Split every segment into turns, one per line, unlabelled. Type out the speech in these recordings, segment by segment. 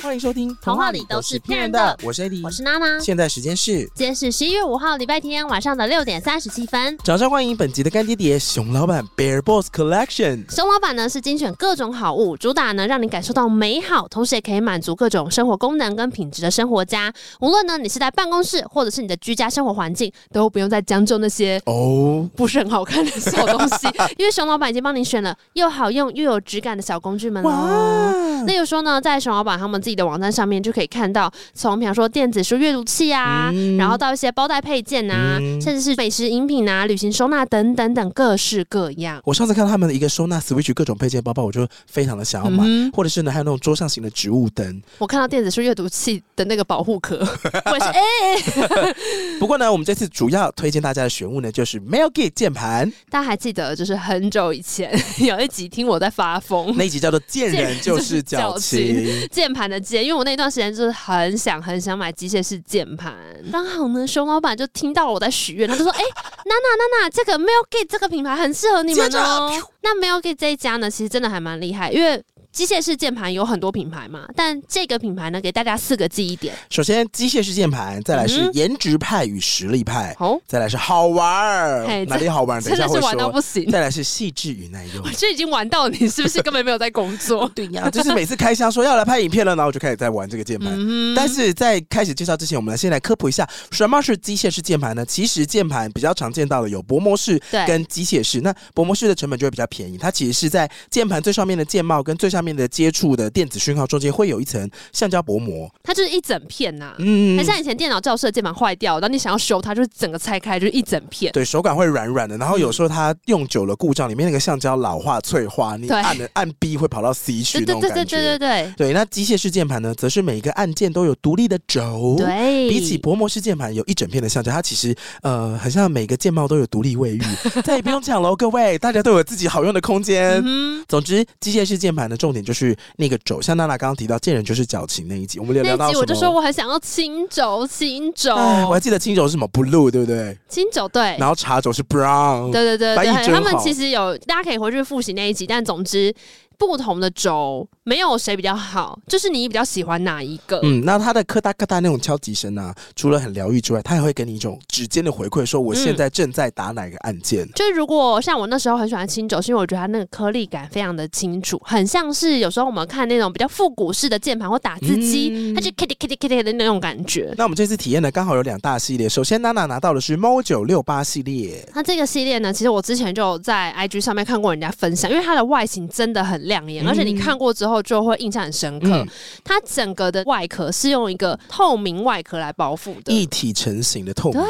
欢迎收听《
童话里都是骗人的》，
我是 AD，
我是娜娜。
现在时间是
今天是十一月五号，礼拜天晚上的六点三十七分。
掌声欢迎本集的干爹爹熊老板 Bear Boss Collection。
熊老板呢是精选各种好物，主打呢让你感受到美好，同时也可以满足各种生活功能跟品质的生活家。无论呢你是在办公室，或者是你的居家生活环境，都不用再将就那些
哦，
不是很好看的小东西，因为熊老板已经帮你选了又好用又有质感的小工具们了。
哇，
例如说呢，在熊老板他们自己的网站上面就可以看到，从比方说电子书阅读器啊，
嗯
然后到一些包袋配件啊，
嗯
甚至是美食饮品啊、旅行收纳等等等各式各样。
我上次看到他们的一个收纳 Switch 各种配件包包，我就非常的想要买，
嗯
或者是呢还有那种桌上型的植物灯。
我看到电子书阅读器的那个保护壳，我也是哎、
不过呢，我们这次主要推荐大家的选物呢，就是 Mail Gate 键 盘
大家还记得就是很久以前 有一集听我在发疯。
那一集叫做“见
见
人
人
就
就是是
矫
矫
情
键盘的键，因为我那段时间就是很想很想买机械式键盘。刚好呢，熊老板就听到了我在许愿，他就说：“哎、娜娜娜娜，这个 m e l g a t 这个品牌很适合你们
接着啊
哦。”那 m e l g a t 这一家呢，其实真的还蛮厉害，因为。机械式键盘有很多品牌嘛，但这个品牌呢，给大家四个记忆点。”。
首先，机械式键盘，再来是
嗯
颜值派与实力派，
哦，
再来是好玩儿，
嘿
哪里好玩儿？等一
真
下
的
会
是玩到
说。
不行，
再来是细致与耐用
我。就已经玩到你是不是根本没有在工作？
对呀、就是每次开箱说要来拍影片了，然后我就开始在玩这个键盘。
嗯
但是在开始介绍之前，我们来先来科普一下什么是机械式键盘呢？其实键盘比较常见到的有薄膜式
对
跟机械式。那薄膜式的成本就会比较便宜，它其实是在键盘最上面的键帽跟最下面的接触的电子讯号中间会有一层橡胶薄膜。
它就是一整片呐、
嗯
还，像以前电脑教室的键盘坏掉，然后你想要修它，就是整个拆开就是一整片。
对手感会软软的，然后有时候它用久了故障，里面那个橡胶老化脆化，你
对
按了按 B 会跑到 C 去
对
那
对
种
对
感觉。
对对对对
对那机械式键盘呢，则是每一个按键都有独立的轴。
对，
哦比起薄膜式键盘有一整片的橡胶，它其实呃，很像每个键帽都有独立卫 浴，再也不用抢喽，各位，大家都有自己好用的空间。
嗯
总之，机械式键盘的重点就是那个轴，像娜娜刚刚提到，见人就是矫情那一集，我们有
哼，
聊
那
到什
一集
么？
我就说我很想要青轴，青轴，
哎我还记得青轴是什么 blue，对不对？
青轴，对，
然后茶轴是 brown，
对对对
翻译
对，
真
他们
好
其实有，大家可以回去复习那一集，但总之。不同的轴没有谁比较好，就是你比较喜欢哪一个。
嗯，那它的咔嗒咔嗒那种敲击声啊，除了很疗愈之外，它也会给你一种指尖的回馈，
嗯
说我现在正在打哪个按键。
就是如果像我那时候很喜欢青轴，是因为我觉得它那个颗粒感非常的清楚，很像是有时候我们看那种比较复古式的键盘或打字机，
嗯
它就 kitty kitty kitty 的那种感觉。
那我们这次体验呢，刚好有两大系列。首先，娜娜拿到的是猫九六八系列，
它这个系列呢，其实我之前就有在 IG 上面看过人家分享，因为它的外形真的很亮眼，
嗯
而且你看过之后就会印象很深刻。
嗯
它整个的外壳是用一个透明外壳来包覆的。
一体成型的透明壳。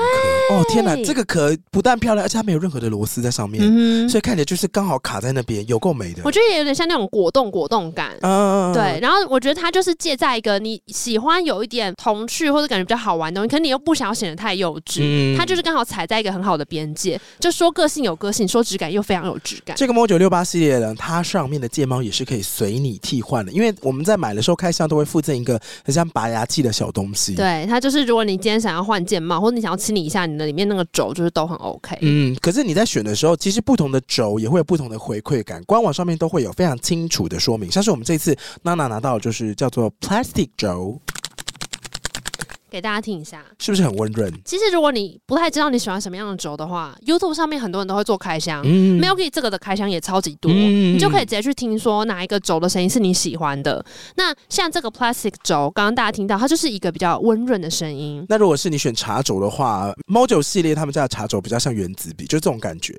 哦，天哪，这个壳不但漂亮，而且它没有任何的螺丝在上面，
嗯哼，
所以看起来就是刚好卡在那边，有够美的
我。觉得也有点像那种果冻果冻感。
嗯，
对，。然后我觉得它就是借在一个你喜欢有一点童趣或者感觉比较好玩的东西，可是你又不想要显得太幼稚，
嗯
它就是刚好踩在一个很好的边界，就说个性有个性，说质感又非常有质感。
这个猫九六八系列呢，它上面的键猫也是可以随你替换的，因为我们在买的时候开箱都会附赠一个很像拔牙器的小东西。
对，它就是如果你今天想要换键帽，或者你想要清理一下你的里面那个轴，就是都很 OK。
嗯，可是你在选的时候，其实不同的轴也会有不同的回馈感，官网上面都会有非常清楚的说明。像是我们这次娜娜拿到的就是叫做 plastic 轴，
给大家听一下。
是不是很温润？
其实如果你不太知道你喜欢什么样的轴的话，YouTube 上面很多人都会做开箱。
嗯
Milky 这个的开箱也超级多，
嗯
你就可以直接去听说哪一个轴的声音是你喜欢的。那像这个 plastic 轴，刚刚大家听到，它就是一个比较温润的声音。
那如果是你选茶轴的话，猫九系列他们家的茶轴比较像原子笔，就这种感觉。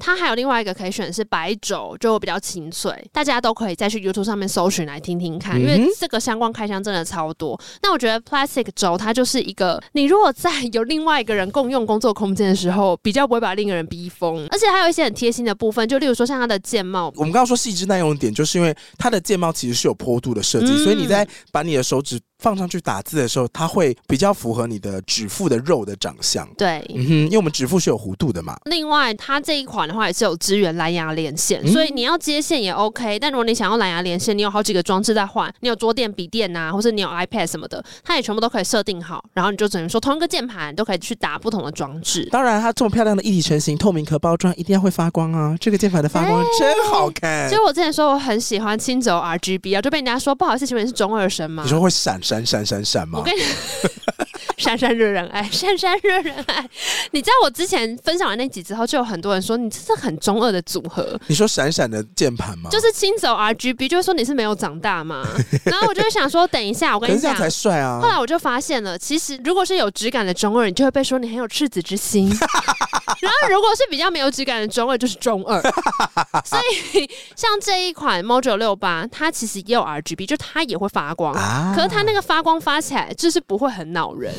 它还有另外一个可以选是白轴，就比较清脆，大家都可以再去 YouTube 上面搜寻来听听看，
嗯
因为
哼
这个相关开箱真的超多。那我觉得 plastic 轴它就是一个，你如果在有另外一个人共用工作空间的时候，比较不会把另一个人逼疯，而且还有一些很贴心的部分，就例如说像它的键帽。
我们刚刚说细致耐用的点，就是因为它的键帽其实是有坡度的设计，
嗯
所以你在把你的手指放上去打字的时候，它会比较符合你的指腹的肉的长相。
对，
嗯哼，因为我们指腹是有弧度的嘛。
另外，它这一款的话也是有支援蓝牙连线，
嗯
所以你要接线也 OK。但如果你想要蓝牙连线，你有好几个装置在换，你有桌垫、笔电呐、或是你有 iPad 什么的，它也全部都可以设定好。然后你就只能说同一个键盘都可以去打不同的装置。
当然，它这么漂亮的一体成型透明壳包装，一定要会发光啊！这个键盘的发
哎
光真好看
其实。我之前说我很喜欢轻轴 RGB 啊，就被人家说不好意思，请问你是中二生吗
你？说会闪闪闪闪闪吗
我？跟你 珊珊惹人爱，珊珊惹人爱。你知道我之前分享完那集之后，就有很多人说你这是很中二的组合。
你说闪闪的键盘吗？
就，是轻走 RGB，就是说你是没有长大嘛。然后我就会想说，等一下，我
可
跟你
是这
讲
样。才帅啊
后！来我就发现了，其实如果是有质感的中二，你就会被说你很有赤子之心； 然后如果是比较没有质感的中二，就是中 二。所以像这一款 Mojo 六八，它其实也有 RGB，就它也会发光，
啊
可是它那个发光发起来就是不会很恼人，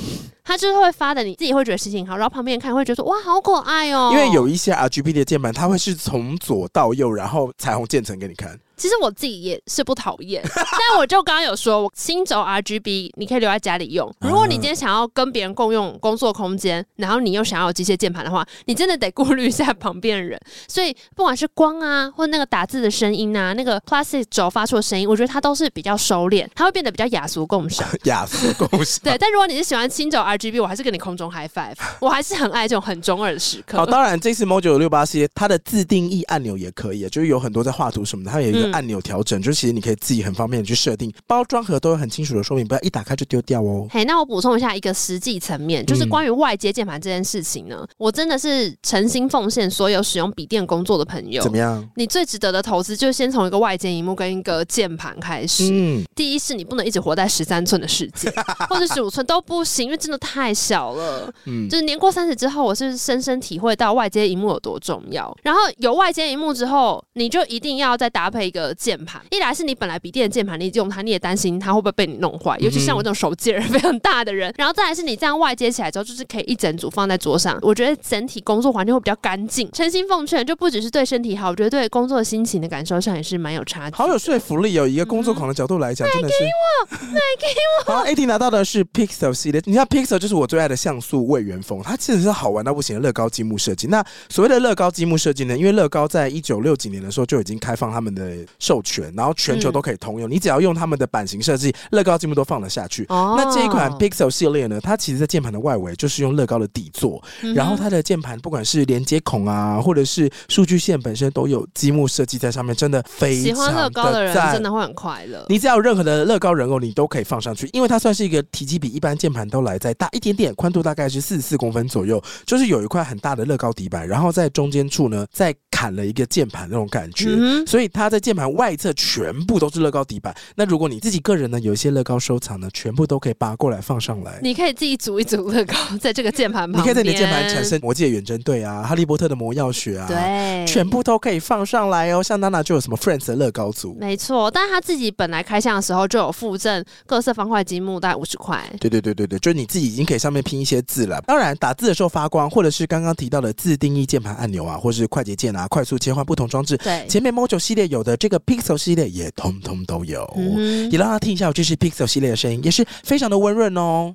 它就是会发的，你自己会觉得心情好，然后旁边人看会觉得说哇好可爱哦、
因为有一些 RGB 的键盘，它会是从左到右，然后彩虹渐层给你看。
其实我自己也是不讨厌， 但我就刚刚有说，我新轴 RGB 你可以留在家里用。如果你今天想要跟别人共用工作空间，然后你又想要有机械键盘的话，你真的得顾虑一下旁边的人。所以不管是光啊，或那个打字的声音啊，那个 plastic 轴发出的声音，我觉得它都是比较收敛，它会变得比较雅俗共赏。
雅俗共赏。
对，但如果你是喜欢新轴 RGB，我还是跟你空中 high five，我还是很爱这种很中二的时刻。
好，当然这次 Mojo 六八系列它的自定义按钮也可以，啊就是有很多在画图什么的，它有一个
嗯
按钮调整，就是其实你可以自己很方便的去设定，包装盒都有很清楚的说明，不要一打开就丢掉哦。
嘿，那我补充一下一个实际层面，就是
嗯
关于外接键盘这件事情呢，我真的是诚心奉献所有使用笔电工作的朋友
怎。么样？
你最值得的投资就是先从一个外接荧幕跟一个键盘开始。
嗯，
第一是你不能一直活在十三寸的世 界，或者十五寸都不行，因为真的太小了。
嗯
就是年过三十之后，我是深深体会到外接荧幕有多重要。然后有外接荧幕之后，你就一定要再搭配一个键盘。一来是你本来笔电的键盘，你用它你也担心它会不会被你弄坏，尤其像我这种手劲儿非常大的人。然 后再来是你这样外接起来之后，就是可以一整组放在桌上，我觉得整体工作环境会比较干净。诚心奉劝，就不只是对身体好，我觉得对工作心情的感受上也是蛮有差距。
好有说服力哦。以一个工作狂的角度来讲，真的是买给我，买给我。然后 AD 拿到的是 Pixel 系列，你看 Pixel 就是我最爱的像素位元风，它其实是好玩到不行的乐高积木设计。那所谓的乐高积木设计呢，因为乐高在一九六几年的时候就已经开放他们的授权，然后全球都可以通用，你只要用他们的版型设计，乐高积木都放得下去。
哦
那这一款 Pixel 系列呢，它其实在键盘的外围就是用乐高的底座，
嗯哼
然后它的键盘不管是连接孔啊，或者是数据线本身都有积木设计在上面，真的非
喜
常
欢乐高的人
赞
真的会很快乐。
你只要有任何的乐高人偶，你都可以放上去，因为它算是一个体积比一般键盘都来再大一点点，宽度大概是四十四公分左右，就是有一块很大的乐高底板，然后在中间处呢再砍了一个键盘那种感觉。
嗯哼
所以它在键盘外侧全部都是乐高底板。那如果你自己个人呢有一些乐高收藏呢，全部都可以拔过来放上来。
你可以自己组一组乐高，在这个键盘
你
旁边，
可以在你的键盘产生魔界远征队啊、哈利波特的魔药学啊，
对，
全部都可以放上来哦。像娜娜就有什么 Friends 的乐高组，
没错。但他自己本来开箱的时候就有附赠各色方块积木，大概五十块。
对对对对对，就是你自己已经可以上面拼一些字了。当然，打字的时候发光，或者是刚刚提到的自定义键盘按钮啊，或是快捷键啊，快速切换不同装置。
对，
前面 Mojo 系列有的，这个 Pixel 系列也通通都有。
嗯哼
哦也让他听一下我这是 Pixel 系列的声音，也是非常的温润哦。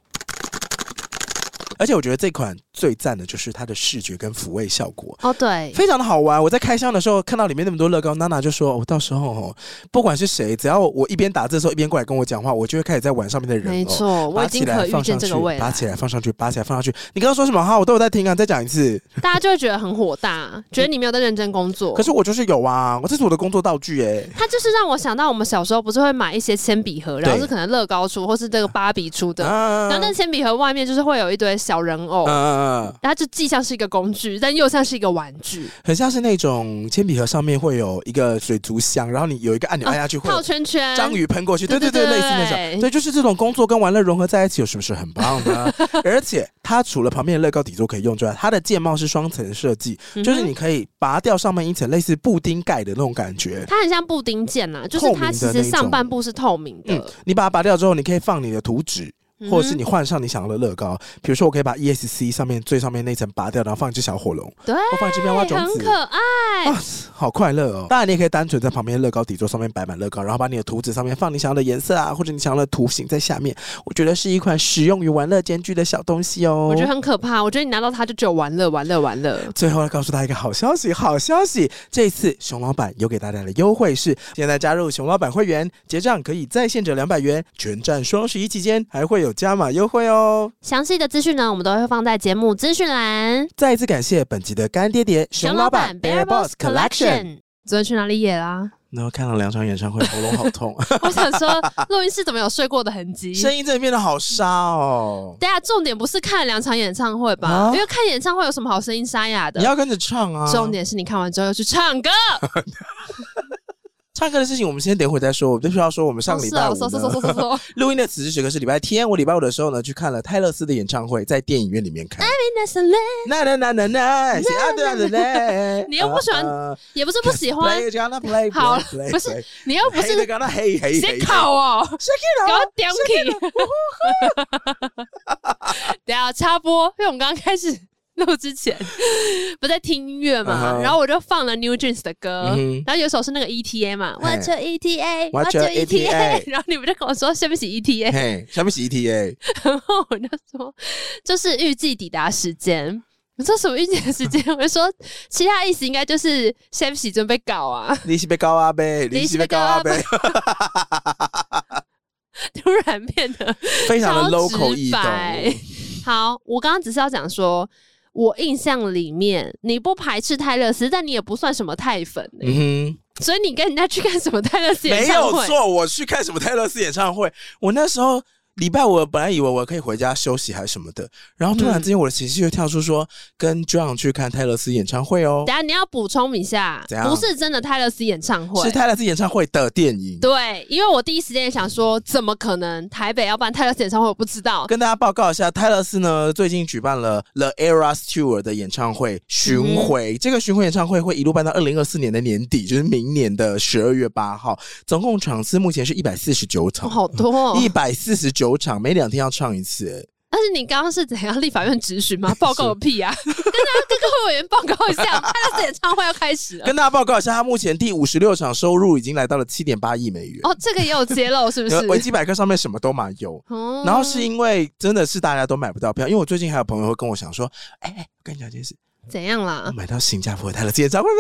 而且我觉得这款最赞的就是它的视觉跟抚慰效果。
哦对，
非常的好玩。我在开箱的时候看到里面那么多乐高，娜娜就说：“我、到时候哦，不管是谁，只要我一边打字的时候一边过来跟我讲话，我就会开始在玩上面的人
没
偶。
错，我
拔
已
起
经
来
可
放
预
上
见
去，
这个未
拔
来，
起来放上去，拔起来放上去。你刚刚说什么哈？我都有在听啊，再讲一次。
大家就会觉得很火大，觉得你没有在认真工作
可。是我就是有啊，我这是我的工作道具哎、
它就是让我想到我们小时候不是会买一些铅笔盒，然后
对
是可能乐高出或是这个芭比出的，
啊
然后那铅笔盒外面就是哦会有一堆小人偶，
嗯嗯嗯，
然后就既像是一个工具，但又像是一个玩具，
很像是那种铅笔盒上面会有一个水族箱，然后你有一个
啊
按钮按下去会有
套圈圈，
章鱼喷过去，对对
对
对，
对
类似那种，
对
对，就是这种工作跟玩乐融合在一起，有是不是很棒 呢？而且它除了旁边的乐高底座可以用之外，它的键帽是双层设计，
嗯哼
就是你可以拔掉上面一层类似布丁盖的那种感觉。
它很像布丁 键呐、就是它其实上半部是透明的，
嗯，你把它拔掉之后，你可以放你的图纸，
嗯哼
或者是你换上你想要的乐高。比 E 如说，我可以把 ESC 上面最上面那层拔掉，然后放一只小火龙，
对
或放一只妙蛙种
哎很
子
可。
啊，好快乐哦！当然，你也可以单纯在旁边乐高底座上面摆满乐高，然后把你的图纸上面放你想要的颜色啊，或者你想要的图形在下面。我觉得是一款实用与玩乐兼具的小东西哦。
我觉得很可怕，我觉得你拿到它就只有玩乐、玩乐、玩乐。
最后要告诉大家一个好消息，好消息！这次熊老板有给大家的优惠是，现在加入熊老板会员结账可以再现折两百元，全站双十一期间还会有加码优惠哦。
详细的资讯呢，我们都会放在节目资讯栏。
再一次感谢本集的干爹爹熊老板 Bear Boss Collection。
昨天去哪里野啦？
然后看了两场演唱会，喉咙好痛，啊
我想说，录音室怎么有睡过的痕迹？
声音真的变得好沙哦。
大家重点不是看了两场演唱会吧？
啊
因为看演唱会有什么好声音沙哑的？
你要跟着唱啊！
重点是你看完之后要去唱歌。
唱歌的事情，我们先等会再说。我们必须要说，我们
哦
上
啊
礼 拜五
搜搜搜搜
呢
搜搜。
录音的此时此刻是礼拜天。我礼拜五的时候呢，去看了泰勒斯的演唱会，在电影院里面 看。啊那那那那那，喜爱的人类
你又不喜欢
啊
也不是不喜
啊
欢，
Play gonna play，
好了
play，
不是
play，
你又不
Hey, they
是
gonna hey hey
写
hey。
考哦，
Shake it
给
off
我屌起！ 等一下啊插播，因为我们刚刚开始 录之前不在听音乐
嗯
嘛，
哼
然后我就放了 New Jeans 的歌
嗯哼，
然后有一首是那个 ETA 嘛 E
嘿 E
，What's your ETA？
What's your ETA？
E 然后你们就跟我说下面 是 ETA，
嘿，下面是 E ETA，
然后我就说就是预计抵达时间。你说什么预计的时间？ 我就说其他意思应该就是 s h e 准备搞啊！
你是被高阿呗，
你是
是
被
被
高
高
啊
阿
呗
呗，
突然变得
非常的
超
local
直
异动。
白 好，我刚刚只是要讲说，我印象里面你不排斥泰勒斯，但你也不算什么泰粉、欸
嗯哼。
所以你跟人家去看什么泰勒斯演
没
唱
有
会？
错，我去看什么泰勒斯演唱会，我那时候礼拜我本来以为我可以回家休息还是什么的，然后突然之间我的情绪就跳出说跟 John 去看泰勒斯演唱会哦，
等一下你要补充一下
怎，样
不是真的泰勒斯演唱会
是。泰勒斯演唱会的电影。
对，因为我第一时间也想说，怎么可能台北要办泰勒斯演唱会？我不 知道。
跟大家报告一下，泰勒斯呢最近举办了 The Eras Tour 的演唱会巡
嗯
回，这个巡回演唱会会一路办到二零二四年的年底，就是明年的十二月八号，总共场次目前是一百四十九
哦
场，
好多、哦，
一百四十九场，每两天要唱一次、哎
但是你刚刚是怎样？立法院质询 吗？报告个屁啊！跟大家跟各位委员报告一下，泰勒斯演唱会要开始了。
跟大家报告一下，他目前第五十六场收入已经来到了七点八亿美元。
哦，这个也有揭露，是不
呃维
是？
基百科上面什么都嘛有。
哦
然后是因为真的是大家都买不到票，因为我最近还有朋友会跟我讲说，哎、哎，我跟你讲一件事，
怎样啦
我？买到新加坡泰勒斯演唱会门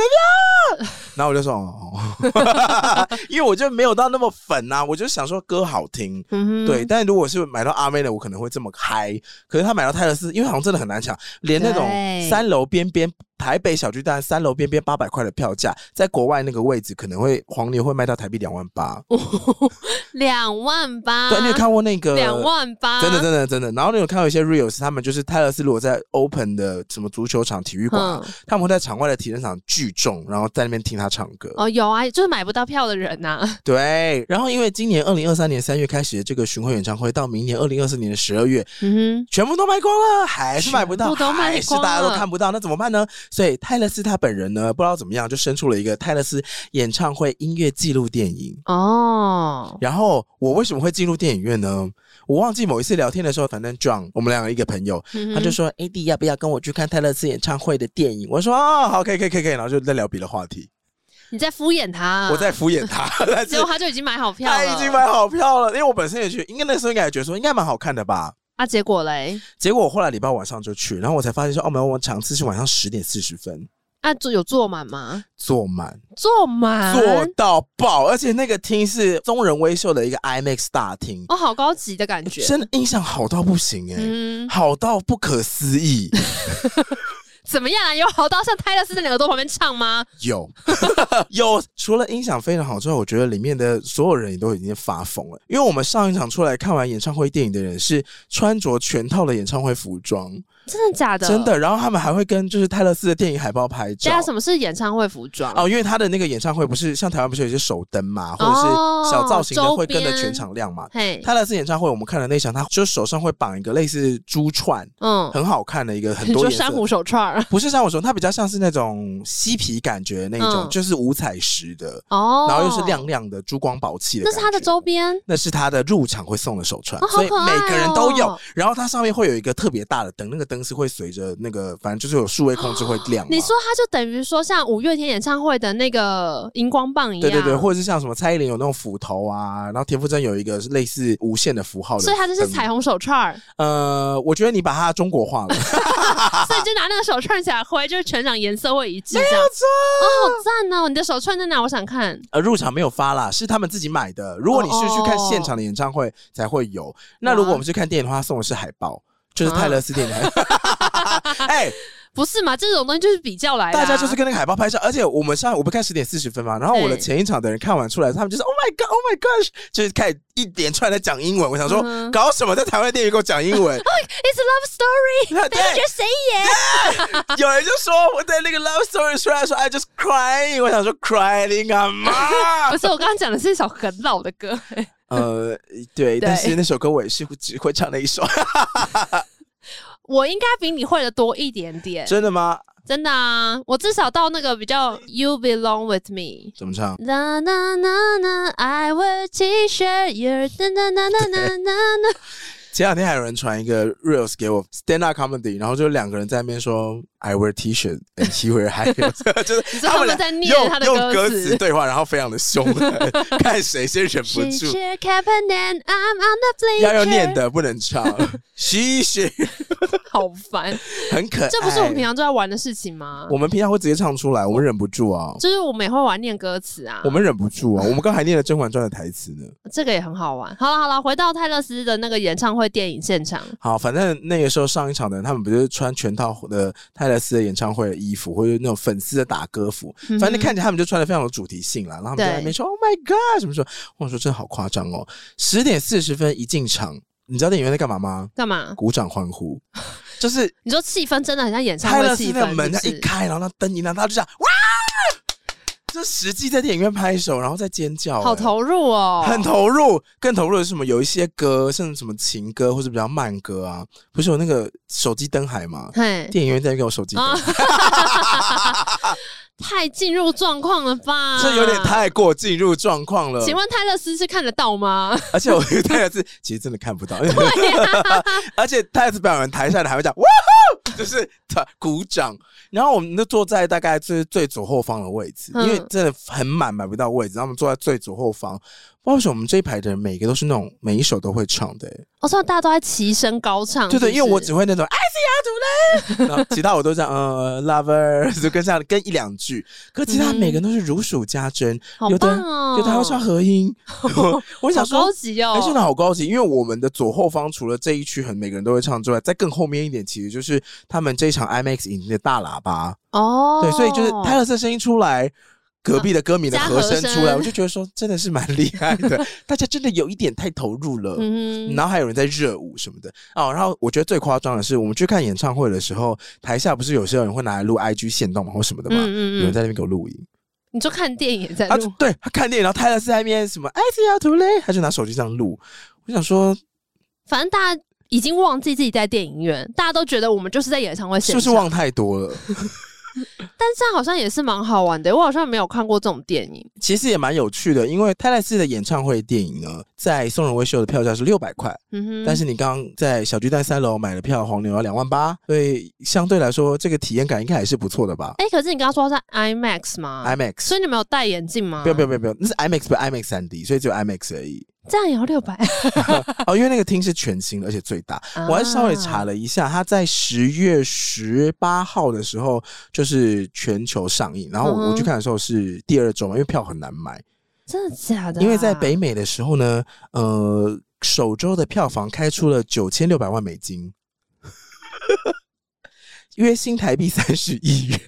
票，然后我就说哦， 哦因为我就没有到那么粉呐、我就想说歌好听，
嗯哼
对，但如果是买到阿妹的，我可能会这么嗨。可是他买到泰勒斯，因为好像真的很难抢，连那种
对
三楼边边台北小巨蛋三楼边边八百块的票价，在国外那个位置可能会黄牛会卖到台币两万八。
啊两万八，
对，你有看过那个
两万八，
真的真的真的。然后你有看到一些 reels，他们就是泰勒斯如果在 open 的什么足球场、体育馆啊，
嗯
他们会在场外的体育场聚众，然后在那边听他唱歌。
哦，有啊，就是买不到票的人啊呐、
对，然后因为今年二零二三年三月开始的这个巡回演唱会，到明年二零二四年的十二月，
嗯
全部都卖光了，还是买不到，
全部都卖光了
还是大家都看不到，那怎么办呢？所以泰勒斯他本人呢，不知道怎么样，就生出了一个泰勒斯演唱会音乐记录电影。
哼，哦，
然后我为什么会进入电影院呢？我忘记某一次聊天的时候，反正 John 我们两个一个朋友，
他
他就说 AD 要不要跟我去看泰勒斯演唱会的电影？我说哦，好，可以，可以，可以，可以。然后就在聊别的话题，
你在敷衍他，
我在，敷衍他， 但是
结果啊他就已经买好票了，
他已经买好票了，因为我本身也觉得，应该那时候应该也觉得说应该蛮好看的吧。
啊，结果嘞，
结果我后来礼拜晚上就去，然后我才发现说，澳门我场次是晚上十点四十分，
啊，坐有坐满吗？
坐满，
坐满，
坐到爆，而且那个厅是中人微秀的一个 IMAX 大厅，
哦，好高级的感觉，
真的印象好到不行哎、
嗯，
好到不可思 议，
怎么样啊？有好到像泰勒斯在两个都旁边唱吗？
有 有，除了音响非常好之外，我觉得里面的所有人也都已经发疯了，因为我们上一场出来看完演唱会电影的人是穿着全套的演唱会服装，
真的假的？
真。的，然后他们还会跟就是泰勒斯的电影海报拍
大
照
家。什么是演唱会服装？
哦，因为他的那个演唱会不是像台湾不是有一些手灯嘛，或者
哦
是小造型的会跟着
周边
全场亮嘛。
嘿，
泰勒斯演唱会我们看的那场，他就手上会绑一个类似珠串，
嗯，
很好看的一个很
你
多
说
颜
珊
色。
瑚手串儿
不是珊瑚虫，它比较像是那种嬉皮感觉的那种，
嗯
就是五彩石的，
哦，
然后又是亮亮的珠光宝气的。
那是他的，周边，
那是他的入场会送的手串，
哦好
所以
可爱
每个人都有
哦。
然后它上面会有一个特别大的灯，那个灯是会随着那个，反正就是有数位控制会亮嘛。
哦你说它就等于说像五月天演唱会的那个荧光棒一
对
样，
对对，或者是像什么蔡依林有那种斧头啊，然后田馥甄有一个是类似无限的符号的灯，
所以它就是彩虹手串儿，
呃，我觉得你把它中国 化了，啊
所以就拿那个手串起来挥，就是全场颜色会一致这样。没有错，哦，好赞哦！你的手串在哪？我想看。
呃，入场没有发啦，是他们自己买的。如果你是去看现场的演唱会才会有，
哦
那如果我们去看电影的话，送的是海报，就是
啊
泰勒斯电 影海报。哎、
不是嘛？这种东西就是比较来的啊、
大家就是跟那个海报拍照，而且我们上我们看十点四十分嘛，然后我的
对
前一场的人看完出来，他们就是 Oh my God, Oh my gosh，就是开始一连串在讲英文。我想说，
嗯哼
搞什么在台湾电影给我讲英 文？
It's a love story，
那哎
等着
对，
谁演？
有人就说我在那个 love story 出来说 I just crying，我想说 crying 啊 妈
不。是，我刚刚讲的是一首很老的歌、欸
呃，对，但
对
是那首歌我也是只会唱那一首，
我应该比你会的多一点点，
真的吗？
真的啊！我至少到那个比较 You belong with me。
怎么唱？
啦啦啦啦，I wear T-shirt, you're 啦啦啦啦 啦啦。
前两天还有人传一个 reels 给我 stand up comedy，然后就两个人在那边说 I wear T-shirt and he wear high heels，就是
知道他们
俩
在念
用
他的
用
歌
歌
词
词对话，然后非常的 凶，看谁先忍不
She
住。
should happen and I'm on the bleacher。
要用念，的，不能唱。嘻嘻，
好烦！
很可爱。
这不是我们平常都在玩的事情吗？
我们平常会直接唱出来，我们忍不住啊，
就是我们也会玩念歌词 啊，
我们忍不住啊。我们刚才念了《甄嬛传》的台词呢。
这个也很好玩。好了好了，回到泰勒斯的那个演唱会电影现场，
好，反正那个时候上一场的人，他们不是穿全套的泰勒斯的演唱会的衣服，或者那种粉丝的打歌服，
嗯哼
反正看起来他们就穿的非常有主题性啦。然后他们就在那边说 “Oh my God” 什么说，我说真的好夸张哦！十点四十分一进场，你知道电影院在干嘛吗？
干嘛？
鼓掌欢 呼，就是
你说气氛真的很像演唱
泰
会
勒斯
气
那
氛，
个门它
是
一
不是
开，然后那灯一亮，大家就这样哇，就实际在电影院拍手，然后在尖叫、
好
欸
投入哦，
很投入，更投入的是什么？有一些歌，甚至什么情歌或者比较慢歌啊，不是有那个手机灯海吗？
嘿，
电影院在给我手机灯
啊
海，
太进入状况了吧？
这有点。太过进入状况了。
请问泰勒斯是看得 到吗？
而且我觉得泰勒斯其实真的看不到，
啊
而且泰勒斯表演完台下的还会讲哇吼，就是 鼓掌。然后我们就坐在大概最最左后方的位置，
嗯
因为真的很满，买不到位置。然后我们坐在最左后方，不知道为什么我们这一排的人每个都是那种每一首都会唱的、欸
我说哦大家都在齐声高唱，
对对，
是
因
不
为我
是
只会那种爱是 雅主嘞，然后其他我都这样，呃，lover 就跟这样跟一两句，可其他
嗯
每个人都是如数家珍，
好
有的
棒哦，
就他会唱合 音，我我想
好
说
高。级哦
哎，，真的好高级，因为我们的左后方除了这一区很每个人都会唱之外，在更后面一点，其实就是他们这一场 IMAX 引进的大喇叭，
哦，
对，所以就是泰勒斯的声音出来，隔壁的歌迷的
加
和
和
声出来，
声
我就觉得说真的是蛮厉害 的，大家真的有一点太投入了，
嗯哼，
然后还有人在热舞什么的哦。然后我觉得最夸张的是，我们去看演唱会的时候，台下不是有些人会拿来录 IG 线动嘛或什么的嘛，有
嗯
人
嗯嗯，
在那边给我录影。
你就看电影也在
啊
录，，
对他看电影，然后泰勒斯在那边什么“爱是要图嘞”，他就拿手机这样录。我想说，
反正大家已经忘记自己在电影院，大家都觉得我们就是在演唱会现
是
场，
不是忘？太多了？
但这样好像也是蛮好玩的，我好像没有看过这种电影，
其实也蛮有趣的，因为泰勒斯的演唱会电影呢，在松仁威秀的票价是六百块，
嗯哼，
但是你刚刚在小巨蛋三楼买的票，黄牛要两万八，所以相对来说，这个体验感应该还是不错的吧
哎，可是你刚刚说它是 IMAX 吗
？IMAX。
所以你们有戴眼镜吗？
哎不要不要不要不要，那是 IMAX 不是 IMAX 三 D，所以只有 IMAX 而已。
这样也要六百。
哦，因为那个厅是全新的，而且最大。
啊
我还稍微查
了，
了一下，它在十月十八号的时候就是全球上映，然后
嗯
我
哼
我去看的时候是第二周嘛，因为票很难买，
真的假的啊、
因为在北美的时候呢，呃，首周的票房开出了九千六百万美金，约新台币三十亿元。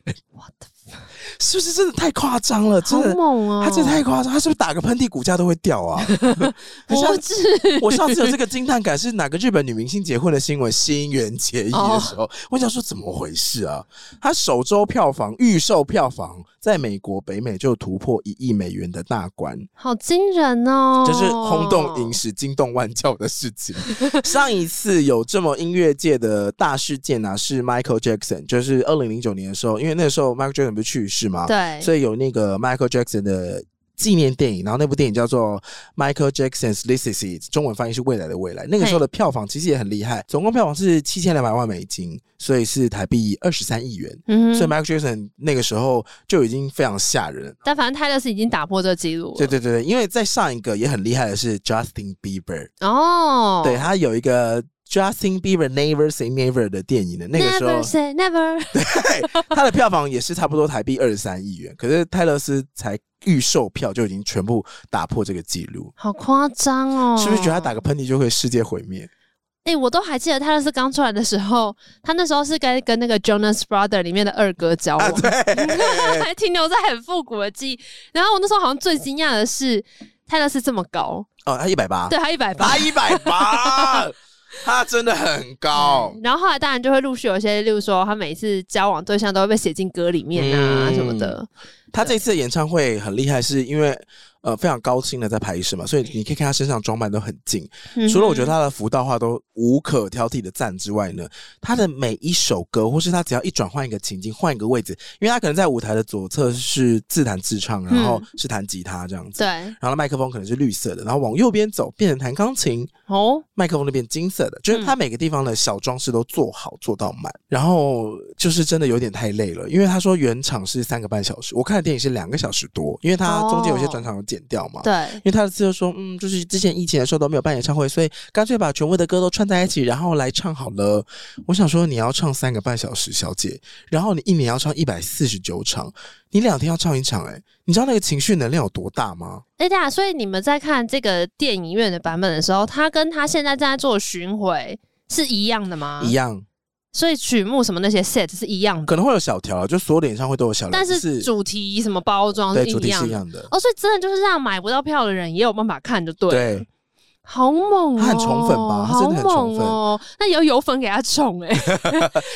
是不是真的太夸张了？真
好
的
猛哦、
他这太夸张，他是不是打个喷嚏股价都会掉啊？很像
不是
我上次有这个惊叹感是哪个日本女明星结婚的新闻，新垣结衣的时候，我想说怎么回事啊？她首周票房预售票房在美国北美就突破一亿美元的大关，
好惊人哦，
这是轰动影史、惊动万教的事情。 上一次有这么音乐界的大事件啊，是 Michael Jackson，就是二零零九年的时候，因为那时候 Michael Jackson 不是去世吗？
对，
所以有那个 Michael Jackson 的纪念电影，然后那部电影叫做《Michael Jackson's This Is It》，中文翻译是《未来的未来》。那个时候的票房其实也很厉害，总共票房是七千两百万美金，所以是台币二十三亿元。
嗯
所以
哼，
Michael Jackson 那个时候就已经非常吓人了。
但反正泰勒斯已经打破这个记录了。
对对对对，因为在上一个也很厉害的是 Justin Bieber，、
哦，
对他有一个 Justin Bieber Never Say Never 的电影的，那个时候
Never say never，
他的票房也是差不多台币二十三亿元，可是泰勒斯才预售票就已经全部打破这个记录，
好夸张哦！
是不是觉得他打个？喷嚏就会世界毁灭？
哎、我都还记得泰勒斯刚出来的时候，他那时候是跟跟那个 Jonas Brother 里面的二哥交
啊
往， 还停留在很复古的记忆。然后我那时候好像最惊讶的是泰勒斯这么高，
哦，他一百八，
对他一百八
他。一百 八，他真的很高。
然后后来当然就会陆续有一些，例如说他每一次交往对象都会被写进歌里面啊
嗯
什么的。
他这次的演唱会很厉害，是因为呃非常高清的在拍摄嘛，所以你可以看他身上装扮都很近。
嗯
除了我觉得
哼
他的服道化都无可挑剔的赞之外呢，他的每一首歌，或是他只要一转换一个情境，换一个位置，因为他可能在舞台的左侧是自弹自唱，然后是弹吉他这样子，
嗯对
然后麦克风可能是绿色的，然后往右边走变成弹钢琴，
哦，
麦克风那边金色的，
嗯
就是他每个地方的小装饰都做好做到满，然后就是真的有点太累了，因为他说原场是三个半小时，我看的电影是两个小时多，因为他中间有
哦
些转场有剪掉嘛，
对
因，为他的就说，嗯，就是之前疫情的时候都没有办演唱会，所以干脆把全部的歌都串在一起，然后来唱好了。我想说，你要唱三个半小时，小姐，然后你一年要唱一百四十九场，你两天要唱一场、欸，你知道那个情绪能量有多大吗？
哎、对啊，所以你们在看这个电影院的版本的时候，它跟它现在正在做的巡回是一样的吗？
一。样，
所以曲目什么那些 set 是一样的，
可能会有小调，就所有的演唱会都有小调，
但
只
是
是
主题什么包装
对
一
主题
样
是
的。
一样的，
哦，所以真的就是让买不到票的人也有办法看，就对。
对。
好猛哦、
他很宠粉吧他真的很
好
宠
猛
粉
哦、那有有粉给他 宠哎、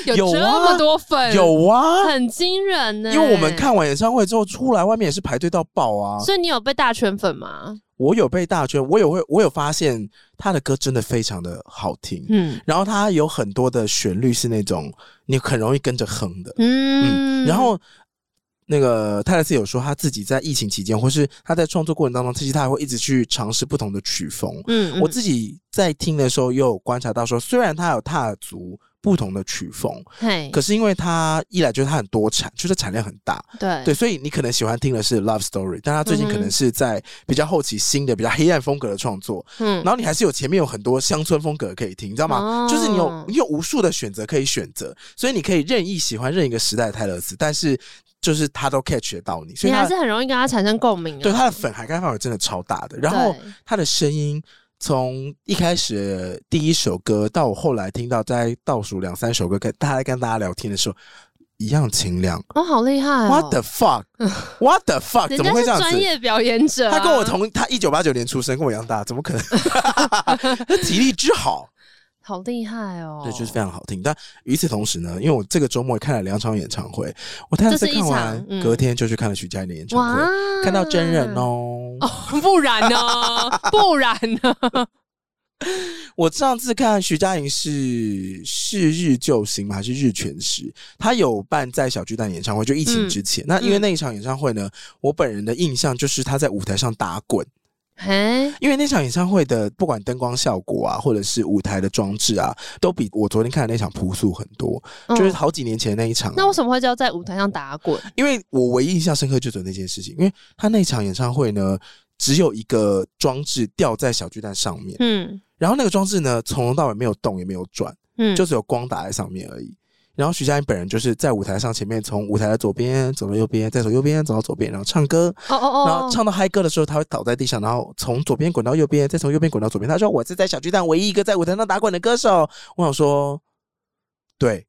有
有
这
啊
么多粉，
有啊，
很惊人呢、
因为我们，看完演唱会之后出来，外面也是排队到爆啊。
所以你有被大圈粉吗？
我有被大圈，我有会，我有发现他的歌真的非常的好听，
嗯
然后它有很多的旋律是那种你很容易跟着哼的，
嗯
嗯，然后。那个泰勒斯有说他自己在疫情期间，或是他在创作过程当中，其实他还会一直去尝试不同的曲风。
嗯，嗯
我自己在听的时候，也有观察到说，虽然他有踏足不同的曲风，
嘿
可是因为他一来就是他很多产，就是产量很大，
对
对，所以你可能喜欢听的是 Love Story，但他最近可
嗯哼
能是在比较后期新的、比较黑暗风格的创作，
嗯
然后你还是有前面有很多乡村风格可以听，你知道吗？
哦
就是你有你有无数的选择可以选择，所以你可以任意喜欢任一个时代的泰勒斯，但是就是他都 catch 得到你，所
你
以
还
他
是很容易跟他产生共鸣、啊。
对他的粉涵盖范围真的超大的，然后
对
他的声音。从一开始第一首歌到我后来听到在倒数两三首歌跟他在跟大家聊天的时候，一样清亮。
哦，好厉害、哦、
What the fuck？What the fuck？
人
怎么
家
会
是
这样
专
子？
业表演者啊、
他跟我同他一九八九年出生，跟我一样大，怎么可能？ 那体力之好，
好厉害哦，
对，就是非常好听。但与此同时呢，因为我这个周末也看了两场演唱会，我泰勒
这
斯
是一
看
场
完，
嗯
隔天就去看了徐佳莹的演唱会，看到真人，哦。
不然呢？ 不然呢？
我上次看徐佳莹是是日救星吗？还是日全食？她有办在小巨蛋演唱会，就疫情之
嗯
前。那因为那一场演唱会呢，我本人的印象就是她在舞台上打滚。
哎，
因为那场演唱会的不管灯光效果啊，或者是舞台的装置啊，都比我昨天看的那场朴素很多，就是
嗯
好几年前的那一场啊、
那为什么会叫在舞台上打滚？
因为我唯一印象深刻就只有那件事情，因为他那场演唱会呢，只有一个装置吊在小巨蛋上面，
嗯
然后那个装置呢，从头到尾没有动也没有转，
嗯，
就只有光打在上面而已。然后徐佳莹本人就是在舞台上前面，从舞台的左边走到右边，再从右边走到左边，然后唱歌，
哦哦哦，
然后唱到嗨歌的时候，他会倒在地上，然后从左边滚到右边，再从右边滚到左边。他说：“我是在小巨蛋唯一一个在舞台上打滚的歌手。”我想说，对，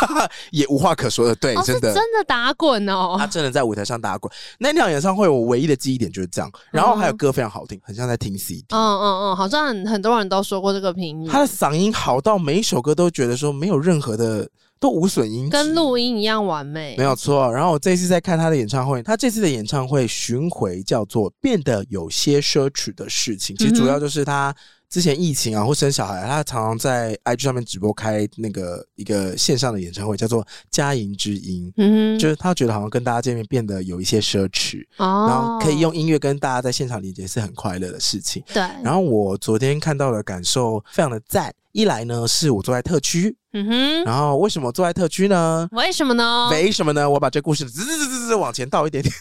也无话可说的，对，
哦是
真的，
真的打滚哦
他，真的在舞台上打滚。那场演唱会我唯一的记忆点就是这样，然后还有歌非常好听，很像在听 CD。
嗯嗯嗯，好像很很多人都说过这个评语，
他的嗓音好到每一首歌都觉得说没有任何的都无损音质，
跟录音一样完美，
没有错。然后我这次在看他的演唱会，他这次的演唱会巡回叫做《变得有些奢侈的事情》，其实
嗯哼
主要就是他之前疫情啊或生小孩，他常常在 IG 上面直播开那个一个线上的演唱会，叫做《佳音之音》，
嗯
就是他觉得好像跟大家见面变得有一些奢侈，
哼，
然后
哦，
可以用音乐跟大家在现场连接是很快乐的事情。
对，
然后我昨天看到的感受非常的赞，一来呢是我坐在特区，
嗯哦哼，
然后为什么坐在特区呢？
为什么呢？
为什么呢？我把这故事滋滋滋滋滋往前倒一点点，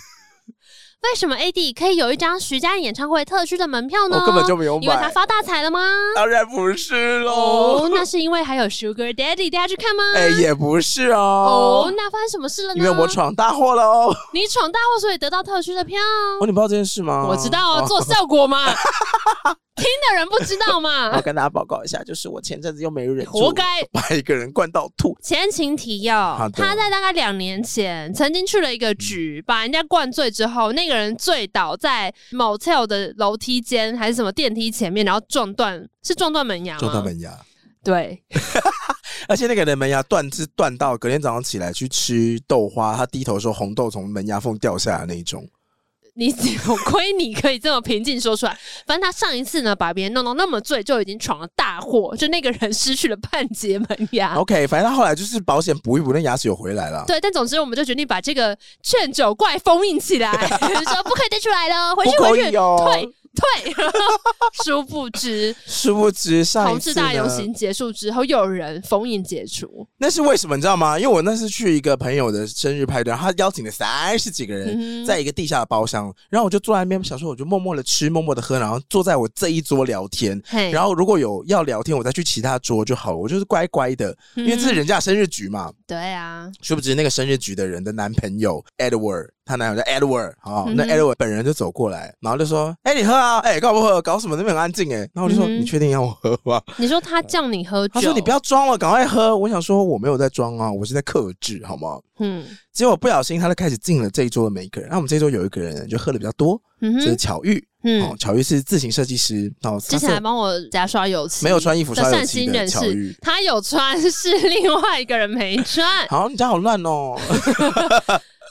为什么 AD 可以有一张徐佳莹演唱会特区的门票呢？
我哦根本就没有
哦因为他
买，
发大财了吗？
当然不是喽。
哦，那是因为还有 Sugar Daddy 带他去看吗？
哎、也不是
哦
哦，，
那发生什么事了呢？
因为我闯大祸了哦。
你闯大祸，所以得到特区的票。
哦，你不知道这件事吗？
我知道啊，
哦
做效 果嘛，听的人不知道嘛
我，跟大家报告一下，就是我前阵子又没忍住，
活该。
把一个人灌到吐。
前情提要
好，的嗯
他在大概两年前曾经去了一个局，把人家灌醉之后，那个人醉倒在 motel 的楼梯间还是什么电梯前面，然后撞断，是撞断门牙吗？
撞到。门牙，
对，
而且那个人门牙断是断到隔天早上起来去吃豆花，他低头的时候红豆从门牙缝掉下来那一种。
你我亏你可以这么平静说出来。反正他上一次呢，把别人弄到那么醉，就已经闯了大祸，就那个人失去了半截门牙。
OK，反正他后来就是保险补一补，那牙齿有回来了。
啊对，但总之我们就决定把这个劝酒怪封印起来，说不可以再出来了，回去
不可
回去，
以哦
退退。 殊不知，
殊不知上
同
一次
志大游
呢
行结束之后，又有人封印解除。
那是为什么你知道吗？因为我那次去一个朋友的生日派对，他邀请了三十几个人，
嗯哼
在一个地下的包厢，然后我就坐在那边，想说我就默默的吃，默默的喝，然后坐在我这一桌聊天。
嘿，
然后如果有要聊天，我再去其他桌就好了。我就是乖乖的，因为这是
嗯
人家生日局嘛。
对啊，
殊不知那个生日局的人的男朋友 Edward，他男友叫 Edward，哦，那
嗯哼
Edward 本人就走过来，然后就说：“哎、你喝啊，哎、干嘛不喝？搞什么？那边很安静哎。”然后我就说：“
嗯哼
你确定要我喝吗？”
你说他叫你喝酒，
他说：“你不
要，
要装了，赶快喝。”我想说我没有在装啊，我是在克制，好吗？
嗯
结果不小心，他就开始敬了这一桌的每一个人。那我们这一桌有一个人就喝的比较多，
嗯
就是
哼
巧玉。哦
嗯，，
巧玉是自行设计师，然后
之
他
前还
是
帮我家刷油漆，
没有穿衣服刷
的
油
善
漆
心
的
人
巧
士
玉。，
他有穿，是另外一个人没穿。
好，你家好乱哦！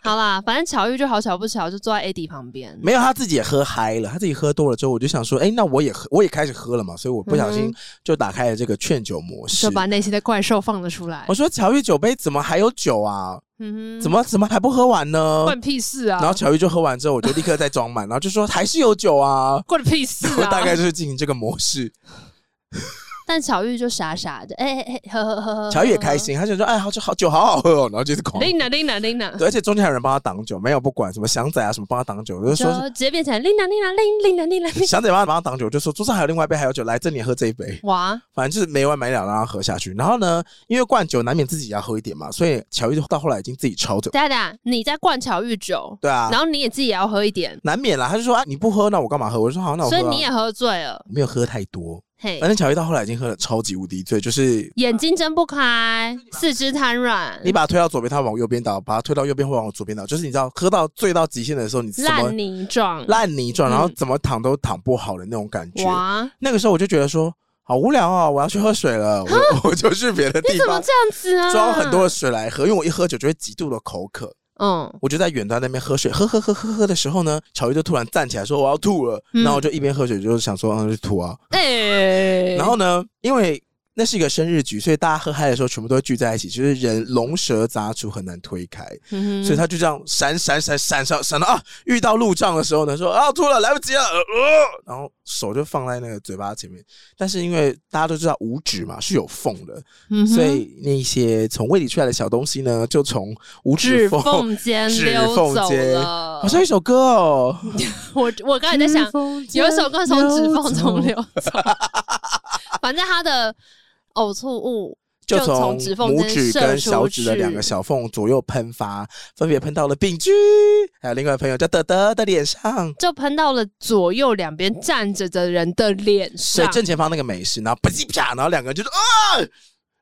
好啦，反正巧遇就好巧不巧，就坐在 AD 旁边。
没有，他自己也喝嗨了，他自己喝多了之后，我就想说，哎，那我也喝，我也开始喝了嘛，所以我不小心
嗯
就打开了这个劝酒模式
就。把内心的怪兽放了出来
我。说：“巧玉酒杯怎么还有酒啊？
嗯哼，
怎么怎么还不喝完呢
关你屁事？”啊？
然后巧玉就喝完之后，我就立刻再装满，然后就说：“还是有酒啊。”
关你屁事
我
啊！
大概就是进行这个模式。
但巧玉就傻傻的，哎哎哎，呵呵呵呵，
乔伊也开心，他就说：“哎，好酒好酒好好喝哦。”然后就是狂
呵。
喝。
Lina Lina Lina，
对，而且中间还有人帮他挡酒，没有不管什么祥仔啊什么帮他挡酒，我就
就
说是
直接变成 Lina Lina Lina Lina Lina。
祥仔帮他帮他挡酒，我就说桌上还有另外一杯还有酒，来这里喝这一杯，
哇，
反正就是没完没了让他喝下去。然后呢，因为灌酒难免自己也要喝一点嘛，所以乔伊到后来已经自己超酒，
等一下等一下，你在灌巧玉酒，
对啊
然，后你也自己也要喝一点，
难免啦。他就说啊，你不喝那我干嘛喝？我就说好，那我喝、
所
啊。
以你也喝醉了，
我没有喝太多，
嘿
反，正乔伊到后来已经喝了超级无敌醉，就是。
眼睛睁不开，四肢瘫软
你，把他推到左边，他往右边倒；把他推到右边，会往左边倒。就是你知道，喝到醉到极限的时候，你什么
烂泥状，
烂泥状，
嗯
然后怎么躺都躺不好的那种感觉。
哇，
那个时候我就觉得说，好无聊哦，我要去喝水了， 我我就去别的地
怎么
方
这样子啊？
装很多的，水来喝，因为我一喝酒就会极度的口渴。
嗯，
我就在远端那边喝水，喝喝喝喝喝的时候呢，巧玉就突然站起来说我要吐了，
嗯
然后我就一边喝水就想说嗯就吐啊，
哎，
然后呢，因为。那是一个生日局，所以大家喝嗨的时候全部都会聚在一起，就是人龙蛇杂处很难推开，
嗯哼，
所以他就这样闪闪闪闪闪闪到啊，遇到路障的时候呢，说啊吐了，来不及了，呃，呃然后手就放在那个嘴巴前面，但是因为大家都知道五指嘛是有缝的，
嗯哼
所以那些从胃里出来的小东西呢，就从五指
指
缝。
缝间
指
溜
缝
走
间
了。
好像一首歌哦，
我我刚才在想，有一首歌从指缝中
流
溜走， 反正他的呕吐物
就
就
从
从指缝
拇
间
指
射
跟
出
小指的
去
两个小缝左右喷发，分别喷到了丙居，还有另外一个朋友叫德德的脸上，
就喷到了左右两边站着的人的脸
所以
上。
正前方那个美式，然后啪叽啪，然后两个人就是啊，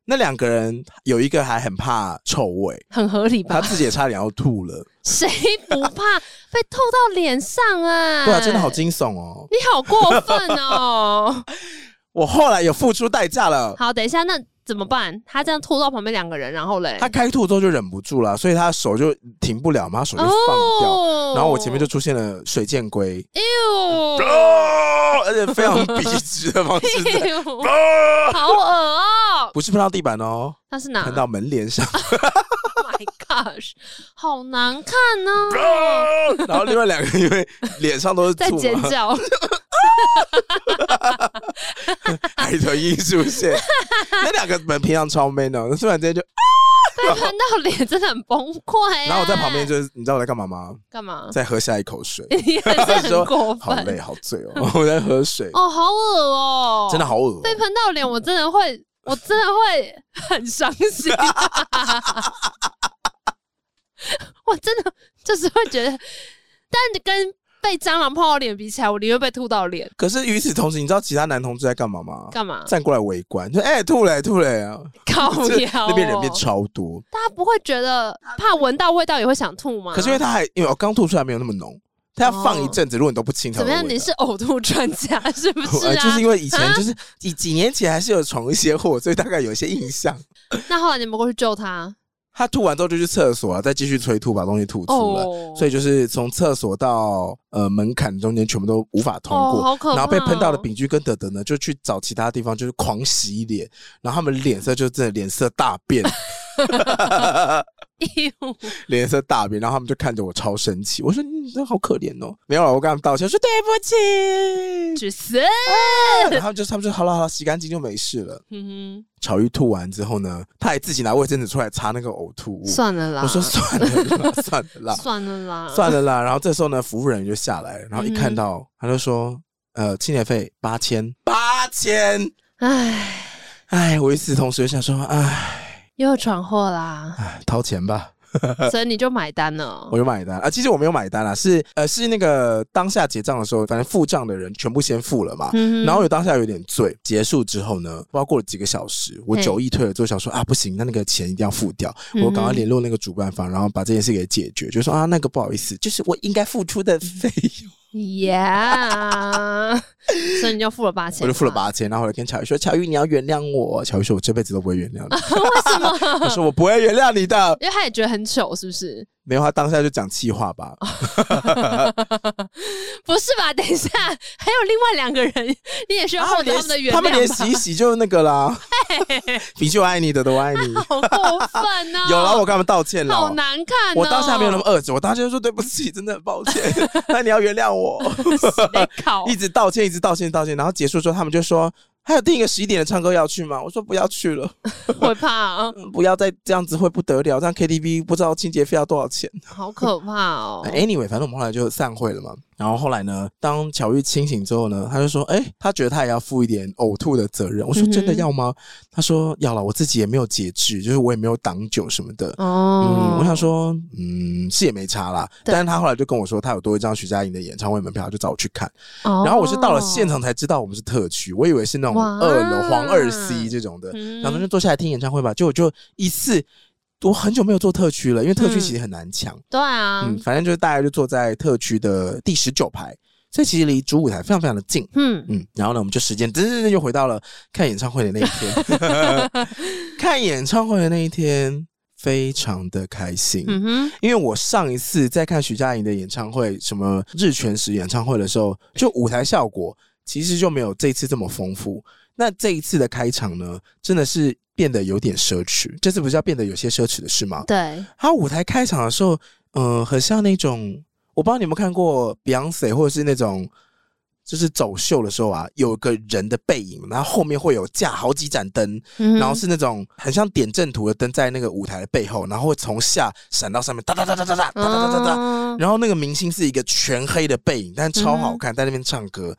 那两个人有一个还很怕臭味，
很合理
他
吧？
自己也差点要吐了，
谁不怕被透到脸上啊？
对啊，真的好！惊悚哦！
你好过分哦！
我后来有付出代价了。
好，等一下，那怎么办？他这样吐到旁边两个人，然后嘞，
他开吐之后就忍不住了，所以他手就停不了嘛，他
哦
手就放掉。然后我前面就出现了水箭龟，
哎 哎呦，
啊而且非常 笔直的方式 在，
好恶哦、
不是碰到地板哦，
那是哪
碰到门帘上。
？Oh my gosh，好难看呢、
然后另外两个因为脸上都是
在
醋
尖
嘛，
叫，
海豚音出现。 那两个本平常超 man 哦，突然之间就，
被喷到脸真的很崩溃、欸。
然后我在旁边就是，你知道我在干嘛吗？
干嘛？
在喝下一口水，
你 也是很过
好
分
累好醉哦，我在喝水，
嗯哦，好恶哦、
真的好恶哦。
被喷到脸，我真的会，我真的会很伤心。 我真的就是会觉得，但跟被蟑螂碰到脸比起来，我宁愿被吐到脸。
可是与此同时，你知道其他男同志在干嘛吗？
干嘛？
站过来围观，就哎、吐嘞吐嘞啊！
靠
就是
腰、
那边人变超多，
大家不会觉得怕闻到味道也会想吐吗？
可是因为他还因为我刚吐出来没有那么浓，他要放一阵子，如果你都不清，它
哦怎
会
么
有
样？
味道
你是呕吐专家是不是
呃
啊？
就是因为以前就是几几年前还是有闯一些祸，所以大概有一些印象。
那后来你们过去救他
他吐完之后就去厕所啊，再继续催吐，把东西吐出来。
哦
所以就是从厕所到呃门槛中间全部都无法通
哦，
过，
好可怕、哦！
然后被喷到的丙居跟德德呢就去找其他地方，就是狂洗脸，然后他们脸色就真的脸色大 变，
哎
脸色大变，然后他们就看着我超生气，我说你真的好可怜哦，没有了，我跟他们道歉说对不起，
去死！
然后就 他们说好了好了，洗干净就没事了。
嗯
巧玉吐完之后呢，他还自己拿卫生纸出来擦那个呕吐物
哼，。算了嗯啦，
我说算了啦，算了 啦，
算了啦，
算了啦。然后这时候呢，服务人员就下来，然后一看到、
嗯
他就说：“呃，清洁费八千，八千。
唉，”
哎，我与此同时就想说：“哎，
又闯 祸啦，
哎掏钱吧。”
所以你就买单了
我。就买单啊！其实我没有买单啦，是呃是那个当下结账的时候，反正付账的人全部先付了嘛。
嗯哼
然后有当下有点醉，结束之后呢，不知道过了几个小时，我
嘿
酒意退了之后想说啊，不行，那那个钱一定要付掉，
嗯哼
我赶快联络那个主办方，然后把这件事给解决，就说啊，那个不好意思，就是我应该付出的费 用，
，Yeah，所以 你就付了八千，
我就付了，八千，然后我就跟巧玉说，巧玉你要原谅我，巧玉说我这辈子都不会原谅你，为什么？我说我不会原谅你的，
因为他也觉得很糗，是不是？
没有，他当下就讲气话吧，
哦不是吧？等一下，还有另外两个人，你也需要获得他们的原
他们连
谅吧？
洗一洗就那个 啦，比起我爱你的都爱你，
好过分哦！
有啊了，我跟他们道歉
好
了。
难看、哦。
我当下没有那么恶质，我当下就说对不起，真的很抱 歉，那你要原谅我。
哦么考
一直道歉，一直道歉，道歉，然后结束之后，他们就说还有定一个十一点的唱歌要去吗？我说不要去了，
会怕、啊，
嗯不要再这样子会不得了，这样 KTV 不知道清洁费要多少钱。
好可怕哦！
Anyway，反正我们后来就散会了嘛。然后后来呢，当巧玉清醒之后呢，他就说：“哎、他觉得他也要负一点呕吐的责任。”我说
嗯：“哼
真的要吗？”他说：“要了，我自己也没有节制，就是我也没有挡酒什么的。”
哦
嗯，我想说，嗯，是也没差啦。
对
但是他后来就跟我说，他有多一张徐佳莹的演唱会门票，他就找我去看。
哦
然后我是到了现，场才知道我们是特区，我以为是那种
哇
二楼黄二 C 这种的，
嗯
然后就坐下来听演唱会吧。结果就一次，我很久没有做特区了，因为特区
嗯
其实很难抢。
对啊，
嗯，
嗯
反正就是大概就坐在特区的第十九排，所以其实离主舞台非常非常的近。嗯，然后呢，我们就时间噔噔噔就回到了看演唱会的那一天。看演唱会的那一天，非常的开心。
嗯哼，
因为我上一次在看徐佳莹的演唱会，什么日全食演唱会的时候，就舞台效果其实就没有这次这么丰富。那这一次的开场呢，真的是变得有点奢侈。这次不是要变得有些奢侈的事吗？
对，
他舞台开场的时候，嗯、很像那种，我不知道你有没有看过 Beyonce 或者是那种。就是走秀的时候啊，有个人的背影，然后后面会有架好几盏灯，
嗯哼
然后是那种很像点阵图的灯在那个舞台的背后，然后会从下闪到上面，哒哒哒哒
哦
哒哒哒哒哒哒哒。
嗯
然后那个明星是一个全黑的背影，但是超好看，在那边唱歌。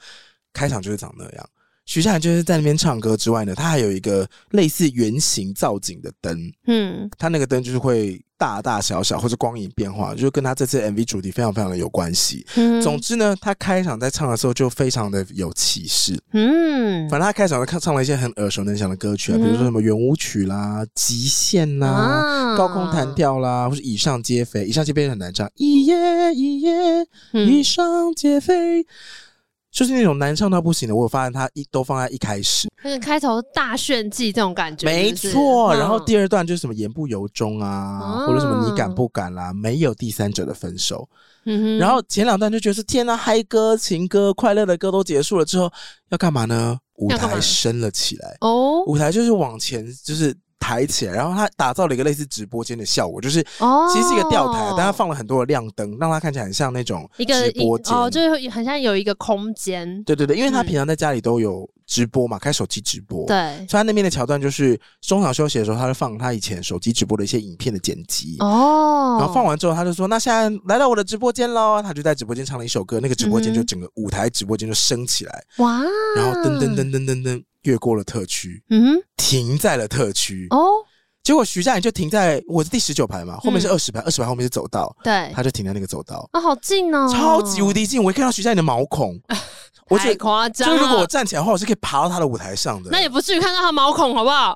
开场就是长那样。徐佳莹就是在那边唱歌之外呢，她还有一个类似圆形造景的灯，
嗯
它那个灯就是会大大小小或者光影变化，就跟她这次 MV 主题非常非常的有关系。
嗯
总之呢，她开场在唱的时候就非常的有气势，
嗯
反正他开场就唱唱了一些很耳熟能详的歌曲啊，
嗯哼啊
比如说什么圆舞曲啦、极限啦、高空弹，跳啦，或是以上皆非。以上皆非很难唱，一夜一夜，
嗯
以上皆非。就是那种难唱到不行的，我有发现它一都放在一开始，
那个开头大炫技这种感觉，
没
是不是
错。然后
嗯
第二段就是什么言不由衷啊，
嗯
或者什么你敢不敢啦、啊没有第三者的分手。
嗯哼
然后前两段就觉得是天呐、嗨歌、情歌、快乐的歌都结束了之后，要干嘛呢？舞
要干嘛
台升了起来。
哦
舞台就是往前就是抬起来，然后它打造了一个类似直播间的效果，就是
哦，
其实是一个吊台，但它放了很多的亮灯，让它看起来很像那种
一个
直播间。
哦，就是很像有一个空间，
对对对，因为他
嗯
平常在家里都有直播嘛，开手机直播。。
对，
所以他那边的桥段就是中场休息的时候，他会放他以前手机直播的一些影片的剪辑。
哦，
然后放完之后，他就说：“那现在来到我的直播间喽。”他就在直播间唱了一首歌，那个直播间就
嗯哼
整个舞台直播间就升起来，
哇，
然后噔噔，噔噔噔噔越过了特区，
嗯
停在了特区。
哼，哦，嗯
结果徐佳莹就停在我是第十九排嘛，后面是二十排，二十、排后面是走道，
对，
她就停在那个走道，
啊，好近哦，
超级无敌近。我一看到徐佳莹的毛 孔，我觉
太
得
夸
就
张
是
了，
如果我站起来的话，我是可以爬到她的舞台上的
那，也不至于看到他毛孔好不好？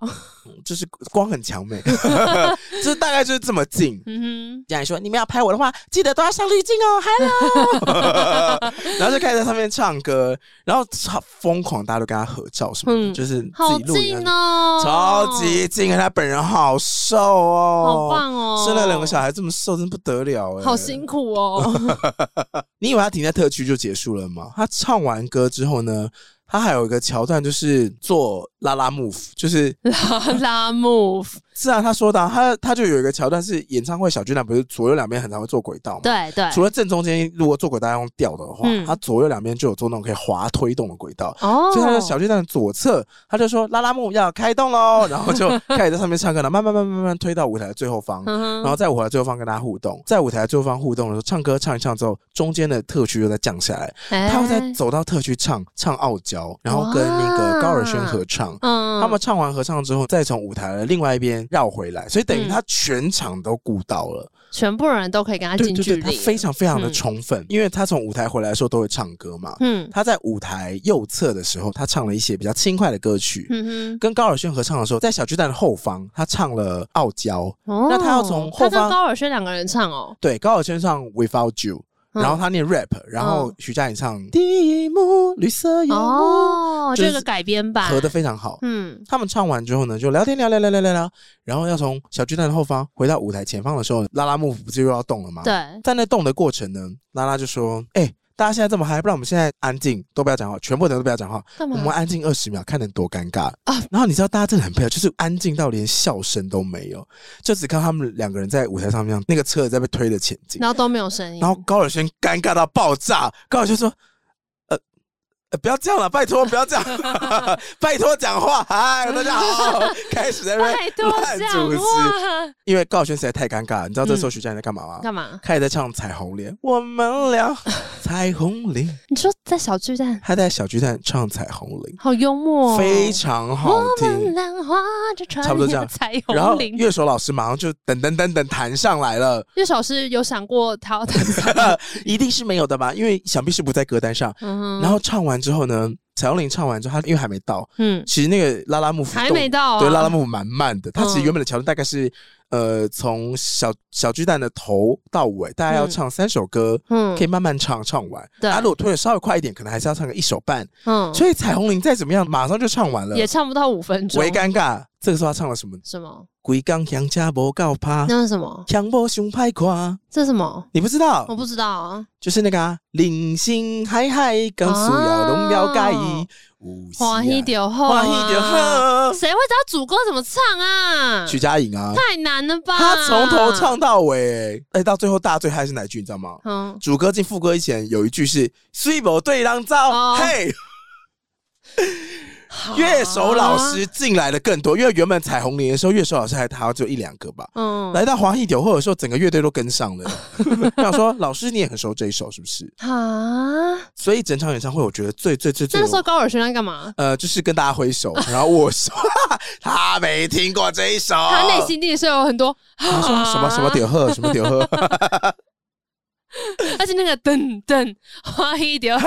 就是光很强美， 就是大概就是这么近。
嗯
佳莹说：“你们要拍我的话，记得都要上滤镜哦，Hello。” 然后就开始在上面唱歌，然后超疯狂，大家都跟她合照什么的，
嗯
就是
哼，好
自己录影啊
近，哦，
超级近，她本人好瘦哦，
好棒哦，
生了两个小孩这么瘦，真不得了哎、
好辛苦哦，
你以为他停在特区就结束了吗？他唱完歌之后呢，他还有一个桥段就是做拉拉 move，就是
拉拉 move，
是啊，他说的啊、他他就有一个桥段是演唱会小巨蛋不是左右两边很常会做轨道吗？。
对对，
除了正中间，如果做轨道要用吊的话，
嗯
他左右两边就有做那种可以滑推动的轨道，
哦，
所以他的小巨蛋的左侧，他就说拉拉木要开动喽，然后就开始在上面唱歌了，慢慢慢慢慢慢推到舞台的最后方，
嗯哼，
然后在舞台最后方跟大家互动，在舞台最后方互动的时候，唱歌唱一唱之后，中间的特区又再降下来，他
他
会再走到特区唱唱傲娇，然后跟那个高尔宣合唱。
嗯，
他们唱完合唱之后，再从舞台的另外一边绕回来，所以等于
嗯
他全场都顾到了。
全部人都可以跟他
对
啊近
对
距
对，
离，
他非常非常的
嗯
充分，因为他从舞台回来的时候都会唱歌嘛。
嗯
他在舞台右侧的时候，他唱了一些比较轻快的歌曲。
嗯
跟高尔宣合唱的时候，在小巨蛋的后方，他唱了《傲娇》，
哼，哦
那他要从后
他
方
跟高尔宣两个人唱哦，
对，高晓轩唱《Without You》，
嗯哦
然后他念 rap，然后徐佳莹唱第一幕绿色夜幕，
哦，
哎就是
这个改编版
合的非常好。
嗯
他们唱完之后呢，就聊天聊聊聊聊聊聊，然后要从小巨蛋的后方回到舞台前方的时候，拉拉幕不就又要动了吗？
对，
但在动的过程呢，拉拉就说：“哎、大家现在这么嗨，不然我们现在安静，都不要讲话，全部人都不要讲话，
干
我
嘛
们安静二十秒，看能多尴尬啊！”然后你知道大家真的很配合，就是安静到连笑声都没有，就只看他们两个人在舞台上面，那个车子在被推着前进。
然后都没有声音
然，后高尔宣尴尬到爆炸，高尔宣说：“呃，呃不要这样了，拜托，不要这样， 拜托讲话，嗨，大家好，开始在那
拜
边
托
乱
讲
主持，
话，嗯
因为高尔宣实在太尴尬了，你知道这时候徐佳莹在干嘛吗？
干嘛？
开始在唱《彩虹脸》，我们 俩彩虹铃，
你说在小巨蛋
他在小巨蛋唱《彩虹铃
好幽默、》，哦，
非常好
我们
听。
俩划着船，
差不多这样
彩
然后
虹铃。
乐手老师马上就等等等等弹上来了，
岳老师有想 过他嗯要弹什
一定是没有的吧？因为想必是不在歌单上。
嗯哼
然后唱完之后呢，彩虹铃唱完之后，他因为还没到，
嗯，
其实那个拉拉木
还没到、啊，
对拉拉木蛮慢的，他其实
嗯
原本的桥段大概是、呃从小小巨蛋的头到尾，大概要唱三首歌。
嗯
可以慢慢唱，唱完。
对
啊如果推的稍微快一点，可能还是要唱个一首半。
嗯，
所以《彩虹铃》再怎么样，马上就唱完了，
也唱不到五分钟，
为尴尬。这个时候他唱了什么？
什么？
鬼刚强加无告怕，
那是什么？
强波熊拍垮，
这是什么？
你不知道
我？不知道啊。
就是那个啊，零星海海，江苏要龙了解
哦，
有时啊
欢喜就好、啊，
欢喜就好
谁会知道主歌怎么唱啊？
徐佳莹啊，
太难了吧？
他从头，唱到尾，哎、到最后大最嗨是哪一句你知道吗？
嗯，
主歌进副歌以前有一句是“ s 水某对浪照”，
哦
嘿，乐手老
啊
师进来的更多，因为原本彩虹年的时候，乐手老师还他只有一两个吧。
嗯，
来到华裔酒会的时候，整个乐队都跟上了。我想说，老师你也很熟这一首是不是？
啊，
所以整场演唱会，我觉得最最最最
那时候
有
高尔宣在干嘛？
呃，就是跟大家挥手，然后握手。他没听过这一首，
他内心里是有很多，
他说什么什么屌喝，什么屌喝。
而且那个噔噔花一点，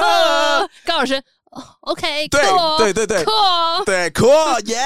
高尔宣哦 OK，
啊对
cool，
对对对
cool
对，cool 耶！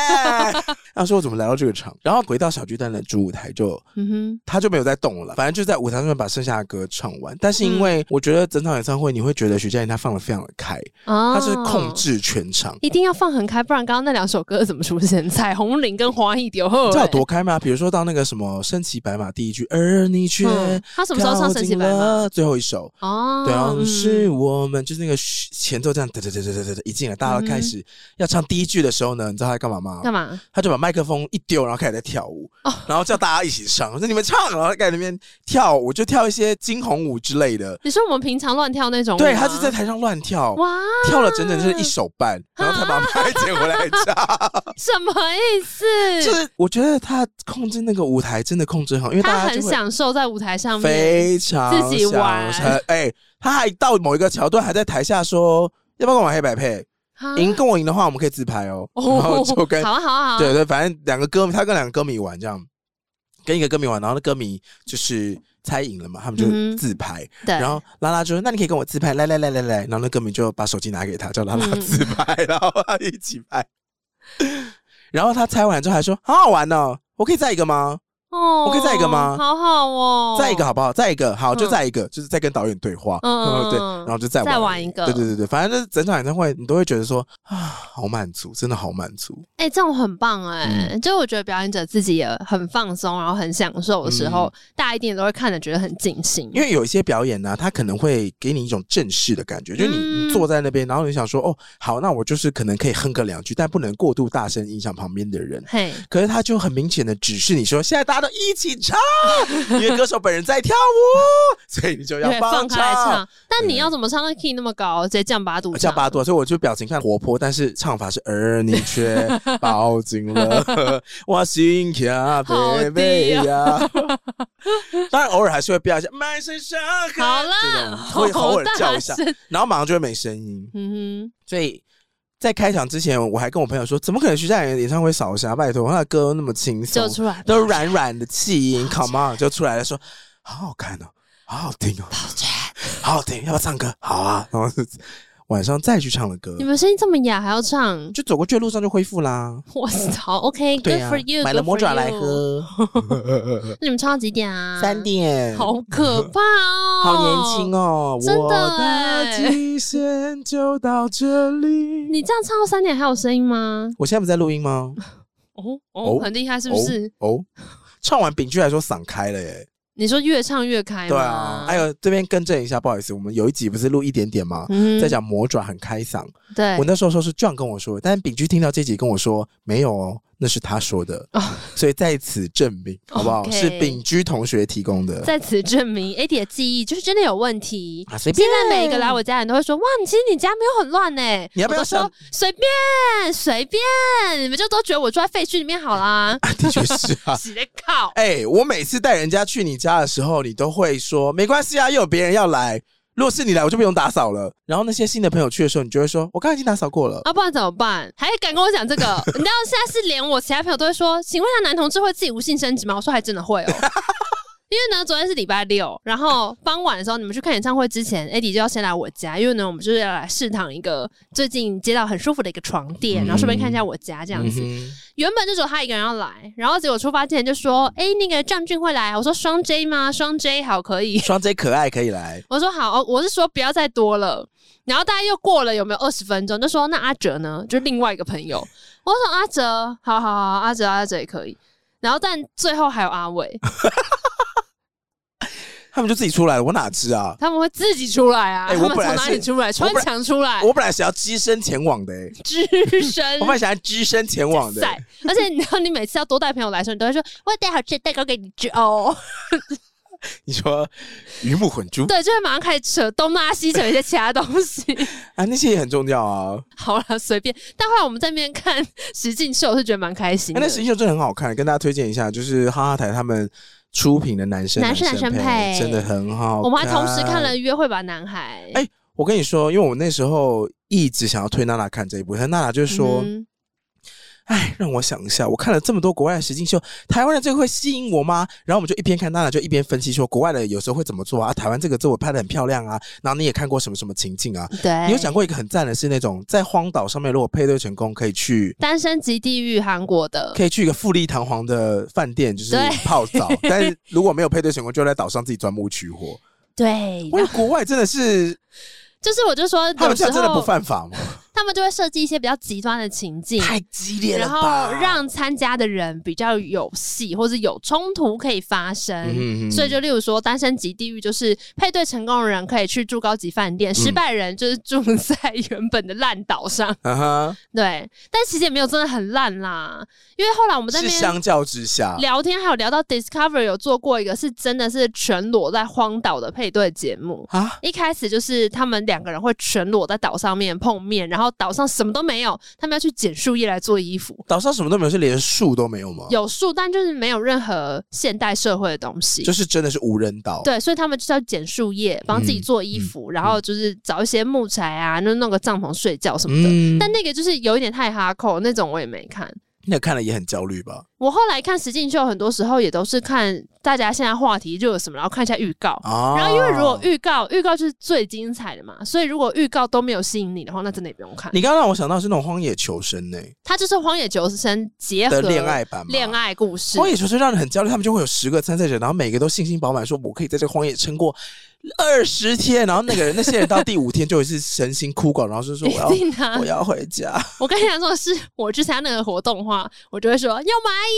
那时候我怎么来到这个场？然后回到小巨蛋的主舞台就
嗯哼，
他就没有再动了，反正就在舞台上面把剩下的歌唱完。但是因
嗯
为我觉得整场演唱会，你会觉得徐佳莹她放的非常的开，
啊
她是控，制全场。
一定要放很开，不然刚刚那两首歌怎么出现？彩虹铃跟花一丢，
你知道有多开吗？比如说到那个什么《身骑白马》第一句，而你却
嗯他什么时候唱
靠
神奇
近
白马？
了最后一首，
哦，
对啊，
嗯
是我们就是那个嘘前奏这样，哒哒哒哒哒哒哒，一进来，大家开
嗯
始要唱第一句的时候呢，你知道他在干嘛吗？
干嘛？
他就把麦克风一丢，然后开始在跳舞，
哦
然后叫大家一起唱，我说你们唱，然后在那边跳舞，就跳一些惊鸿舞之类的。
你说我们平常乱跳那种舞吗？
对，他就在台上乱跳，
哇，啊
跳了整整就是一手半，然后才把麦捡回来 唱。
什么意思？
就是我觉得他控制那个舞台真的控制很好，因为
他
大家
很
就会
享受在舞台上面，
非常
自己玩
享受哎、他还到某一个桥段还在台下说，要不要跟我玩黑白配？
啊
赢跟我赢的话，我们可以自拍哦。然后就跟
好啊好啊好啊，
对对，反正两个歌迷，他跟两个歌迷玩这样，跟一个歌迷玩，然后那歌迷就是猜赢了嘛，他们
嗯
就
哼
自拍。
对，
然后拉拉就说：“那你可以跟我自拍，来来来来来。”然后那歌迷就把手机拿给他，叫拉 拉
嗯
自拍，然后他一起拍。然后他猜完之后还说：“好好玩哦，我可以再一个吗？
哦，
我可以再一个吗
好好哦，
再一个好不好？再一个好，就
嗯
再一个，就是再跟导演对话。
嗯嗯嗯
对，
嗯
然后就再
再
玩
玩一个
对对对对，反正就是整场演唱会，你都会觉得说啊，好满足，真的好满足。
哎、这种很棒哎、
嗯
就我觉得表演者自己也很放松，然后很享受的时候，大家一定也都会看着觉得很尽兴。
嗯因为有一些表演呢、它可能会给你一种正式的感觉，就是你
嗯
你坐在那边，然后你想说，哦，好，那我就是可能可以哼个两句，但不能过度大声影响旁边的人。
嘿，
可是他就很明显的指示你说，现在大家都一起唱，因为歌手本人在跳舞，所以你就要
对，放
帮
开来
唱。
唱。但你要怎么唱那 key 那么高？直接降八度
叫
唱，
巴多，所以我就表情看活泼，但是唱法是而你却 抱紧了我心呀
好低哦
，baby 呀。当然偶尔还是会飙一下，满身伤痕。
好
这种
啦，
会偶尔叫一下
好大声
然后马上就会没声音。
嗯
所以在开场之前，我还跟我朋友说，怎么可能徐佳莹的演唱会少霞？拜托，她的歌那么嗯轻
哼，
松
就，出来
都软软的气音，Come on，就出来了说，好好看哦，好好听哦，好好听，要不要唱歌？好啊，然后晚上再去唱了歌
你，们声音这么哑，还要唱？
就走过去的路上就恢复啦。
我操，OK，Good、
对呀啊
for，you，
买了
good
魔
for
爪来
you。
喝，
那你们唱到几点啊？
三，点，
好可怕哦，
好年轻哦，
真的
我的
欸
极限就到这里。
你这样唱到三点还有声音吗？
我现在不是在录音吗？
哦哦，
哦
很厉害， 是不是？
哦？哦，唱完丙句来说嗓开了耶。
你说越唱越开吗？
对啊，还有这边更正一下，不好意思，我们有一集不是录一点点吗？
嗯
在讲魔爪很开嗓，
对
我，那时候说是 John 跟我说的，但是丙居听到这集跟我说没有哦，那是他说的，
哦
所以在此证 明好不好
OK
是丙居同学提供的
在此证明 AD 的记忆就是真的有问题。
啊，随
现
便。
在每一个来我家的人都会说：“哇，你其实你家没有很乱呢、
你要不要
我都说
想。
随便随便？你们就都觉得我住在废墟里面好啦
啊， 的确是 啊
。洗的靠，
哎、我每次带人家去你家的时候，你都会说没关系啊，又有别人要来。如果是你来，我就不用打扫了。然后那些新的朋友去的时候，你就会说，我刚刚已经打扫过了。
啊，不然怎么办？还敢跟我讲这个？ 你知道现在是连我其他朋友都会说：“请问一下，男同志会自己无性生殖吗？”我说：“还真 的会哦。”因为呢，昨天是礼拜六，然后傍晚的时候，你们去看演唱会之前，AD 就要先来我家，因为呢，我们就是要来试躺一个最近接到很舒服的一个床
嗯
垫，然后顺便看一下我家这样子。
嗯
原本就只有他一个人要来，然后结果出发之前就说：“哎、那个张俊会来。”我说：“双 J 吗？双 J 好，可以
哼、。双 J 可爱可以来”，
我说：“好，哦我是说不要再多了。”然后大概又过了有没有二十分钟，就说：“那阿哲呢？就另外一个朋友。”我说：“阿哲，好好好，阿哲阿哲也可以。”然后但最后还有阿伟，
他们就自己出来了，我哪知啊？
他们会自己出来啊！
哎
他
我
们
本来
从哪里
是
出来？穿
本来
墙出 来，
我本来想要只身前往的、欸，
只身
我本来想要只身前往 的、
赛。而且你知道，你每次要多带朋友来的时候，你都会说：“我带好吃的蛋糕给你吃哦。”
你说鱼目混珠
对，就会马上开始扯东拉西扯一些其他东西。
啊，那些也很重要啊。
好了，随便。但后来我们在那边看 实境秀，是觉得蛮开心
哎
的。
那实际秀真的很好看，跟大家推荐一下，就是哈哈台他们出品的男生
男生
生
男生配
真的很好看。
我们还同时看了《约会吧，男孩》
哎我跟你说，因为我那时候一直想要推娜娜看这一部，但娜娜就说，
嗯
哎，让我想一下，我看了这么多国外的实境秀，台湾的这个会吸引我吗？然后我们就一边看，当然就一边分析说，国外的有时候会怎么做啊？台湾这个做我拍的很漂亮啊，然后你也看过什么什么情境啊？
对，
你有想过一个很赞的是那种在荒岛上面，如果配对成功，可以去
单身即地狱韩国的，
可以去一个富丽堂皇的饭店，就是
对
泡 澡。但是如果没有配对成功，就在岛上自己钻木取火。
对，
我觉得国外真的是，
就是我就说
他
有
们这
时
样真的不
候
犯法吗？
他们就会设计一些比较极端的情境。
太激烈了
然后
吧！
让参加的人比较有戏，或者有冲突可以发生，
嗯嗯嗯
所以就例如说，单身级地狱就是配对成功的人可以去住高级饭店，失败人就是住在原本的烂岛上。
啊哈，
对，但其实也没有真的很烂啦，因为后来我们在那
是
边
相较之下，
聊天，还有聊到 Discover 有做过一个是真的是全裸在荒岛的配对节目。
啊，
一开始就是他们两个人会全裸在岛上面碰面，然后岛上什么都没有，他们要去捡树叶来做衣服。
岛上什么都没有，是连树都没有吗？
有树，但就是没有任何现代社会的东西。
就是真的是无人岛。
对，所以他们就是要捡树叶，帮
嗯
自己做衣服，然后就是找一些木材啊，就弄个帐篷睡觉什么的。
嗯，
但那个就是有一点太哈扣，那种我也没看。
那看了也很焦虑吧？
我后来看实境秀，很多时候也都是看大家现在话题就有什么，然后看一下预告。
啊，
然后因为如果预告，预告就是最精彩的嘛，所以如果预告都没有吸引你的话，那真的也不用看。
你刚刚让我想到是那种荒野求生呢、
它就是《荒野求生》结合
的恋爱版嘛，
恋。爱故事，
荒野求生让人很焦虑，他们就会有十个参赛者，然后每个都信心饱满，说我可以在这个荒野撑过二十天。然后那个人那些人到第五天就会是神心枯槁，然后就说
一
我要
定啊！
我要回家。
我跟你讲，说是我去参加那个活动的话，我就会说要蚂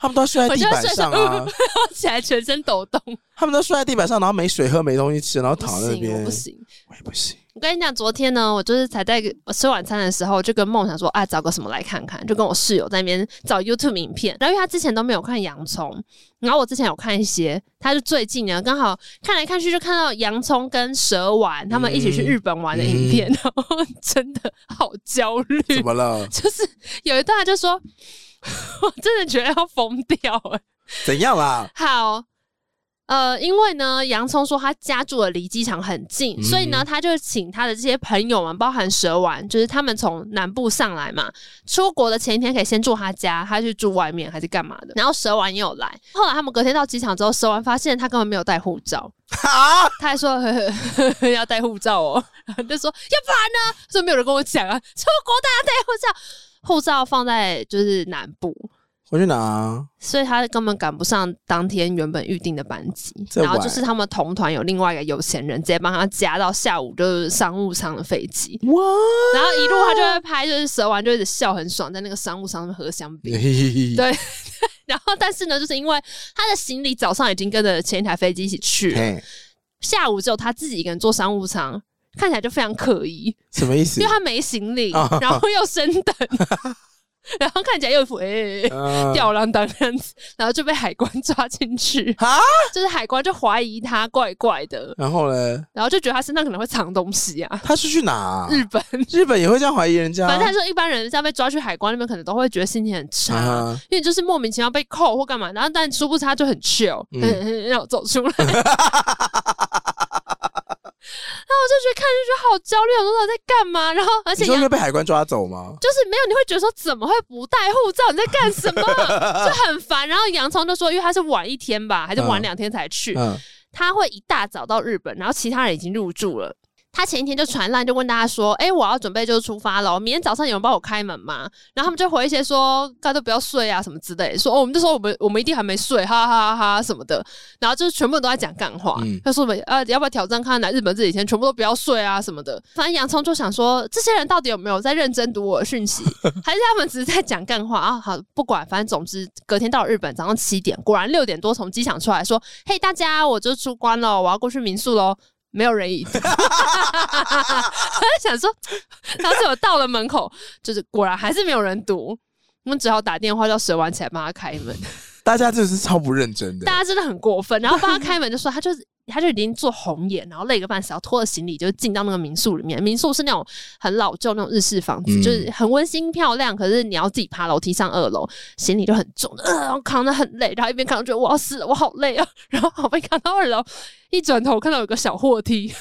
他们都睡在地板上啊，
蚁起来，全身抖动，
他们都睡在地板上，然后没水喝，没东西吃，然后
不
躺在那
行，
边。
我不行。
我也不行。
我跟你讲，昨天呢，我就是才在我吃晚餐的时候，就跟梦想说啊，找个什么来看看，就跟我室友在那边找 YouTube 影片。然后因为他之前都没有看洋葱，然后我之前有看一些，他就最近呢刚好看来看去就看到洋葱跟蛇丸他们一起
嗯
去日本玩的影片， 然后真的好焦虑，
怎么 了？
就是有一段他就说， 我真的觉得要疯掉了。
怎样啦？
好，呃，因为呢，洋葱说他家住的离机场很近，
嗯
所以呢，他就请他的这些朋友们，包含蛇丸，就是他们从南部上来嘛，出国的前一天可以先住他家，他去住外面还是干嘛的。然后蛇丸也有来，后来他们隔天到机场之后，蛇丸发现他根本没有带护照，
啊！
他还说呵呵呵 要带护照哦，然后就说要不然呢？说没有人跟我讲啊，出国大家带护照，护照放在就是南部，
回去拿啊。
所以他根本赶不上当天原本预定的班机，
这
然后
晚
就是他们同团有另外一个有钱人直接帮他加到下午就是商务舱的飞机，
哇！
然后一路他就会拍就是蛇丸就一直笑很爽，在那个商务舱喝香槟。对然后 但是呢，就是因为他的行李早上已经跟着前一台飞机一起去了，
嘿，
下午只有他自己一个人坐商务舱，看起来就非常可疑，
什么意思
因为？他没 行李，
啊
然后又升 等，然后看起来又一副哎、
嗯
吊郎当这样子，然后就被海关抓 进去，
啊！
就是海关就怀疑他怪怪的，
然后呢？
然后就觉得他身上可能会藏东西啊。
他是去哪啊？
日本，
日本也会这样怀疑人家？
反正他说一般人在被抓去海关那边，可能都会觉得心情很差，
啊
因为就是莫名其妙被扣或干嘛，然后但殊不知他就很 chill，、
嗯
嗯、让我 走出来。 然后我就觉得看就觉得好焦虑，我说我在干嘛？然后而且
你
也
说会被海关抓走吗？
就是没有，你会觉得说怎么会不带护照？你在干什么？就很烦。然后洋葱就说，因为他是晚一天吧，还是晚两天才去，
嗯，
他会一大早到日本，然后其他人已经入住了。他前一天就传烂，就问大家说：“哎、我要准备就出发了，明天早上有人帮我开门吗？”然后他们就回一些说：“大家都不要睡啊，什么之类的。”说：“哦，我们就说我们我们一定还没睡，哈哈哈哈什么的。”然后就是全部都在讲干话，
嗯
他说：“我们啊，要不要挑战看看来日本这几天全部都不要睡啊什么的？”反正洋葱就想说，这些人到底有没有在认真读我的讯息， 还是他们只是在讲干话啊？好，不管，反正总之隔天到了日本早上七点，果然六点多从机场出来说：“嘿，大家，我就出关了，我要过去民宿喽。”没有人已读，我在想说， 当时我到了门口，就是果然还是没有人读，我们只好打电话叫蛇丸起来帮他开门。
大家真的是超不认真的
大。家真的很过分。然后 帮他开门就说，他就是他就已经做红眼，然后累个半死，然后拖着行李就进到那个民宿里面。民宿是那种很老旧那种日式房子，
嗯
就是很温馨漂亮，可是你要自己爬楼梯上二楼，行李就很重，呃、然后扛得很累，然后一边扛着我要死了，我好累啊， 然后好被扛到二楼，一转头看到有个小 货梯，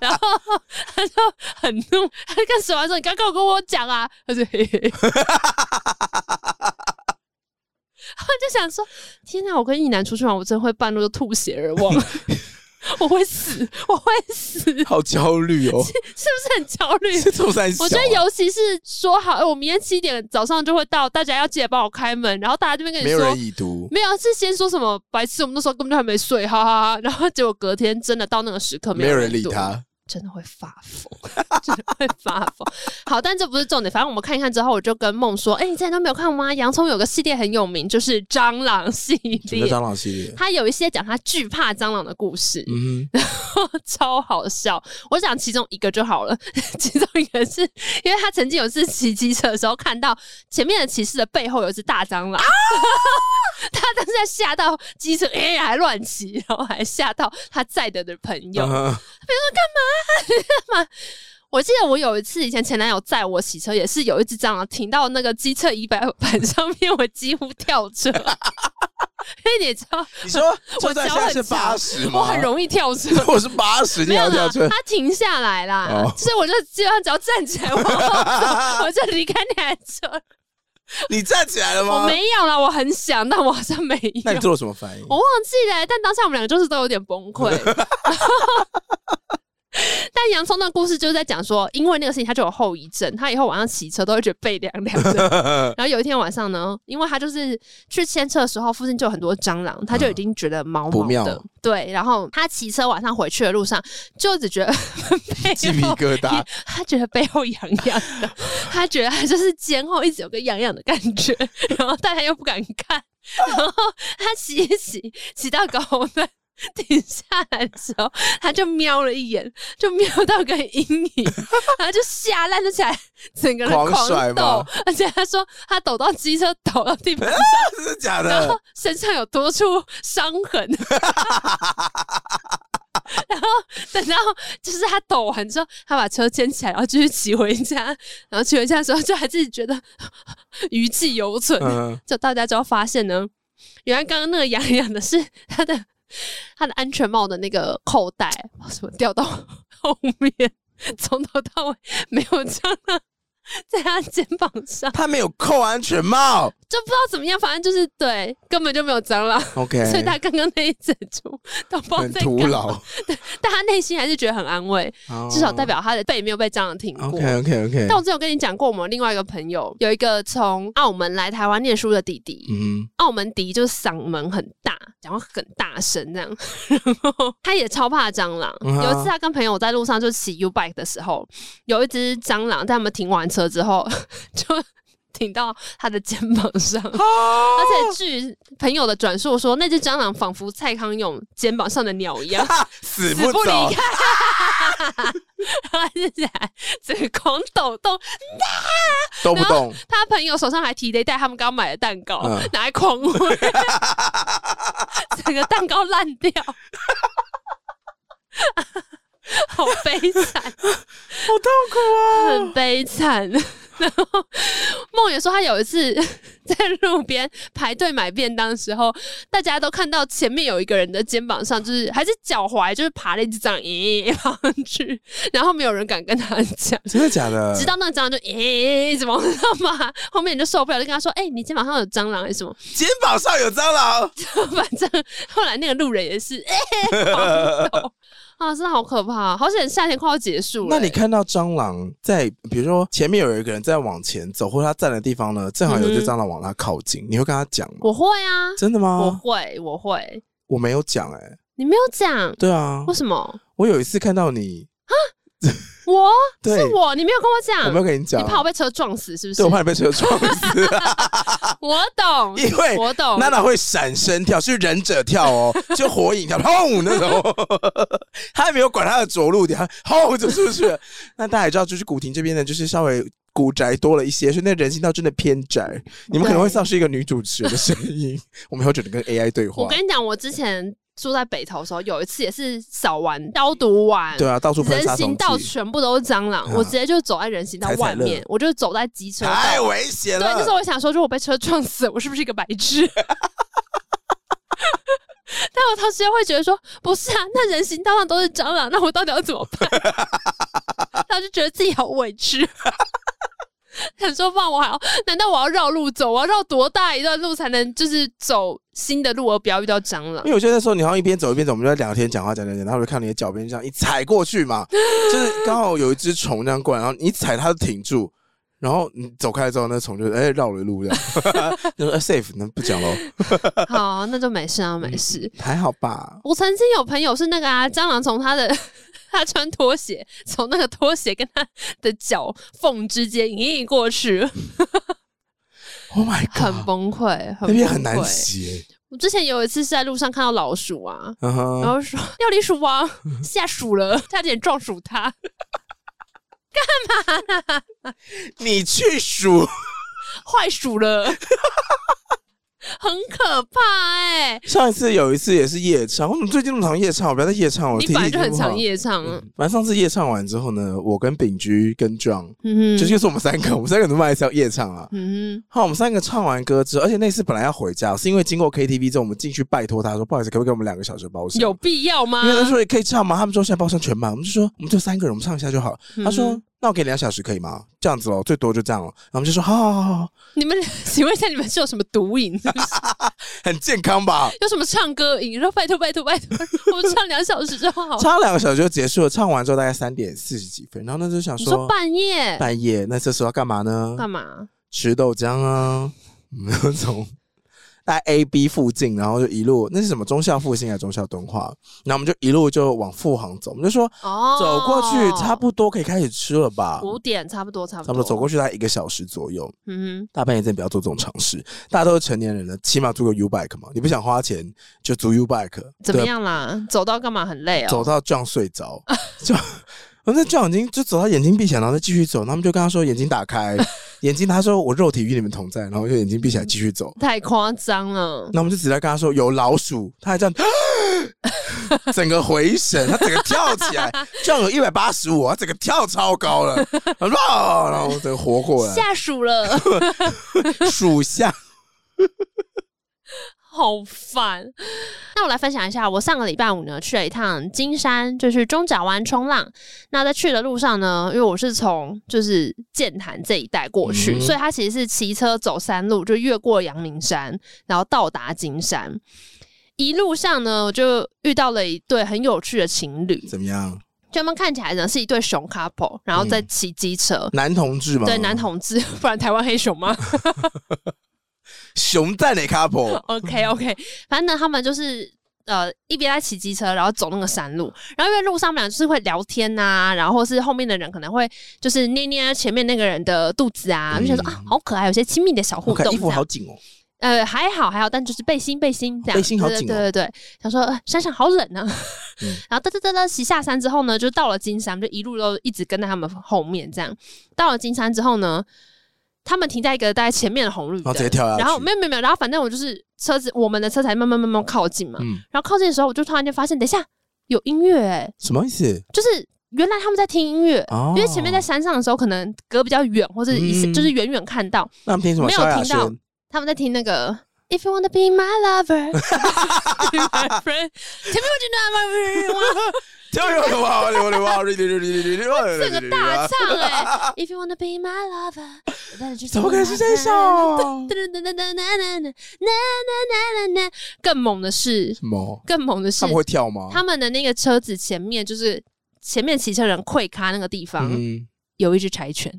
然后他就很怒，他就跟水完说：“你刚刚有跟我讲啊！”他就嘿嘿。 嘿然后就想说：“天哪！我跟一男出去玩，我真的会半路就吐血而亡， 我会死，我会死，是不
好焦虑 哦，
是很焦 虑？
这种三小啊
我觉得尤其是说好，哎，我明天七点早上就会到，大家要记得帮我开门。然后大家这边跟你
没有
说
人，已读，
没有，啊是先说什么白痴，我们那时候根本就还没睡，哈哈哈。然后结果隔天真的到那个时刻，
没有人理
读
他。
真的会发疯，真的会发疯。好，但这不是重点，反正我们看一看之后，我就跟梦说：“哎、你之前都没有看吗？洋葱有个系列很有名，就是蟑螂系
什么
列
蟑。螂系列？
他有一些讲他惧怕蟑螂的故事，
嗯哼，
超好笑。我讲其中一个就好了， 其中一个是因为他曾经有一次骑机车的时候，看到前面的骑士的背后有一只大蟑螂。 他当时在吓到机车，哎、还乱骑，然后还吓到他载的的朋友。
嗯哼
我记得我有一次以前前男友载我骑车，也是有一只蟑螂停到那个机车仪表板上面，我几乎跳车。 因为你知道，
你 说就在下是八十吗？
我很容易跳车。
我是八十，你
没有
要跳
啦，
车。
它停下来啦，
哦
所以我就基本上只要站起来，我 我就离开那台车。
你站起来了
我
吗？
没有啦，我很想，但我好像没有。
啊那你做了什么反应？
我忘记了欸、但当下我们两个就是都有点崩溃。 但洋葱的故事就是在讲说，因为那个事情他就有后遗症，他以后晚上骑车都会觉得背凉凉的。 然后有一天晚上呢，因为他就是去牵车的时候，附近就有很多蟑螂，他就已经觉得毛
不
毛
妙
的。对，然后他骑车晚上回去的路上，就只觉得
鸡
背
皮
后。
疙瘩，
他觉得背后痒痒 的，他觉得他就是肩后一直有个痒痒的感觉， 然后但他又不敢看，然后他骑一 骑，骑到高分停下来的时候，他就瞄了一眼，就瞄到个阴 影，然后就吓烂了起来，整个人
狂
狂
甩
抖
吗，
而且他说他抖到机车抖到地板上，
真的假
然后
的？
身上有多处伤痕。然后等到就是他抖完之后，他把车牵起来，然后继续骑回家。然后骑回家的时候，就还自己觉得 余悸犹存。
嗯，
就大家就要发现呢，原来刚刚那个痒痒的是他的 他的安全帽的那个扣带，不知道什么掉到后面， 从头到尾没有蟑螂在他肩膀上，
他没有扣安全帽。
就不知道怎么样，反正就是对，根本就没有蟑螂。
OK，
所以他刚刚那一整出都不知道
很
在
徒
干
劳哦
嘛，，但他内心还是觉得很安慰， 至少代表他的背没有被蟑螂挺过。
OK OK OK
但。我之前有跟你讲过，我们另外一个朋友有一个从澳门来台湾念书的弟弟，
嗯，
澳门迪就是嗓门很大，讲话很大声这样， 然后他也超怕蟑螂。
嗯哈
有一次他跟朋友在路上就骑 U bike 的时候，有一只蟑螂在他们停完车之后 就停到他的肩膀上，而且据朋友的转述说，那只蟑螂仿佛蔡康永肩膀上的鸟一样，
哈死
死不
走
离，开， 然后接起来整个狂抖动，
动不动，
他朋友手上还提了一袋他们刚买的蛋糕，
嗯
拿来狂挥， 整个蛋糕烂掉， 好悲惨，
好痛苦啊
很悲惨。 然后梦也说，他有一次 在路边排队买便当的时候，大家都看到前面有一个人的肩膀上，就是还是脚踝，就是爬了一只蟑螂，咦爬上去，然后没有人敢跟他讲。
真的假的？
直到那个蟑螂就咦、一直往上爬， 后面你就受不了，就跟他说：“哎、你肩膀上有蟑螂还是什么
肩膀上有蟑螂，？”
反正后来那个路人也是哎、 狂抖 啊，真的好可怕！好险夏天快要结束了、
那你看到蟑螂在，比如说前面有一个人在往前走，或者他站的地方呢，正好有一只
嗯哼
蟑螂往他靠近，你会跟他讲吗？
我会啊，
真的
我
吗？
会，我会。
我没有讲哎、
你没有讲
对啊
为，什么？
我有一次看到你，
我
对
是我，你没有跟我
我没有
讲，
跟你讲
你，怕我被车撞死是不是
对，我？怕你被车撞死，
我懂，
因为
我懂。
娜娜会闪身跳，是忍者跳 哦，就火影跳，砰那种。 他也没有管他的着陆点，他轰就出去了。那大家也知道，就是古亭这边呢，就是稍微古宅多了一些，所以那人行道真的偏窄，你们可能会
对
丧失一个女主持人的声音。我们以后只能跟 AI 对话
我。跟你讲，我之前住在北投的时候，有一次也是扫完消毒完，
对啊，到处喷
人
杀
行
虫
道
剂，
全部都是蟑螂，
啊
我直接就走在人行道
踩踩
外
乐
面，我就走在机车道。
太危险
对，那时
了。
候我想说，如果被车撞死，我是不是一个白痴？ 但我同时又会觉得说，不是啊，那人行道上都是蟑螂，那我到底要怎么 办？然后就觉得自己好委屈， 想说，不然我还要，难道我要绕路走？我要绕多大一段路才能就是走新的路，而不要遇到蟑螂
因？为我觉得那时候你好像一边走一边走，我们就在聊天讲话讲讲讲，然后我就看你的脚边这样一踩过去 嘛，就是刚好有一只虫这样过来，然后你一踩它就停住，然后你走开之后，那虫就哎绕了路这样， 就说哎 safe，那不讲喽，
好，那就没事啊，没事。
还好吧。
我曾经有朋友是那个啊，蟑螂从他的 他穿拖鞋，从那个拖鞋跟他的脚缝之间隐隐过去，
Oh my
很
god，
崩溃，很
那边很
崩
难
溃
洗，
我之前有一次是在路上看到老鼠啊，
嗯
然
哼，
后说要离鼠 王下鼠了，差点撞鼠它。
你去数
坏鼠了， 很可怕哎、
上一次有一次也是夜唱，我怎么最近那么常夜唱？我不要再夜唱，我
你
体力
本来
已
就
经
很
不好嗯
常。夜唱啊，
反正上次夜唱完之后呢，我跟秉居跟 John，
嗯
就
哼，
就是我们三个，我们三个都卖是要夜唱啊。
嗯
好，我们三个唱完歌之后，而且那次本来要回家，是因为经过 KTV 之后，我们进去拜托他说，不好意思，可不可以给我们两个小时的包
哼，
厢？
有必要吗？
因为他说也可以唱吗？他们说现在包厢全满，我们就说我们就三个人，我们唱一下就好。他说
嗯
那我给你两小时可以吗？这样子咯，最多就这样了。然后我们就说好好好好好，
你们 请问一下，你们是有什么毒瘾？ 是不是？
很健康 吧？
有什么唱歌瘾？说拜托拜托拜 托，我们唱两小时就好。
唱两个小时就结束了，唱完之后大概三点四十几分，然后那时候想
你
说
说半夜
半夜，那这时候要干嘛呢？
干嘛？
吃豆浆啊， 没有从在 A B 附近，然后就一路那是什么中校复兴还是中校敦化？然后我们就一路就往富航走，我们就说
哦，
走过去差不多可以开始吃了吧，
五点，差不多差不
差
多
不多走过去大概一个小时左右。
嗯
大半夜真的不要做这种尝试，大家都是成年人了，起码租个 U bike 嘛，你不想花钱就租 U bike，
哼，怎么样啦？走到干嘛很累哦。
走到这样睡着，就我那这样已经就走到眼睛闭起来，然后再继续走。然后他们就跟他说眼睛打开， 眼睛他说我肉体与你们同在，然后就眼睛闭起来继续走。
太夸张了，
那我们就直接跟他说有老鼠，他还这样，整个回神，他整个跳起来，这样有一百八十五，他整个跳超高了，然后哦然后整个活过来，
下属了，
属下
好烦。那我来分享一下，我上个礼拜五呢去了一趟金山，就是中甲湾冲浪。那在去的路上呢，因为我是从就是剑潭这一带过去，
嗯
所以它其实是骑车走山路，就越过阳明山，然后到达金山。一路上呢，我就遇到了一对很有趣的情侣，
怎么样？
就他们看起来呢是一对熊 couple，然后在
嗯
骑机车。
男同志吗？
对男同志， 不然台湾黑熊吗？
熊蛋的 couple，
OK OK，反正呢，他们就是呃一边在骑机车，然后走那个山路，然后因为路上我们俩就是会聊天呐、然后或是后面的人可能会就是捏捏前面那个人的肚子啊，就想说
嗯
啊好可爱，有些亲密的小互
我
动
看
这
衣服好
样。
紧哦，
呃，还好还好，但就是背心背心这样，
背心好
对
紧哦
对对对，想说、呃山上好冷啊，
嗯
然后哒哒哒哒骑下山之后呢，就到了金山，就一路都一直跟在他们后面这样。到了金山之后呢，他们停在一个大概前面的红绿
然后
灯，
直接跳下去，
然后没有没有没有，然后反正我就是车子，我们的车才慢慢慢慢靠近嘛。
嗯，
然后靠近的时候，我就突然间发现，等一下有音乐、欸，
什么意思？
就是原来他们在听音乐。
哦，
因为前面在山上的时候，可能隔比较远，或者一、
嗯
就是远远看到
那他们听什么？
没有
萧亚
听到
轩。
他们在听那个 If you wanna be my lover, be my friend, tell me what you know about me.
加油！哇哇哇哇！
这
这
个大唱哎、欸、，If you wanna be my lover，那就
怎么可能是这首？更
更猛的是，
什么？
更猛的是
他们，会跳吗？
他们的那个车子前面就是前面骑车人溃咖那个地方、
嗯，
有一只柴犬。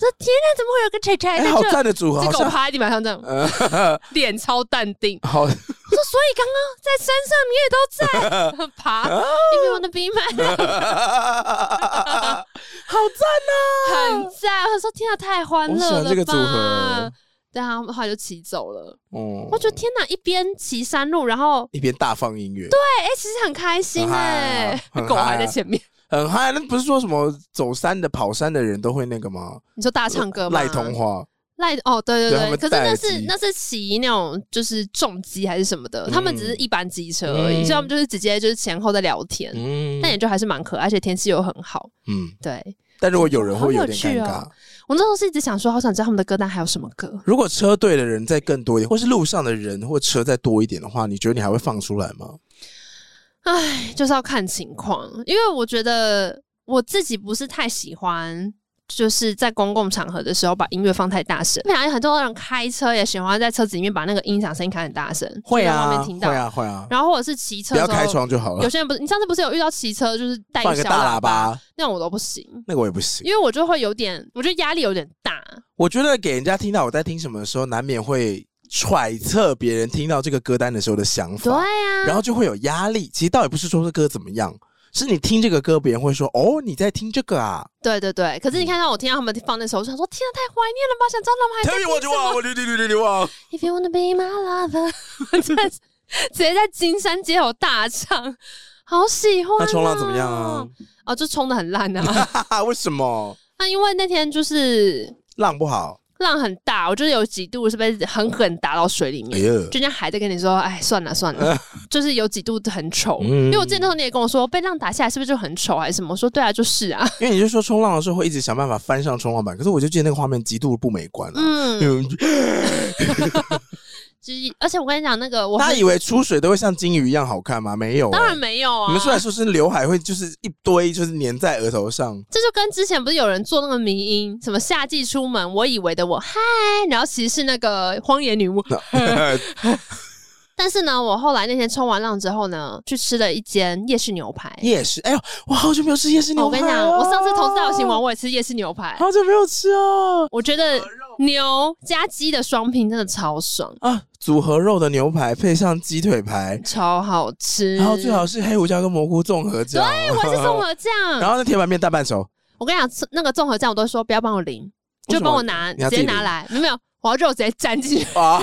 说天哪，怎么会有个柴柴
哎，
在
好
这？
赞的组合，
这
好
狗
像
趴在地板上这样，
呃，
脸超淡定。
好，
我说，所以刚刚在山上你 也都在爬，
啊
因为我的鼻脉
好赞
很
呐！
赞。我说天啊，太欢乐
我喜
了
欢
吧！
这个组合
对啊，后来就骑走了。
哦
我觉得天哪，一边骑山路，然后
一边大放音乐，
哎、其实很开心
很嗨
哎、
啊很
狗
嗨啊
还在前面，
很嗨。那不是说什么走山的、跑山的人都会那个吗？
你说大唱歌吗？
赖童话，
赖哦，
对
对
他
对对，
们
可是
带
那
了
是
机
那是骑那种就是重机还是什么的，他们只是一般机车而已，
嗯
所以他们就是直接就是前后在聊天，
嗯
但也就还是蛮可爱，而且天气又很好。
嗯。
对
但如果有人会有
好有
点
趣
尴
哦
尬。
我那时候是一直想说，好想知道他们的歌单还有什么歌。
如果车队的人再更多一点，或是路上的人或车再多一点的话，你觉得你还会放出来吗？
唉，就是要看情况，因为我觉得我自己不是太喜欢。就是在公共场合的时候把音乐放太大声，反正很多人开车也喜欢在车子里面把那个音响声音开很大声，
会
就在外
啊，
面听
会
到。
啊，会啊，
然后或者是骑车
不
的时
要
候，
开窗就好
有
了，
些人不是，你上次不是有遇到骑车就是带
放一个
小
大
喇
喇叭，
那种我都不行，
那个我也不行。
因为我就会有点，我觉得压力有点大。
我觉得给人家听到我在听什么的时候，难免会揣测别人听到这个歌单的时候的想
对
法，
啊，
然后就会有压力。其实倒也不是说这歌怎么样，是你听这个歌，别人会说：“哦，你在听这个啊。
对对对。可是你看到我听到他们放那首，我就想说，天啊，太怀念了吧！想知
”Tell me what you
道他们还在听哎什
want,
么
what you do, do, do, do, want。
？If you wanna be my lover，我真的是直接在金山街头大唱，好喜欢、
那冲浪怎么样 啊？？
哦，就冲的很烂啊。
哈哈，为什么
那因为那天就是
浪不好？
浪很大，我就是有几度是被狠狠打到水里
哎
面。
呀，
就人家还在跟你说，哎，算了 算了，就是有几度很丑。
嗯
因为我之前那时候你也跟我说，被浪打下来是不是就很丑还是什么？我说对啊，就是啊，
因为你就说冲浪的时候会一直想办法翻上冲浪板，可是我就记得那个画面极度不美观啊。
嗯，
嗯，
就是而且我跟你讲，那个我
大家
很
以为出水都会像金鱼一样好看吗？没有、
当然
哎
没有啊，
你们出来说是刘海会就是一堆，就是粘在额头 上。
这就跟之前不是有人做那个迷音，什么夏季出门，我以为的我嗨，然后其实是那个荒野女巫。但是呢，我后来那天冲完浪之后呢，去吃了一间夜市牛排。
夜市，哎呦，我好久没有吃夜市
哦
牛
我
排、
跟你讲，我上次投资大游行完，，我也吃夜市牛排。
好久没有吃哦。
我觉得牛加鸡的双拼真的超爽，
啊，组合肉的牛排配上鸡腿排，
超好吃。
然后最好是黑胡椒跟蘑菇综合酱。
对，我是综。合酱。
然后那铁板面大半熟，
我跟你讲，那个综合酱我都说不要帮我淋，
为什么
就帮我拿，
你要
直
自己
接
淋
拿来，没有没有，我要肉直接沾进去，
啊，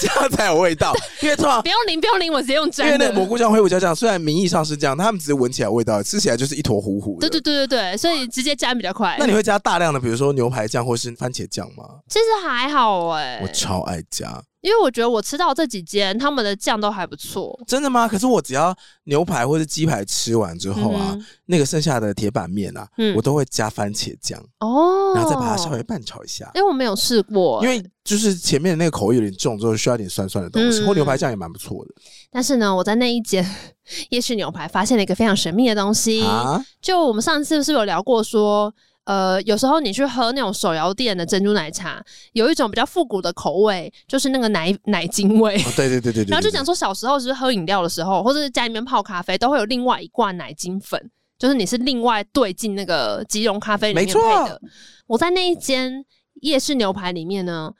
这样才有味道。因为通常
不用淋，不用淋，我直接用
因为
沾
那个
的。
蘑菇酱、黑胡椒酱虽然名义上是这样，但他们只是闻起来有味道，吃起来就是一坨糊糊的。
对对对对对，所以直接沾比较快。
那你会加大量的，比如说牛排酱或是番茄酱吗？
其实还好哎、
我超爱加，
因为我觉得我吃到这几间他们的酱都还不错。
真的吗？可是我只要牛排或是鸡排吃完之后啊，
嗯哼
那个剩下的铁板面啊，
嗯
我都会加番茄酱，
哦，
然后再把它稍微拌炒一下。
因为我没有试过，
因为就是前面的那个口味有点重，之后需要一点酸酸的东西，
嗯
或牛排酱也蛮不错的
但是呢，我在那一间 夜市牛排发现了一个非常神秘的东西。
啊。
就我们上次是不是有聊过说，呃，有时候你去喝那种手摇店的珍珠奶茶，有一种比较复古的口味，就是那个奶奶精味。
哦对对对对对对，
然后就讲
对
说，小时候就是喝饮料的时候，或者是家里面泡咖啡，都会有另外一罐奶精粉，就是你是另外兑进那个即溶咖啡里面
没
配
错
的。我在那一间夜市牛排里面呢，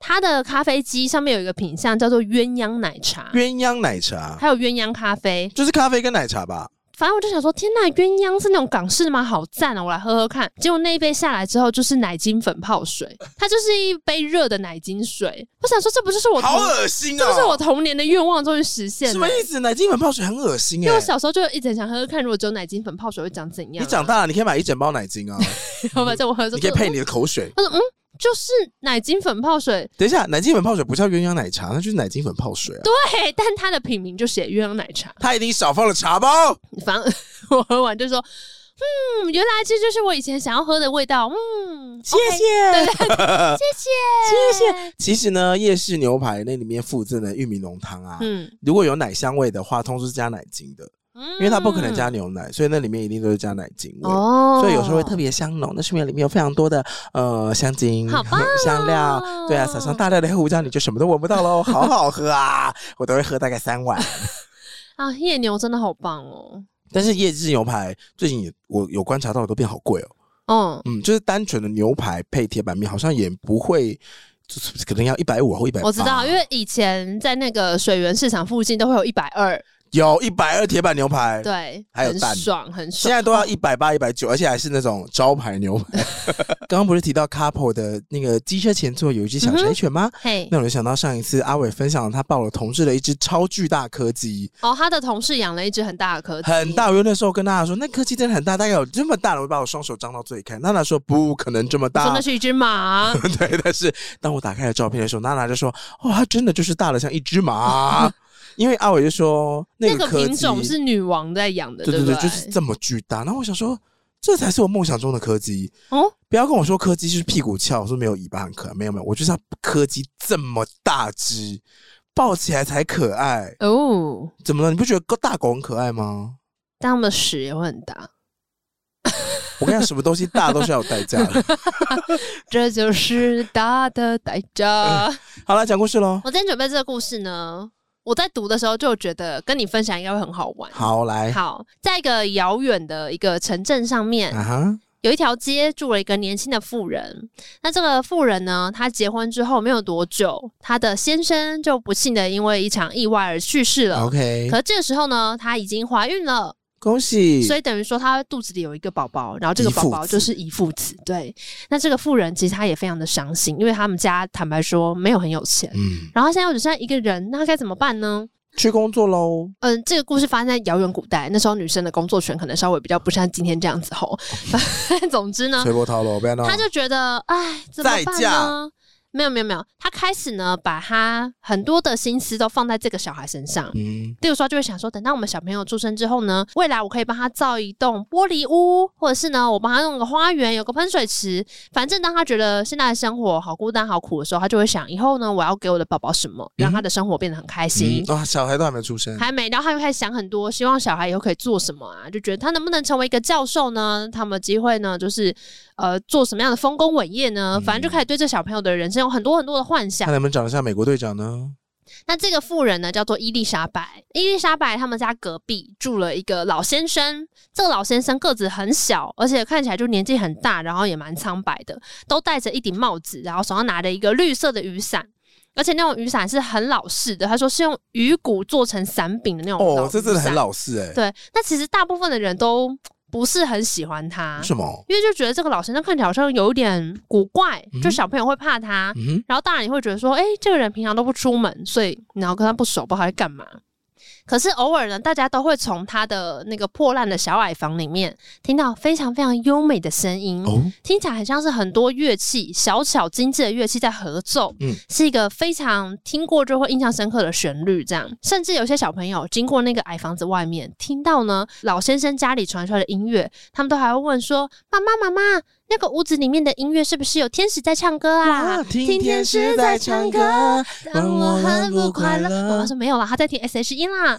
它的咖啡机上面有一个品相叫做鸳鸯奶茶，
鸳鸯奶茶，
还有鸳鸯咖啡。
就是咖啡跟奶茶吧。
反正我就想说，天呐，鸳鸯是那种港式的吗？好赞啊，我来喝喝看。结果那一杯下来之后，就是奶精粉泡水，它就是一杯热的奶精水。我想说，这不就是我童
好，恶心
这
啊！
不是我童年的愿望终于实现
什
了
么。意思？奶精粉泡水很恶心
因为
哎
我。小时候就一直很想喝喝看，如果只有奶精粉泡水会长怎样啊、
你长大了，你可以买一整包奶精 啊，
我反正我喝的时
你可
候
以配
就
你的口水。
他说嗯，就是奶精粉泡水，
等一下，奶精粉泡水不叫鸳鸯奶茶，那就是奶精粉泡水啊。
对，但它的品名就写鸳鸯奶茶。
他一定少放了茶包。
反正 我喝完就说，嗯，原来这就是我以前想要喝的味道。嗯，
谢谢，谢谢，谢谢。其实呢，夜市牛排那里面附赠的玉米浓汤啊，
嗯，
如果有奶香味的话，通常是加奶精的，因为它不可能加
嗯
牛奶，所以那里面一定都是加奶精味。
哦，
所以有时候会特别香浓，那是因为里面有非常多的呃香精、
好棒哦
香料，对啊，撒上大量的黑胡椒，你就什么都闻不到喽，好好喝啊！我都会喝大概三碗。
啊，夜牛真的好棒哦。
但是夜市牛排最近也我有观察到都变好贵哦，
嗯，
嗯，就是单纯的牛排配铁板面好像也不会，就是可能要一百五或一百。
我知道，因为以前在那个水源市场附近都会有一百二，
有一百二铁板牛排，
对，
还有
很
蛋
爽，很
现
爽。
在都要一百八、一百九，而且还是那种招牌牛 排。刚刚不是提到 couple 的那个机车前座有一只
嗯
小柴犬吗？
嘿，
那我就想到上一次阿伟分享他抱了同事的一只超巨大柯基，
哦，他的同事养了一只很大的柯基，
很。大。我就那时候跟大家说，那柯基真的很大，大概有这么大了，我把我双手张到最开。娜娜说不可能这么
真
大
的，是一只马，
对。但是当我打开了照片的时候，娜娜就说，哇，它真的就是大的像一只 马。因为阿伟就说 那
那
个
个
柯
品
基
种是女王在养的，
对
不
对，就是这么巨大。然后我想说，这才是我梦想中的柯基。
哦，
不要跟我说柯基是屁股翘，我说没有尾巴很可爱，没有没有，我就是要柯基这么大只，抱起来才可爱。
哦，
怎么了？你不觉得大狗很可爱吗？
但他们的屎也会很大，
我跟你讲，什么东西大都是要有代价的。
这就是大的代 价。
好了，讲故事喽。
我今天准备这个故事呢，我在读的时候就觉得跟你分享应该会很好玩。
好，来
好，在一个遥远的一个城镇上面，
啊哈，
有一条街住了一个年轻的妇人。那这个妇人呢，她结婚之后没有多久，她的先生就不幸的因为一场意外而去世了。
，OK，
可这个时候呢，她已经怀孕了，
恭喜。
所以等于说她肚子里有一个宝宝，然后这个
遗
宝
腹嗯
宝
子
就是遗腹子。对，那这个妇人其实她也非常的伤心，因为他们家坦白说没有很有钱，
嗯，
然后她现在又只剩下一个人，那她该怎么办呢？
去工作喽。
嗯，这个故事发生在遥远古代，那时候女生的工作权可能稍微比较不像今天这样子吼。 总之呢，
吹波涛喽，不要闹
她。嗯就觉得，哎，怎么办
哦啊再嫁
呢？没有没有没有，她开始呢，把她很多的心思都放在这个小孩身上。
嗯，
例如说，她就会想说，等到我们小朋友出生之后呢，未来我可以帮他造一栋玻璃屋，或者是呢，我帮他弄个花园，有个喷水池。反正当她觉得现在的生活好孤单、好苦的时候，她就会想，以后呢，我要给我的宝宝什么，让他的生活变得很开心
嗯。哇，小孩都还没出生。
还没，然后他又开始想很多，希望小孩以后可以做什么啊？就觉得他能不能成为一个教授呢？他们有机会呢，就是呃，做什么样的丰功伟业呢？反正就开始对这小朋友的人生有很多很多的幻想
看。能不能长得像美国队长呢？
那这个妇人呢，叫做伊丽莎白。伊丽莎白他们家隔壁住了一个老先生，这个老先生个子很小，而且看起来就年纪很大，然后也蛮苍白的，都戴着一顶帽子，然后手上拿着一个绿色的雨伞。而且那种雨伞是很老式的，他说是用鱼骨做成伞柄的那种老雨伞。
哦，这真的很老实哎。
对，那其实大部分的人都不是很喜欢他
为，什么？
因为就觉得这个老先生看起来好像有一点古怪，就
嗯
小朋友会怕他。
嗯哼，
然后大人也会觉得说，哎、这个人平常都不出门，所以然后跟他不熟，不知道他在干嘛。可是偶尔呢，大家都会从他的那个破烂的小矮房里面听到非常非常优美的声音，
哦，
听起来很像是很多乐器小巧精致的乐器在合奏，
嗯
是一个非常听过就会印象深刻的旋律。这样，甚至有些小朋友经过那个矮房子外面，听到呢老先生家里传出来的音乐，他们都还会问说：“妈妈，妈妈，那个屋子里面的音乐是不是有天使在唱歌啊？”
哇，听天使在唱歌，
让我很不快乐。
让我很不快乐
妈妈说没有啦，他在听 S.H.E 啦。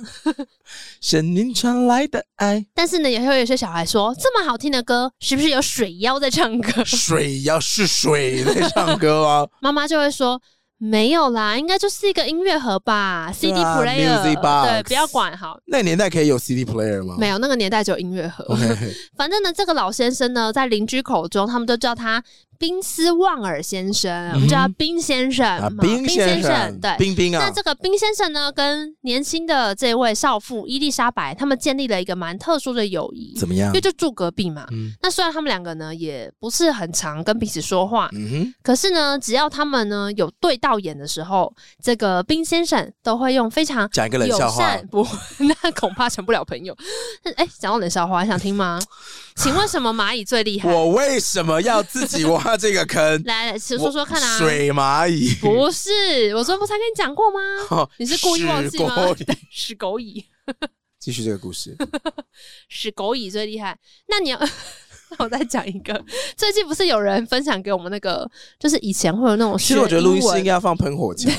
神灵传来的爱，
但是呢，也会有一些小孩说，这么好听的歌，是不是有水妖在唱歌？
水要是水在唱歌啊吗
妈妈就会说。没有啦，应该就是一个音乐盒吧，CD
对啊
player，
music box 哦
对，不要管好，
那年代可以有 CD player 吗？
没有那个年代只有音乐盒。
OK，
反正呢，这个老先生呢，在邻居口中，他们都叫他宾斯旺尔先生，我们叫他
嗯哼
宾先生。
啊，
嗯
冰先生，
对。
冰冰
那
啊
这，个冰先生呢，跟年轻的这位少妇伊丽莎白，他们建立了一个蛮特殊的友谊，
怎么样
因为？就住隔壁嘛。
嗯
那虽然他们两个呢，也不是很常跟彼此说话，
嗯哼，
可是呢，只要他们呢有对到眼的时候，这个冰先生都会用非常
讲一个冷
友
笑话
善，不，那恐怕成不了朋友。 哎，讲到冷笑话，想听吗？请问什么蚂蚁最厉害？？
我为什么要自己挖这个坑
来，来，请
我
说说看啊。
水蚂蚁，
不是，我说不才跟你讲过吗？ 你是故意忘记吗
屎锅 里
屎狗蚁，
继续这个故 事，
屎狗蚁最厉害。那你要， 那我再讲一个。最近不是有人分享给我们那个，就是以前会有那种
其
学
实我觉得录音
英
室
文
应该要放喷火枪，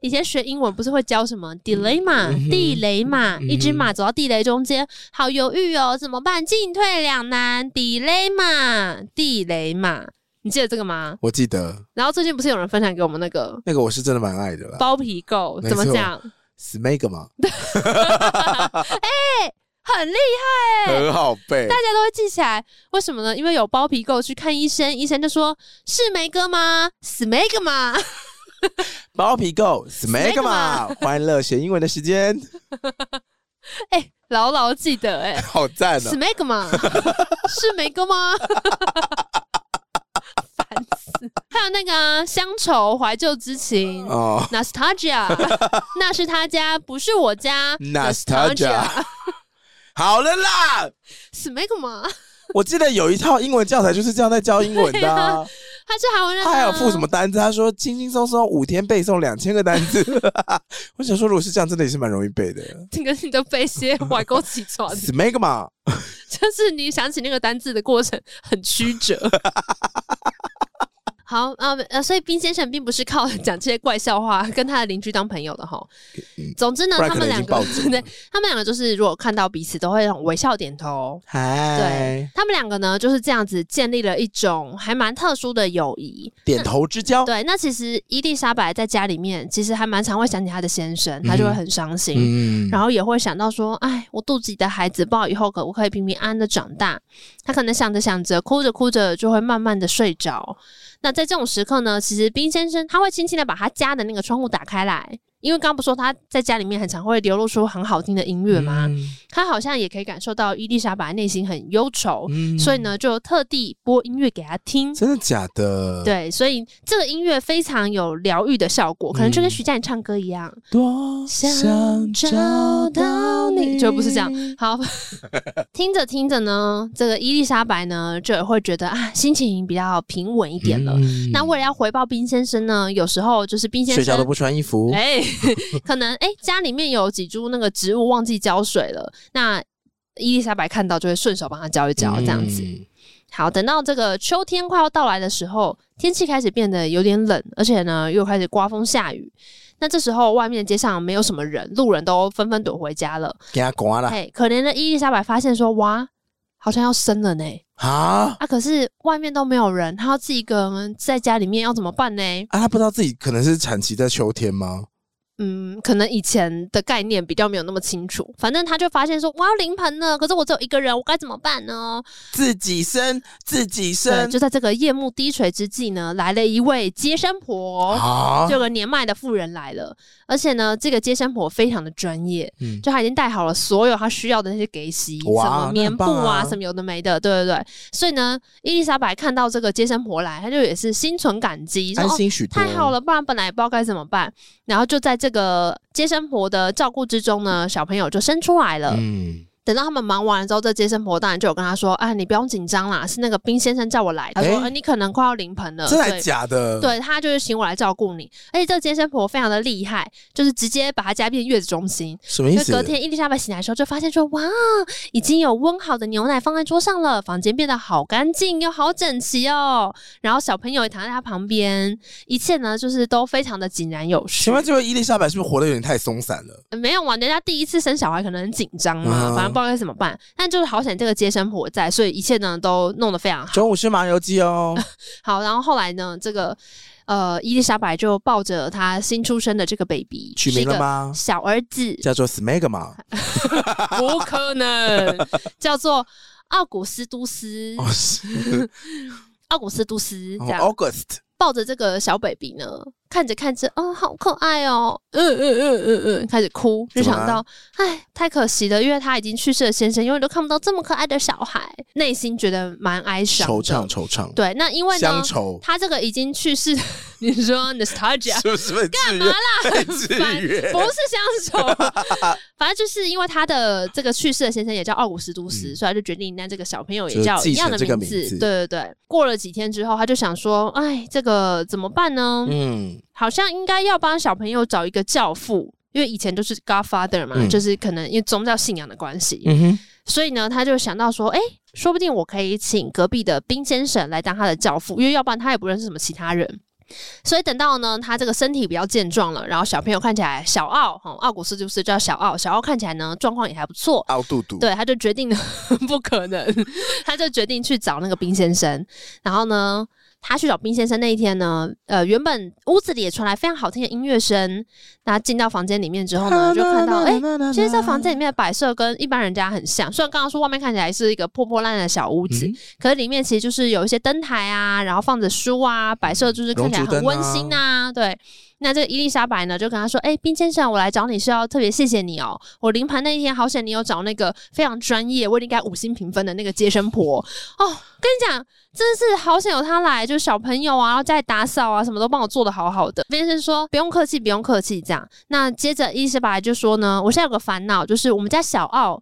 以前学英文不是会教什么 delay 嘛，
嗯哼
地雷嘛，
哼
一只马走到地雷中间，好犹豫哦，怎么办？进退两难，delay 嘛，地雷嘛，你记得这个吗？
我记得
然后最近不是有人分享给我们那个
那个我是真的蛮爱的啦
包皮狗
啊没
怎么
错
讲？
，Smeg 嘛，
很厉
很好背，
大家都会记起来，为什么呢？因为有包皮垢去看医生，医生就说是梅哥吗？死梅哥吗？
包皮够 smegma，欢乐学英文的时 间，
哎牢牢记得哎、
好赞哦！
Smegma 是梅哥吗？烦死！还有那个啊乡愁怀旧之情
哦
，Nostalgia，那是他家，不是我家。
，nostalgia，好了啦，
Smegma，
我记得有一套英文教材就是这样在教英文的、 啊，
他是韩文人、
他还有附什么？单字？他说轻轻松松五天背诵两千个单字， 我想说如果是这样，真的也是蛮容易 背的。，
这个你都背些歪勾起床
smegma，
就是你想起那个单字的过程很曲折。好啊呃，所以冰先生并不是靠 讲这些怪笑话跟他的邻居当朋友的哈。总之呢，
嗯不然
他
可
们
能已
两
经
个
报警
对
了。
他们两个就是如果看到彼此都会很微笑点头。对
嗨，
他们两个呢就是这样子建立了一种还蛮特殊的友谊。
点头之交，
对，那其实伊丽莎白在家里面其实还蛮常会想起她的先生，她就会很伤心。
嗯
然后也会想到说，哎，我肚子里的孩子，不知道以后可不可以平平安安的长大。他可能想着想着，哭着哭着就会慢慢的睡着。那在这种时刻呢，其实冰先生他会轻轻的把他家的那个窗户打开来，因为刚不是说他在家里面很常会流露出很好听的音乐吗？
嗯
他好像也可以感受到伊丽莎白内心很忧愁，
嗯
所以呢，就特地播音乐给他听。
真的假的？
对，所以这个音乐非常有疗愈的效果，可能
嗯
就跟徐佳莹唱歌一样。
多想找到你，
就不是这样。 好，听着听着呢，这个伊丽莎白呢就会觉得啊，心情比较平稳一点了。
嗯
那为了要回报冰先生呢，有时候就是冰先
睡觉都
生。
不穿衣服，
哎、可能哎、家里面有几株那个植物忘记浇水了，那伊丽莎白看到就会顺手帮它浇一浇，这样子。
嗯
好，等到这个秋天快要到来的时候，天气开始变得有点冷，而且呢又开始刮风下雨。那这时候外面街上没有什么人，路人都纷纷躲回家了。
给他刮了
哎，可怜的伊丽莎白发现说，哇，好像要生了呢。
啊！
啊，可是外面都没有人，她要自己一个人在家里面，要怎么办呢？
啊，他不知道自己可能是产期在秋天吗？
嗯，可能以前的概念比较没有那么清楚。反正她就发现说，我要临盆了，可是我只有一个人，我该怎么办呢？
自己生，自己
对，
生
就在这个夜幕低垂之际呢，来了一位接生婆。
啊
哦就！有个年迈的妇人来了，而且呢，这个接生婆非常的专业，
嗯
就她已经带好了所有她需要的那些给洗，什
哇
么棉布
那很棒
啊，
啊
什么有的没的，对对对。所以呢，伊丽莎白看到这个接生婆来，她就也是心存感激，说
安
哦，
心许多，
太好，了，不然本来也不知道该怎么办。然后就在这个接生婆的照顾之中呢，小朋友就生出来了。
嗯，
等到他们忙完了之后，这接生婆当然就有跟他说：“啊，你不用紧张啦，是那个冰先生叫我来。”他说：“
哎
呃你可能快要临盆了，
真的
所以
还假的？，
呃对他就是请我来照顾你，而且这个接生婆非常的厉害，就是直接把她家变月子中心。
什么意
因为
思？
隔天伊丽莎白醒来的时候，就发现说，哇，已经有温好的牛奶放在桌上了，房间变得好干净又好整齐哦。然后小朋友也躺在她旁边，一切呢就是都非常的井然有序
请。问这位伊丽莎白是不是活得有点太松散了？
没有啊，人家第一次生小孩可能很紧张嘛，
嗯
反正不知道该怎么办。但就是好险这个接生婆在，所以一切呢都弄得非常好。
中午吃麻油鸡 哦，
好，然后后来呢，这个呃，伊丽莎白就抱着她新出生的这个 baby，
取
是一
名了
个
吗？，
小儿子
叫做 smegma，
不可能，叫做奥古斯都斯，
哦是
奥古斯都斯
哦
这样、
，August，
抱着这个小 baby 呢，看着看着，嗯，好可爱哦，嗯嗯嗯嗯嗯，开始哭，就
怎么了
想到，哎，太可惜了，因为他已经去世的先生，永远都看不到这么可爱的小孩，内心觉得蛮哀伤
惆怅
的。
惆怅，
对，哦那因为呢
乡，愁，
他这个已经去世， 你说 nostalgia
是不是？干 嘛啦？
烦
至于
不是乡 愁，反正就是因为他的这个去世的先生也叫奥古斯都斯，
嗯
所以他就决定那这个小朋友也
就
叫
继
一样的
承这个
名字。
名字
对对对，过了几天之后，他就想说，哎，这个怎么办呢？
嗯，
好像应该要帮小朋友找一个教父。因为以前都是 Godfather 嘛，
嗯
就是可能因为宗教信仰的关系，
嗯哼，
所以呢，他就想到说，哎、说不定我可以请隔壁的冰先生来当他的教父，因为要不然他也不认识什么其他人。所以等到呢，他这个身体比较健壮了，然后小朋友看起来小奥哈，奥古斯就是叫小奥，小奥看起来呢状况也还不错，
奥杜杜，
对，他就决定了， 不可能，他就决定去找那个冰先生。然后呢，他去找冰先生那一天呢，呃，原本屋子里也传来非常好听的音乐声，那进到房间里面之后呢，就看到哎。诶其实这房间里面的摆设跟一般人家很像，虽然刚刚说外面看起来是一个破破烂烂的小屋子，
嗯
可是里面其实就是有一些灯台啊，然后放着书啊，摆设就是看起来
嗯龙
很
烛灯
温
啊
馨啊，对。那这个伊丽莎白呢，就跟他说：“哎、冰先生，我来找你是要特别谢谢你哦。我临盘那一天，好险你有找那个非常专业，我已经给他五星评分的那个接生婆哦。跟你讲，真是好险有他来，就是小朋友啊，然后家里打扫啊，什么都帮我做的好好的。先生说不用客气，不用客气，这样。那接着伊丽莎白就说呢，我现在有个烦恼，就是我们家小奥。”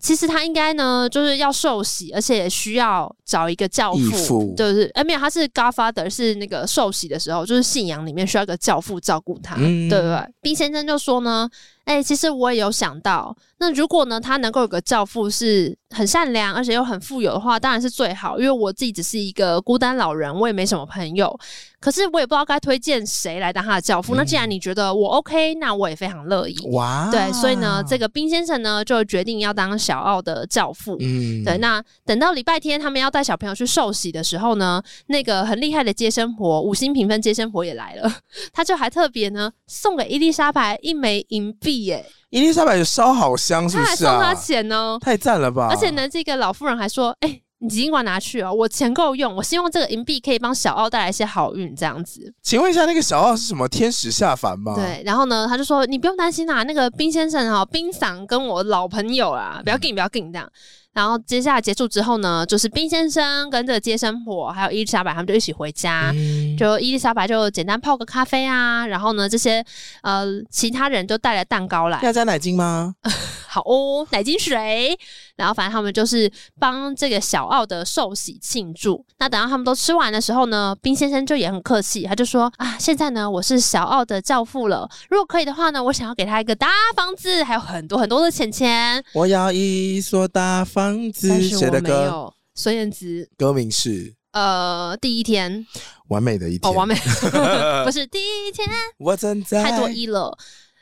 其实他应该呢，就是要受洗，而且也需要找一个教
义
父
父，
就是哎、没有，他是 Godfather，是那个受洗的时候，就是信仰里面需要一个教父照顾他，
嗯
对不对？冰先生就说呢，哎、其实我也有想到，那如果呢，他能够有个教父是很善良，而且又很富有的话，当然是最好，因为我自己只是一个孤单老人，我也没什么朋友，可是我也不知道该推荐谁来当他的教父。那既然你觉得我 OK，那我也非常乐意。
嗯哇，
对，所以呢，这个冰先生呢就决定要当小奥的教父。
嗯
对，那等到礼拜天他们要带小朋友去受洗的时候呢，那个很厉害的接生婆，五星评分接生婆也来了， 他就还特别呢送给伊丽莎白一枚银币，耶，
伊丽莎白有烧好香是
他
不
还
是
送她
啊？
钱哦呢、
太赞了吧！
而且，呢，这个老妇人还说，哎、你尽管拿去哦，我钱够用，我希望这个银币可以帮小奥带来一些好运，这样子。
请问一下，那个小奥是什么天使下凡吗？，
对，然后呢，他就说你不用担心啦、那个冰先生哈、冰嗓跟我老朋友啦，不要紧，不要紧这样。然后接下来结束之后呢，就是冰先生跟这个接生婆还有伊丽莎白他们就一起回家。
嗯、
就伊丽莎白就简单泡个咖啡啊，然后呢，这些呃其他人就带了蛋糕来，
要加奶精吗？
呃好哦，奶精水。然后反正他们就是帮这个小奥的寿喜庆祝。那等到他们都吃完的时候呢，冰先生就也很客气，他就说啊，现在呢我是小奥的教父了，如果可以的话呢，我想要给他一个大房子，还有很多很多的钱钱，
我要一所大房
但
子。
是
谁
我
的
没
歌？
有。孙燕姿，
歌名是《
呃，第一天
完美的一天
哦，》。 完美， 不是第一天，
我正在
太多一了。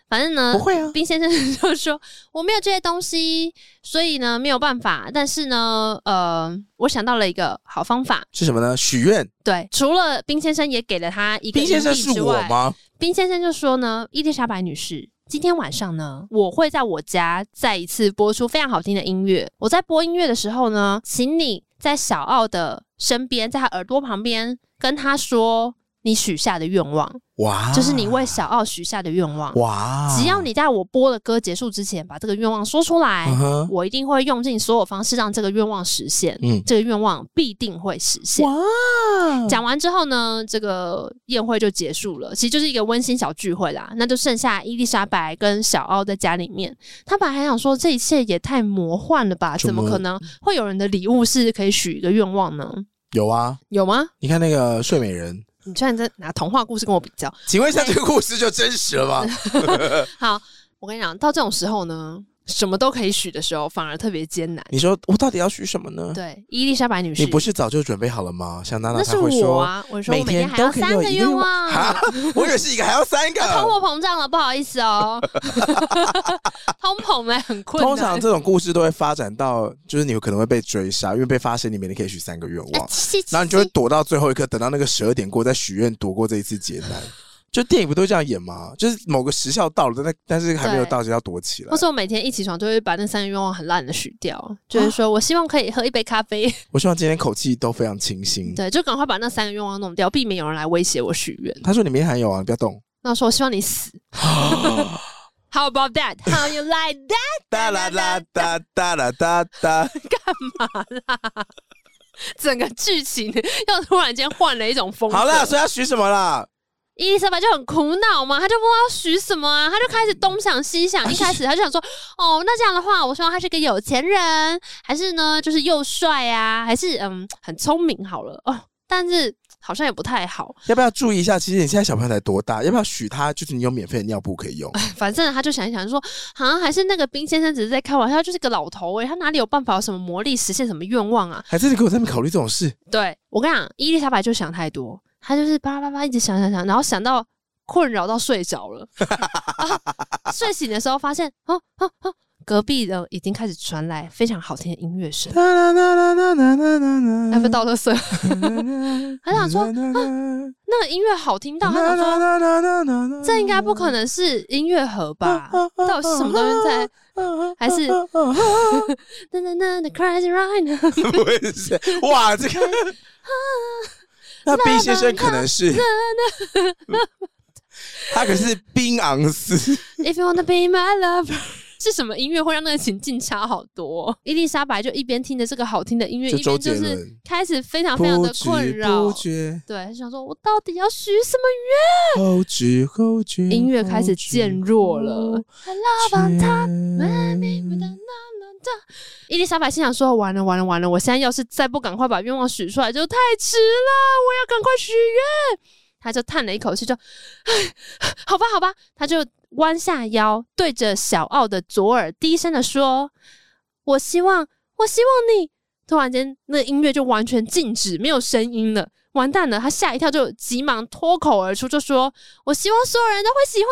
反正呢
不，会啊，
冰先生就说：“我没有这些东西，所以呢没有办法。但是呢，呃，我想到了一个好方法。
是什么呢？许愿。
对，除了冰先生也给了他一个
冰先生
硬币
是
之
我
外，
吗？
冰先生就说呢，伊丽莎白女士。”今天晚上呢，我会在我家再一次播出非常好听的音乐。我在播音乐的时候呢，请你在小奥的身边，在他耳朵旁边跟他说你许下的愿望，
哇，
就是你
啊
为小奥许下的愿望。
哇，
只要你在我播的歌结束之前把这个愿望说出来，
嗯哼
我一定会用尽所有方式让这个愿望实现。
嗯
这个愿望必定会实现。
哇，
讲完之后呢，这个宴会就结束了，其实就是一个温馨小聚会啦。那就剩下伊丽莎白跟小奥在家里面。他本来还想说，这一切也太魔幻了吧？
怎
怎
么
么可能会有人的礼物是可以许一个愿望呢？
有啊，
有吗？
你看那个睡美人，
你居然在拿童话故事跟我比较？
请问一下，这个故事就真实了吗？
好，我跟你讲，到这种时候呢，什么都可以许的时候，反而特别艰难。
你说我到底要许什么呢？
对，伊丽莎白女
嗯
士，
你不是早就准备好了吗？像娜娜
那
她
是
会
我
说，
啊，我说我
每
每天
天
还
都
要
可以
三
有
个
一
愿
愿
望，
啊， 我以为是一个，还要三
通
个。
货膨胀了，不好意思哦， 通膨哎，很困
通
难。
常这种故事都会发展到，就是你可能会被追杀，因为被发现你每天可以许三个愿望
啊，七七
然后你就会躲到最后一刻，等到那个十二点过再许愿，躲过这一次劫难。就电影不都这样演吗？就是某个时效到了，但但是还没有
对
到就要躲起来
或。是我每天一起床就会把那三个愿望很烂的许
啊
掉，就是说我希望可以喝一杯咖啡，
我希望今天口气都非常清新。
对，就赶快把那三个愿望弄掉，避免有人来威胁我许愿。
他说里面还有啊，你不要动。
那我说我希望 你死。How about that? How you like that?
哒啦啦哒哒啦哒哒，
整个剧情又突然间换了一种风格。
好啦，所以要许什么啦？
伊丽莎白就很苦恼嘛，她就不知道许什么啊，她就开始东想西想。一开始她就想说，哦，那这样的话，我希望他是个有钱人，还是呢，就是又帅啊，还是嗯很聪明好了哦。但是好像也不太好，
要不要注意一下？其实你现在小朋友才多大？要不要许他？就是你有免费的尿布可以用。
反正她就想一想说，啊，还是那个冰先生只是在开玩笑，他就是个老头欸诶、他哪里有办法有什么魔力实现什么愿望啊？
还是你给我在那边考虑这种事？
对我跟你讲，伊丽莎白就想太多，她就是巴拉巴拉一直想想想，然后想到困扰到睡着了、啊睡醒的时候发现，哦哦哦，隔壁的已经开始传来非常好听的音乐声，
哒啦啦啦啦啦啦啦
那
啦
不到乐色，
还
想
说，
说那个音乐好听到，她想说
说
这应该不可能是音乐盒吧？到底是什么东西在？还是那那那那 crazy right now？
不是？哇，这个那 B 先生可能是他可是槟榔丝。
If you wanna be my lover，是什么音乐会让那个情境差好多、伊丽莎白就一边听着这个好听的音乐，
就
一边
周杰
就是
伦
开始非常非常
不
的
知
困
不
扰。
觉，
对，就想说我到底要许什么
后知后觉，
愿？音乐开始渐弱了。
后知后觉。
伊丽莎白心想说：“完了，完了，完了！我现在要是再不赶快把愿望许出来，就太迟了。我要赶快许愿。”她就叹了一口气，就：“ 唉，好吧，好吧。”她就弯下腰，对着小奥的左耳低声的说：“我希望，我希望你。”突然间，那个音乐就完全静止，没有声音了。完蛋了！她吓一跳，就急忙脱口而出，就说：“我希望所有人都会喜欢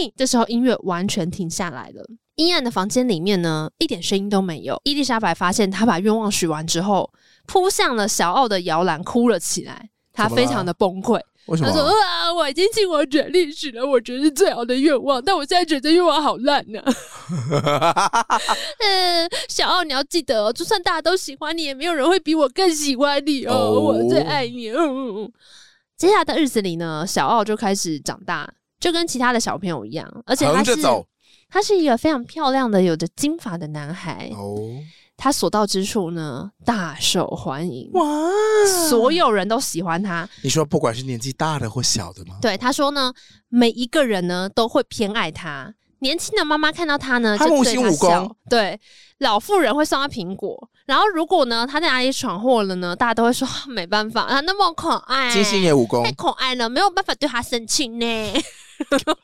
你。”这时候音乐完全停下来了。阴暗的房间里面呢，一点声音都没有。伊丽莎白发现她把愿望许完之后，扑向了小奥的摇篮，哭了起来。她
怎么了
非常的崩溃，
为什
她说：“
么？
啊，我已经尽我全力许了我觉得最好的愿望，但我现在觉得愿望好烂啊呢、 嗯，小奥，你要记得哦，就算大家都喜欢你，也没有人会比我更喜欢你哦。
哦
我最爱你。嗯嗯嗯。接下来的日子里呢，小奥就开始长大，就跟其他的小朋友一样，而且他
横着
是
走
他是一个非常漂亮的、有着金发的男孩。
哦，
他所到之处呢，大受欢迎，
哇！
所有人都喜欢他。
你说不管是年纪大的或小的吗？
对他说呢，每一个人呢都会偏爱他。年轻的妈妈看到他呢，
他
就
们
对
无
他
心无功
笑。对，老妇人会送他苹果。然后如果呢，他在哪里闯祸了呢，大家都会说没办法，啊他那么可爱，
金星也武功
太，可爱了，没有办法对他生气呢。 干嘛？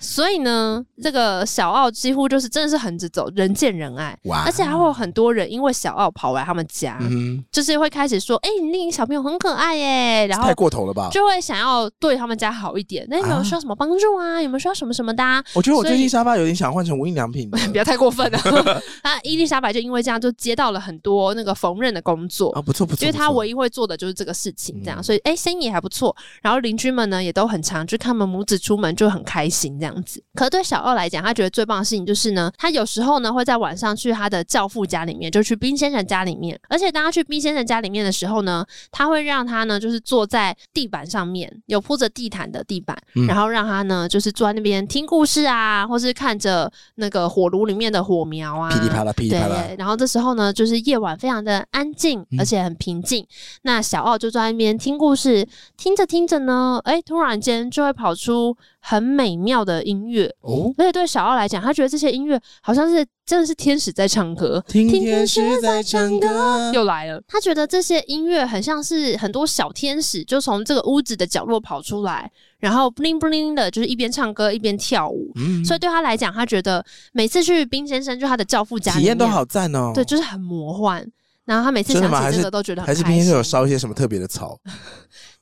所以呢，这个小奥几乎就是真的是横着走，人见人爱，
哇
而且还会有很多人因为小奥跑来他们家，
啊嗯
就是会开始说：“哎、你那个小朋友很可爱耶。”然
哼，
后
太过头了吧？
就会想要对他们家好一点。那有没有需要什么帮助啊？有没有需要什么什么的、啊？
我觉得我
所
最
以
近沙发有点想换成无印良品的
不要太过分了。 啊，伊丽莎白就因为这样就接到了很多那个缝纫的工作。
啊，不错不错，
因为
不
她
错
唯一会做的就是这个事情，这样，
嗯
所以哎、生意还不错。然后邻居们呢也都很常就看他们母子出门就很开心这样子。可对小奥来讲，他觉得最棒的事情就是呢，他有时候呢会在晚上去他的教父家里面，就去冰先生家里面。而且当他去冰先生家里面的时候呢，他会让他呢就是坐在地板上面，有铺着地毯的地板，
嗯
然后让他呢就是坐在那边听故事啊，或是看着那个火炉里面的火苗啊，
噼里啪啦噼里啪啦
对，，然后这时候呢，就是夜晚非常的安静，
嗯
而且很平静。那小奥就在那边听故事，听着听着呢，哎，突然间就会跑出很美妙的音乐。
哦，
而且对小奥来讲，他觉得这些音乐好像是真的是天使在唱歌，
听
听
天使在唱歌，
又来了。嗯他觉得这些音乐很像是很多小天使，就从这个屋子的角落跑出来，然后 bling bling 的，就是一边唱歌一边跳舞。
嗯
所以对他来讲，他觉得每次去冰先生，就他的教父家
体
里
验都
面
好赞哦。
对，就是很魔幻。然后他每次
真的
想
吗
起
还
这
是
个都觉得
还
很
是
开
冰天
心
有。烧一些什么特别的草，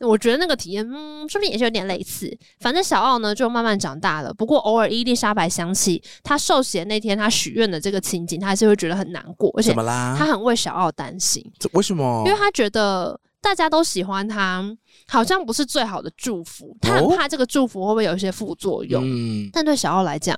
我觉得那个体验，嗯，说不定也是有点类似。反正小奥呢就慢慢长大了，不过偶尔伊丽莎白想起她受洗的那天，她许愿的这个情景，她还是会觉得很难过，而且
怎么啊哦啦
她？很为小奥担心，
这为什么
因为？她觉得。大家都喜欢她，好像不是最好的祝福。她很
哦
怕这个祝福会不会有一些副作用。
嗯，
但对小奥来讲，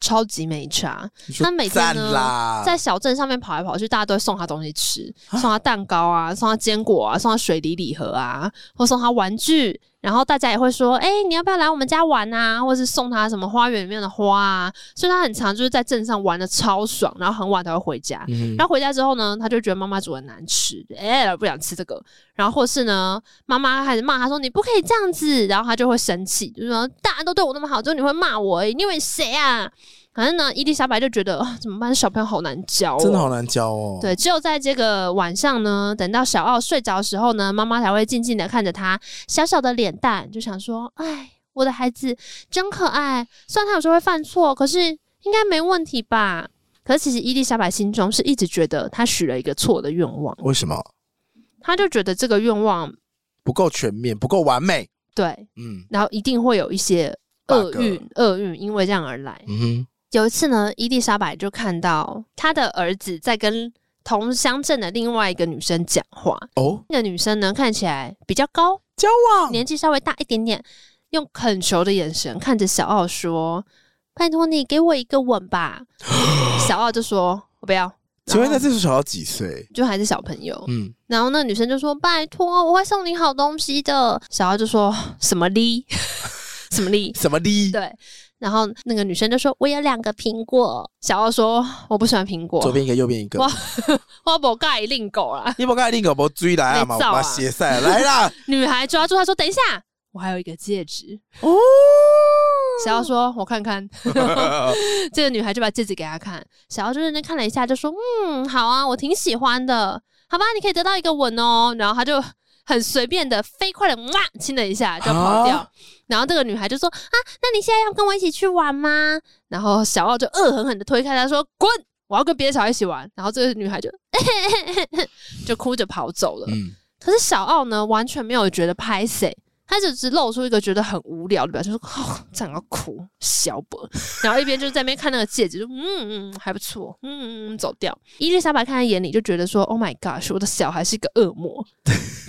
超级没差。
你说
他每天
赞
呢
啦，
在小镇上面跑来跑去，大家都会送他东西吃，送他蛋糕啊，送他坚果啊，送他水梨礼盒啊，或送他玩具。然后大家也会说：“哎、你要不要来我们家玩啊？”或是送他什么花园里面的花啊。所以他很常就是在镇上玩的超爽，然后很晚才会回家。
嗯
然后回家之后呢，他就觉得妈妈煮的难吃，哎、不想吃这个。然后或是呢，妈妈开始骂他说：“你不可以这样子。”然后他就会生气，就说：“大家都对我那么好，就你会骂我、哎，你以为你谁啊？”反正呢，伊丽莎白就觉得啊怎么办，小朋友好难教、哦，
真的好难教哦。
对，只有在这个晚上呢，等到小奥睡着的时候呢，妈妈才会静静的看着他小小的脸蛋，就想说：“哎，我的孩子真可爱。虽然他有时候会犯错，可是应该没问题吧？”可是其实伊丽莎白心中是一直觉得她许了一个错的愿望，
为什么
她就觉得这个愿望
不够全面，不够完美？
对，
嗯
然后一定会有一些厄
Bug
运，厄运因为这样而来。
嗯
有一次呢，伊丽莎白就看到她的儿子在跟同乡镇的另外一个女生讲话，
哼，哦，
那个女生呢，看起来比较高，
交往
年纪稍微大一点点，用恳求的眼神看着 小奥说：“拜托你给我一个吻吧。”小奥就说：“我不要。”
请问
然后
那这只小要几岁？
就还是小朋友，
嗯，
然后那女生就说：“拜托，我会送你好东西的。”小孩就说：“什么哩？ 什么哩？”
什么的？
对。然后那个女生就说：“我有两个苹果。”小奥说：“我不喜欢苹果，
左边一个，右边一个
哇。花博盖令狗啦。
你不刚才那个不追来啊嘛，
没照啊
把鞋 塞来啦。”
女孩抓住他说：“等一下，我还有一个戒指。
哦，”
小奥说：“我看看。”这个女孩就把戒指给他看，小奥就认真看了一下，就说：“嗯，好啊，我挺喜欢的，好吧，你可以得到一个吻哦。”然后他就很随便的飞快的哇亲了一下就跑掉。
啊
然后这个女孩就说：“啊，那你现在要跟我一起去玩吗？”然后小奥就恶狠狠的推开她说：“滚！”我要跟别的小孩一起玩，然后这个女孩就 就哭着跑走 了。
嗯，
可是小奥呢，完全没有觉得拍谁，他只是露出一个觉得很无聊的表情，说：“哦，想要哭，小伯。”然后一边就在那边看那个戒指，就嗯嗯还不错，嗯嗯嗯走掉。伊丽莎白看在眼里，就觉得说：“Oh my gosh，我的小孩是一个恶魔，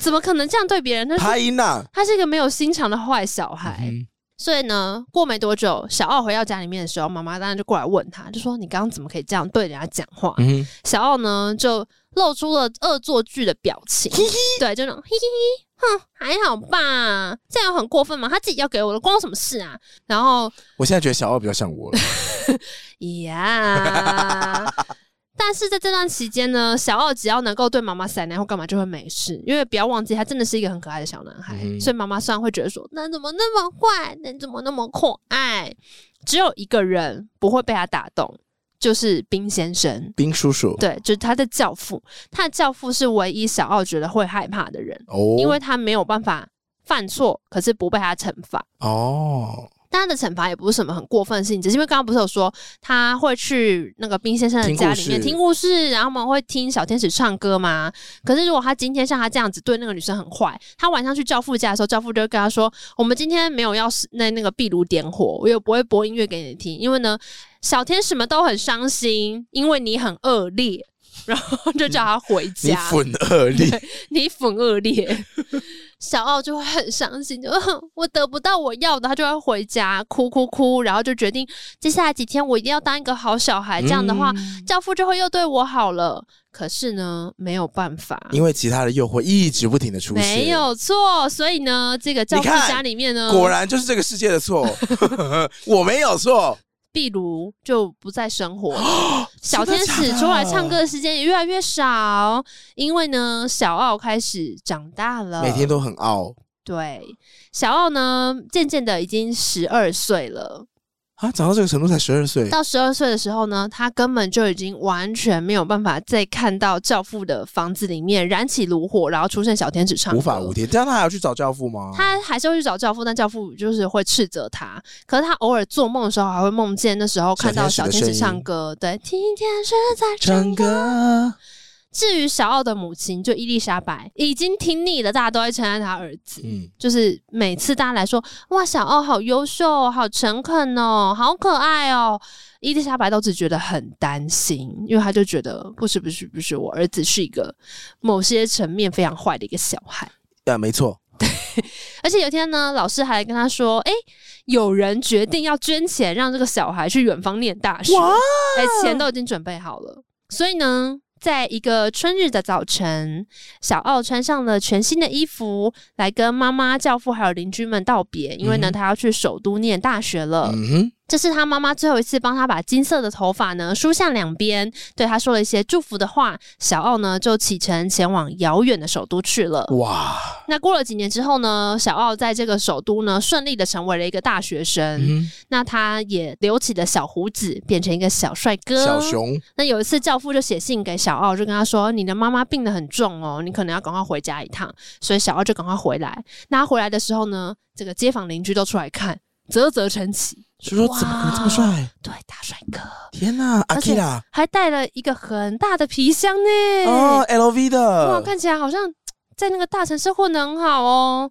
怎么可能这样对别人？”他
拍
是
音呐。
他是一个没有心肠的坏小孩。
嗯
所以呢，过没多久，小奥回到家里面的时候，妈妈当然就过来问他，就说：“你刚刚怎么可以这样对人家讲话？”
嗯，
小奥呢就露出了恶作剧的表情，对，就那种嘿嘿嘿，哼，还好吧，这样有很过分吗？他自己要给我的，关我什么事啊？然后
我现在觉得小奥比较像 我了。
呀。但是在这段期间呢，小奥只要能够对妈妈撒奶或干嘛就会没事，因为不要忘记他真的是一个很可爱的小男孩，
嗯
所以妈妈虽然会觉得说那怎么那么坏，那怎么那么可爱，只有一个人不会被他打动，就是冰先生。
冰叔叔
对，就是他的教父，他的教父是唯一小奥觉得会害怕的人，
哦，
因为他没有办法犯错，可是不被他惩罚。
哦，
但他的惩罚也不是什么很过分的事情，只是因为刚刚不是有说他会去那个冰先生的
听
家
故
里面
事
听故事，然后我们会听小天使唱歌吗？可是如果他今天像他这样子对那个女生很坏，他晚上去教父家的时候，教父就会跟他说：“我们今天没有要是那那个壁炉点火，我也不会播音乐给你听，因为呢，小天使们都很伤心，因为你很恶劣。”然后就叫他回
你
家。
粉恶力，
你很恶劣， 小奥就会很伤心，就我得不到我要的，他就会回家哭哭哭，然后就决定接下来几天我一定要当一个好小孩，这样的话，
嗯
教父就会又对我好了。可是呢，没有办法，
因为其他的诱惑一直不停的出现，
没，有错，所以呢，这个教父
你看
家里面呢，
果然就是这个世界的错， 我没有错，
壁炉就不再生活了， 小
真
天
的
使
假的
出来唱歌的时间也越来越少，因为呢，小奥开始长大了，
每天都很傲
对，小奥呢，渐渐的已经十二岁了。
啊，长到这个程度才十二岁，
到十二岁的时候呢，他根本就已经完全没有办法再看到教父的房子里面燃起炉火，然后出现小天使唱歌。
无法无天，这样他还要去找教父吗？
他还是会去找教父，但教父就是会斥责他。可是他偶尔做梦的时候，还会梦见那时候看到
小
小
天使的
天使
声
唱
音
歌。对，今天是在唱
唱
歌。
歌，
至于小奥的母亲，就伊丽莎白，已经听腻了，大家都在称赞他儿子。
嗯，
就是每次大家来说，哇，小奥好优秀哦，好诚恳哦，好可爱哦，伊丽莎白都只觉得很担心，因为她就觉得不是不是不是，我儿子是一个某些层面非常坏的一个小孩。
啊，没错，
而且有一天呢，老师还来跟他说，诶，有人决定要捐钱让这个小孩去远方念大学，
哇
哎、钱都已经准备好了，所以呢。在一个春日的早晨，小奥穿上了全新的衣服，来跟妈妈、教父还有邻居们道别，因为呢，
嗯哼
他要去首都念大学了。
嗯哼，
这是他妈妈最后一次帮他把金色的头发呢梳向两边，对他说了一些祝福的话。小奥呢就启程前往遥远的首都去了。
哇，
那过了几年之后呢，小奥在这个首都呢顺利的成为了一个大学生。
嗯
那他也留起了小胡子，变成一个小帅
哼，
哥。
小熊，
那有一次，教父就写信给小奥，就跟他说：“你的妈妈病得很重哦，你可能要赶快回家一趟。”所以小奥就赶快回来。那他回来的时候呢，这个街坊邻居都出来看，啧啧称奇。
叔叔怎么可能这么帅？
对，大帅哥
天哪，阿
而且
K 啦，
还带了一个很大的皮箱呢。
哦，LV
哇，
的，
看起来好像在那个大城市混得很好哦。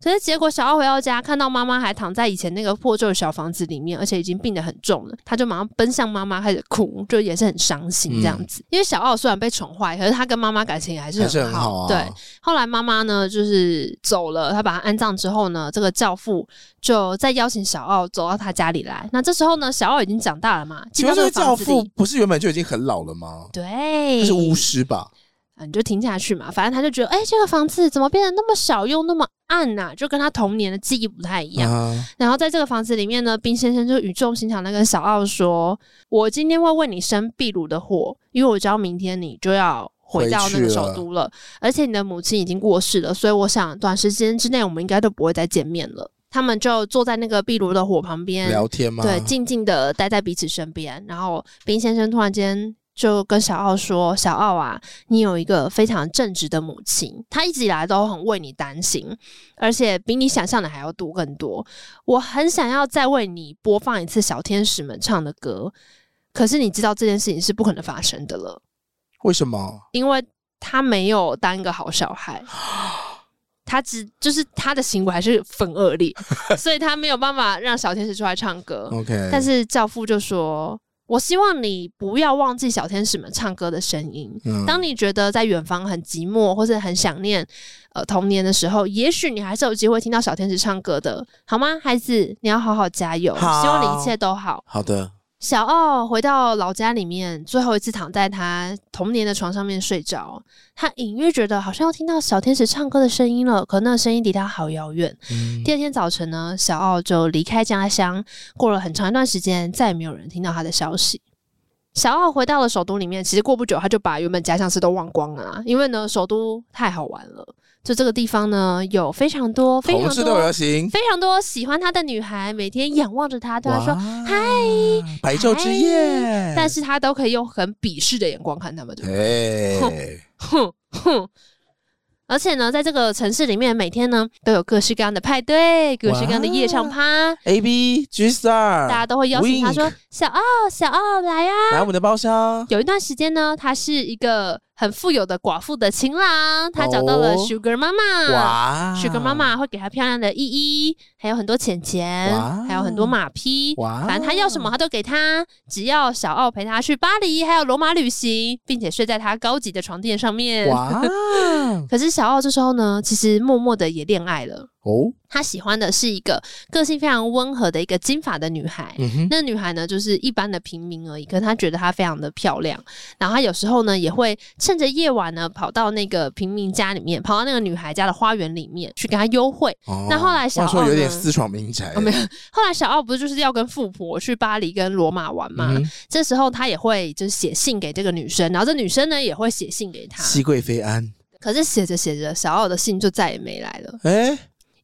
可是结果小奥回到家，看到妈妈还躺在以前那个破旧的小房子里面，而且已经病得很重了，他就马上奔向妈妈，开始哭，就也是很伤心这样子。因为小奥虽然被宠坏，可是他跟妈妈感情也还是
嗯还是
很
很好啊。
对，后来妈妈呢，就是走了，她把她安葬之后呢，这个教父就再邀请小奥走到他家里来。那这时候呢，小奥已经长大了嘛，
请
进到
问
这
这个
个
教
房子
父
里，
不是原本就已经很老了吗？
对，
他是巫师吧？
啊，你就听下去嘛。反正他就觉得，哎、这个房子怎么变得那么小又那么暗呐、就跟他童年的记忆不太一样。
啊，
然后在这个房子里面呢，冰先生就语重心长的跟小奥说：“我今天会为你生壁炉的火，因为我知道明天你就要回到那个首都了，而且你的母亲已经过世了，所以我想短时间之内我们应该都不会再见面了。”他们就坐在那个壁炉的火旁边，
聊天吗？
对，静静的待在彼此身边。然后冰先生突然间就跟小奥说：“小奥啊，你有一个非常正直的母亲，她一直以来都很为你担心，而且比你想象的还要多更多。我很想要再为你播放一次小天使们唱的歌，可是你知道这件事情是不可能发生的了，
为什么？
因为他没有当一个好小孩。”他只就是他的行为还是很恶劣， 所以他没有办法让小天使出来唱歌。
OK，
但是教父就说：“我希望你不要忘记小天使们唱歌的声音。
嗯
当你觉得在远方很寂寞，或是很想念呃童年的时候，也许你还是有机会听到小天使唱歌的，好吗，孩子？你要好好加油，
好
希望你一切都好。”
好的，
小奥回到老家里面，最后一次躺在他童年的床上面睡着，他隐约觉得好像要听到小天使唱歌的声音了，可那个声音离他好遥远。
嗯
第二天早晨呢，小奥就离开家乡，过了很长一段时间，再也没有人听到他的消息。小奥回到了首都里面，其实过不久他就把原本家乡事都忘光了啊，因为呢，首都太好玩了，就这个地方呢有非常多非
同
常
志都有
多
流行。
非常多喜欢他的女孩，每天仰望着他，对他说。
嗨，白昼之夜，
但是他都可以用很鄙视的眼光看他们，对不对？
哎，
哼哼。而且呢，在这个城市里面，每天呢都有各式各样的派对，各式各样的夜唱
哇
趴，
A B G Star，
大家都会邀请他说
Wink：“
小奥，小奥来呀、
来我们的包厢。
有一段时间呢，他是一个很富有的寡妇的情郎，他找到了
哦
Sugar 妈妈。
哇
Sugar 嗯妈，妈会给他漂亮的依依，还有很多钱钱
哇，
还有很多马匹。
哇
反正他要什么他都给他，只要小奥陪他去巴黎，还有罗马旅行，并且睡在他高级的床垫上面。
哇
可是小奥这时候呢，其实默默的也恋爱了。
哦，
他喜欢的是一个个性非常温和的一个金发的女孩，
嗯哼，
那女孩呢，就是一般的平民而已，可是她觉得她非常的漂亮。然后她有时候呢，也会趁着夜晚呢，跑到那个平民家里面，跑到那个女孩家的花园里面去跟她幽会。
哦
那后来小
话说
奥
有点
呢
私闯民宅
哦，没有。后来小奥不是就是要跟富婆去巴黎跟罗马玩嘛？
嗯哼
这时候她也会就是写信给这个女生，然后这女生呢也会写信给他。
熹贵妃安，
可是写着写着，小奥的信就再也没来了。
哎，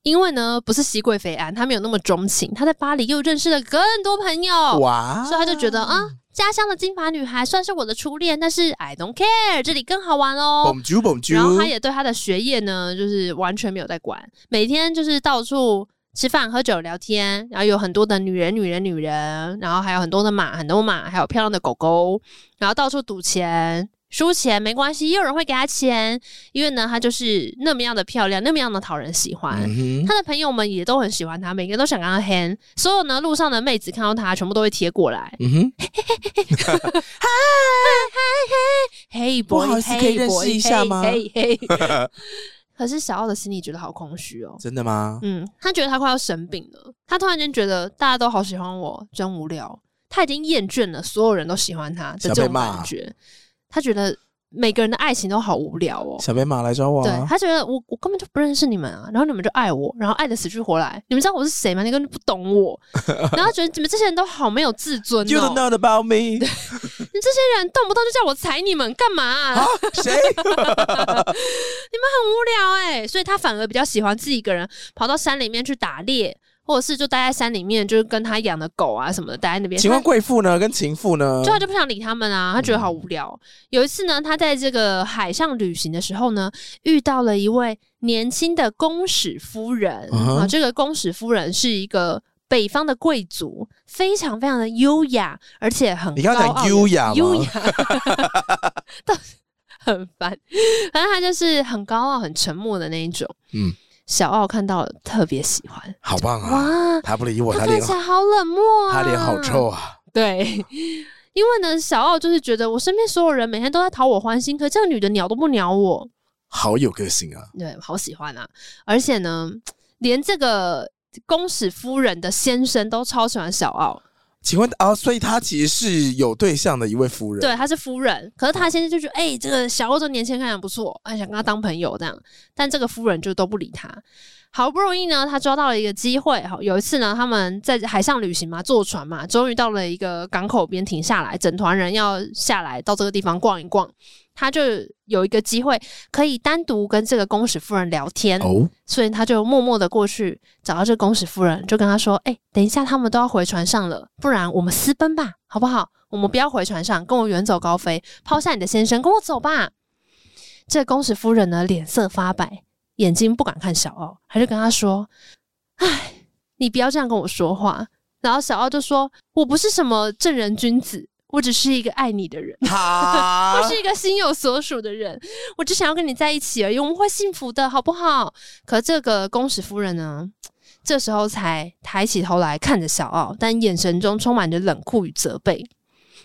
因为呢，不是熹贵妃安，她没有那么钟情，她在巴黎又认识了更多朋友。
哇，
哦所以他就觉得啊，家乡的金发女孩算是我的初恋，但是 I don't care，这里更好玩哦。
，Bonjour Bonjour，
然后他也对他的学业呢，就是完全没有在管，每天就是到处吃饭、喝酒、聊天，然后有很多的女人、女人、女人，然后还有很多的马、很多马，还有漂亮的狗狗，然后到处赌钱。输钱没关系，也有人会给他钱，因为呢，她就是那么样的漂亮，那么样的讨人喜欢。
嗯哼，
他的朋友们也都很喜欢他，每个人都想跟他 hang。所有呢路上的妹子看到他，全部都会贴过来
嗯哼，
，Hey
不
boy，
好意思可以认识一下吗
嘿 嘿。hey 可是小奥的心里觉得好空虚哦，
真的吗？
嗯，他觉得他快要生病了。他突然间觉得大家都好喜欢我，真无聊。他已经厌倦了所有人都喜欢他的
想
这
被
种
骂
感觉，他觉得每个人的爱情都好无聊哦。
小白马来找我
对
啊，
他觉得我我根本就不认识你们啊，然后你们就爱我，然后爱的死去活来，你们知道我是谁吗？你根本就不懂 我，然后觉得你们这些人都好没有自尊哦，你
，You don't
们
know about me，
这些人动不动就叫我踩你们干嘛啊、
啊， 谁？
很无聊哎、所以他反而比较喜欢自己一个人跑到山里面去打猎，或者是就待在山里面，就是跟他养的狗啊什么的待在那边。
请问贵妇呢？跟情妇呢
就？他就不想理他们啊，他觉得好无聊。有一次呢，他在这个海上旅行的时候呢，遇到了一位年轻的公使夫人、
嗯哼
啊，这个公使夫人是一个。北方的贵族非常非常的优雅，而且很
你刚刚
高傲
讲优雅吗
优雅， 但很烦。反正他就是很高傲、很沉默的那一种。
嗯，
小奥看到了特别喜欢，
好棒啊！
哇，
他不理我，
他
他
看
脸
起来好冷漠啊，
他脸好。臭啊！
对，因为呢，小奥就是觉得我身边所有人每天都在讨我欢心，可这个女的鸟都不鸟我，
好有个性啊！
对，好喜欢啊！而且呢，连这个公使夫人的先生都超喜欢小奥，
请问啊，所以他其实是有对象的一位夫人，
对，她是夫人，可是她先生就觉得，哎、这个小欧这年轻看起来不错，哎，想跟他当朋友这样，但这个夫人就都不理他。好不容易呢，他抓到了一个机会，哈，有一次呢，他们在海上旅行嘛，坐船嘛，终于到了一个港口边停下来，整团人要下来到这个地方逛一逛，他就有一个机会可以单独跟这个公使夫人聊天，
哦，
所以他就默默的过去找到这个公使夫人，就跟他说：“哎、等一下他们都要回船上了，不然我们私奔吧，好不好？我们不要回船上，跟我远走高飞，抛下你的先生，跟我走吧。”这个公使夫人呢，脸色发白，眼睛不敢看小奥，他就跟他说：“哎，你不要这样跟我说话。”然后小奥就说：“我不是什么正人君子，我只是一个爱你的人。”
他
我是一个心有所属的人，我只想要跟你在一起而已，我们会幸福的，好不好？可这个公使夫人呢，这时候才抬起头来看着小奥，但眼神中充满着冷酷与责备。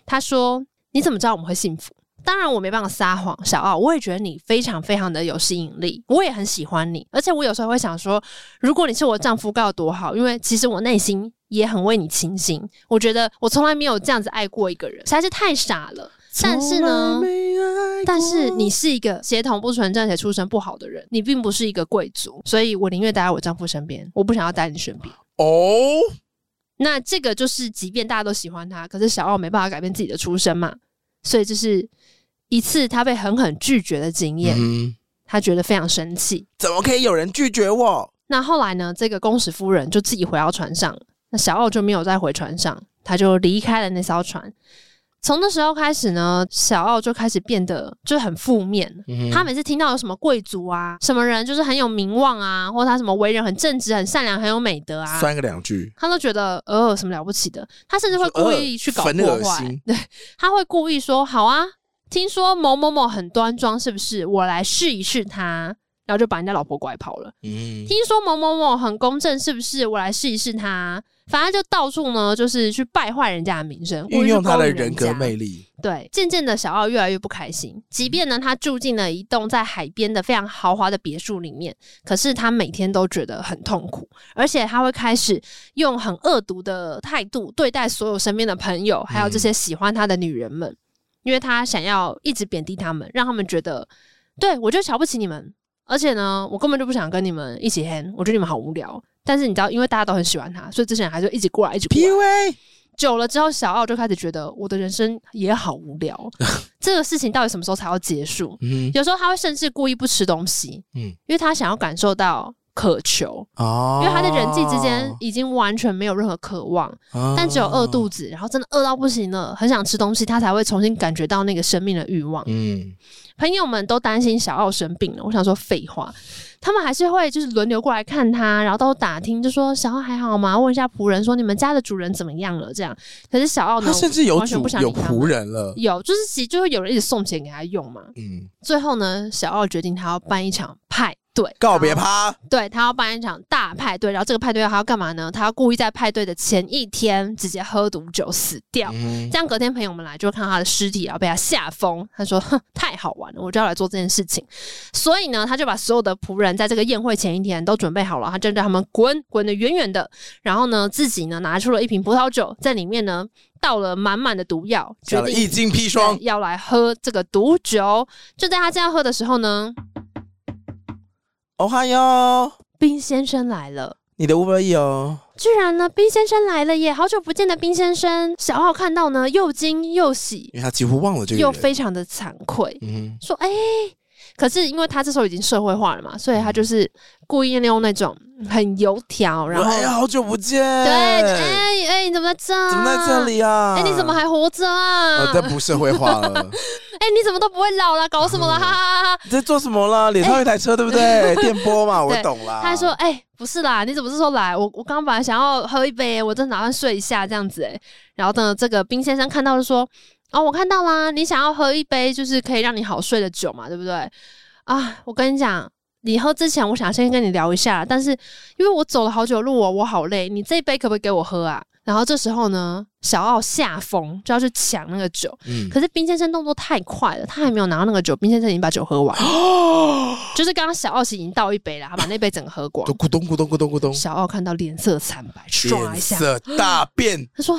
她说：“你怎么知道我们会幸福？”当然，我没办法撒谎，小奥，我也觉得你非常非常的有吸引力，我也很喜欢你，而且我有时候会想说，如果你是我丈夫该有多好，因为其实我内心也很为你倾心，我觉得我从来没有这样子爱过一个人，实在是太傻了。但是呢
从来没爱过
但是你是一个血统不纯正且出身不好的人，你并不是一个贵族，所以我宁愿待在我丈夫身边，我不想要待在你身边。
哦，
那这个就是，即便大家都喜欢他，可是小奥没办法改变自己的出身嘛，所以这是一次他被狠狠拒绝的经验，
嗯，
他觉得非常生气。
怎么可以有人拒绝我？
那后来呢，这个公使夫人就自己回到船上，那小奥就没有再回船上，他就离开了那艘船。从那时候开始呢，小奥就开始变得就是很负面，
嗯
他每次听到有什么贵族啊、什么人就是很有名望啊，或者他什么为人很正直、很善良、很有美德啊，
酸个两句，
他都觉得呃什么了不起的。他甚至会故意去搞
呃
破
粉恶
坏
心，
对，他会故意说好啊，听说某某某很端庄，是不是？我来试一试他。然后就把人家老婆拐跑了。
嗯，
听说某某某很公正，是不是？我来试一试他。反正就到处呢，就是去败坏人家的名声，故
运
意去
用他
勾
的
引
人
家
格魅力，
对，渐渐的小奥越来越不开心。即便呢，他住进了一栋在海边的非常豪华的别墅里面，可是他每天都觉得很痛苦，而且他会开始用很恶毒的态度对待所有身边的朋友，还有这些喜欢他的女人们，因为他想要一直贬低他们，让他们觉得对我就瞧不起你们，而且呢，我根本就不想跟你们一起 hang，我觉得你们好无聊。但是你知道，因为大家都很喜欢他，所以这些人还是一直过来，一直过来。
PUA
久了之后，小奥就开始觉得我的人生也好无 聊，这个事情到底什么时候才要结束？
嗯
有时候他会甚至故意不吃东西，
嗯
因为他想要感受到渴求，
哦
因为他在人际之间，已经完全没有任何渴望，
哦
但只有饿肚，子，然后真的饿到不行了，很想吃东西，他才会重新感觉到那个生命的欲望。
嗯，
朋友们都担心小奥生病了，我想说废话，他们还是会就是轮流过来看他，然后都打听，就说小奥还好吗？问一下仆人说你们家的主人怎么样了？这样，可是小奥呢，
他甚至有
完全
主
不想
有
理他们
仆人了，
有就是其实就会有人一直送钱给他用嘛。
嗯，
最后呢，小奥决定他要办一场派对，
告别
派，
趴，
对他要办一场大派对，然后这个派对他要干嘛呢？他要故意在派对的前一天直接喝毒酒死掉。
嗯
这样隔天朋友们来就会看到他的尸体，然后被他吓疯。他说：“ 哼，太好玩了，我就要来做这件事情。”所以呢，他就把所有的仆人在这个宴会前一天都准备好了，他就叫他们滚，滚得远远的。然后呢，自己呢拿出了一瓶葡萄酒，在里面呢倒了满满的毒药，决
加了
定
一斤砒霜
对，要来喝这个毒酒。就在他这样喝的时候呢，
哦嗨哟，
冰先生来了。
你的 Uber E 哦，
居然呢，冰先生来了耶！好久不见的冰先生，小浩看到呢，又惊又喜，
因为他几乎忘了这个
又
人，
非常的惭愧。
嗯，
说：“哎、可是因为他这时候已经社会化了嘛，所以他就是故意利用那种很油条，然后、
哎呀，好久不见，
对，哎哎，你怎么在这？
怎么在这？里啊？
哎、你怎么？还活着啊？
呃，这不社会化 了，
哎、你怎么都不会老了？搞什么 了？哈哈哈哈！
你在做什么啦？脸上有一台车，对不对？电波嘛，我
哎对
懂啦。
他还说：“哎、不是啦，你怎么这时候来？我我刚本来想要喝一杯，我正打算睡一下这样子哎。”然后呢，这个冰先生看到就说：“哦，我看到啦，你想要喝一杯就是可以让你好睡的酒嘛，对不对？啊，我跟你讲，离喝之前，我想先跟你聊一下，但是因为我走了好久路哦，我好累，你这一杯可不可以给我喝啊？然后这时候呢，小奥下风就要去抢那个酒，
嗯，
可是冰先生动作太快了，他还没有拿到那个酒，冰先生已经把酒喝 完了，就是刚刚小奥其实已经倒一杯了，他把那杯整个喝 光
就。咕咚咕咚咕咚咕咚，
小奥看到脸色惨白，唰一
脸
下，
色大变，
他说：“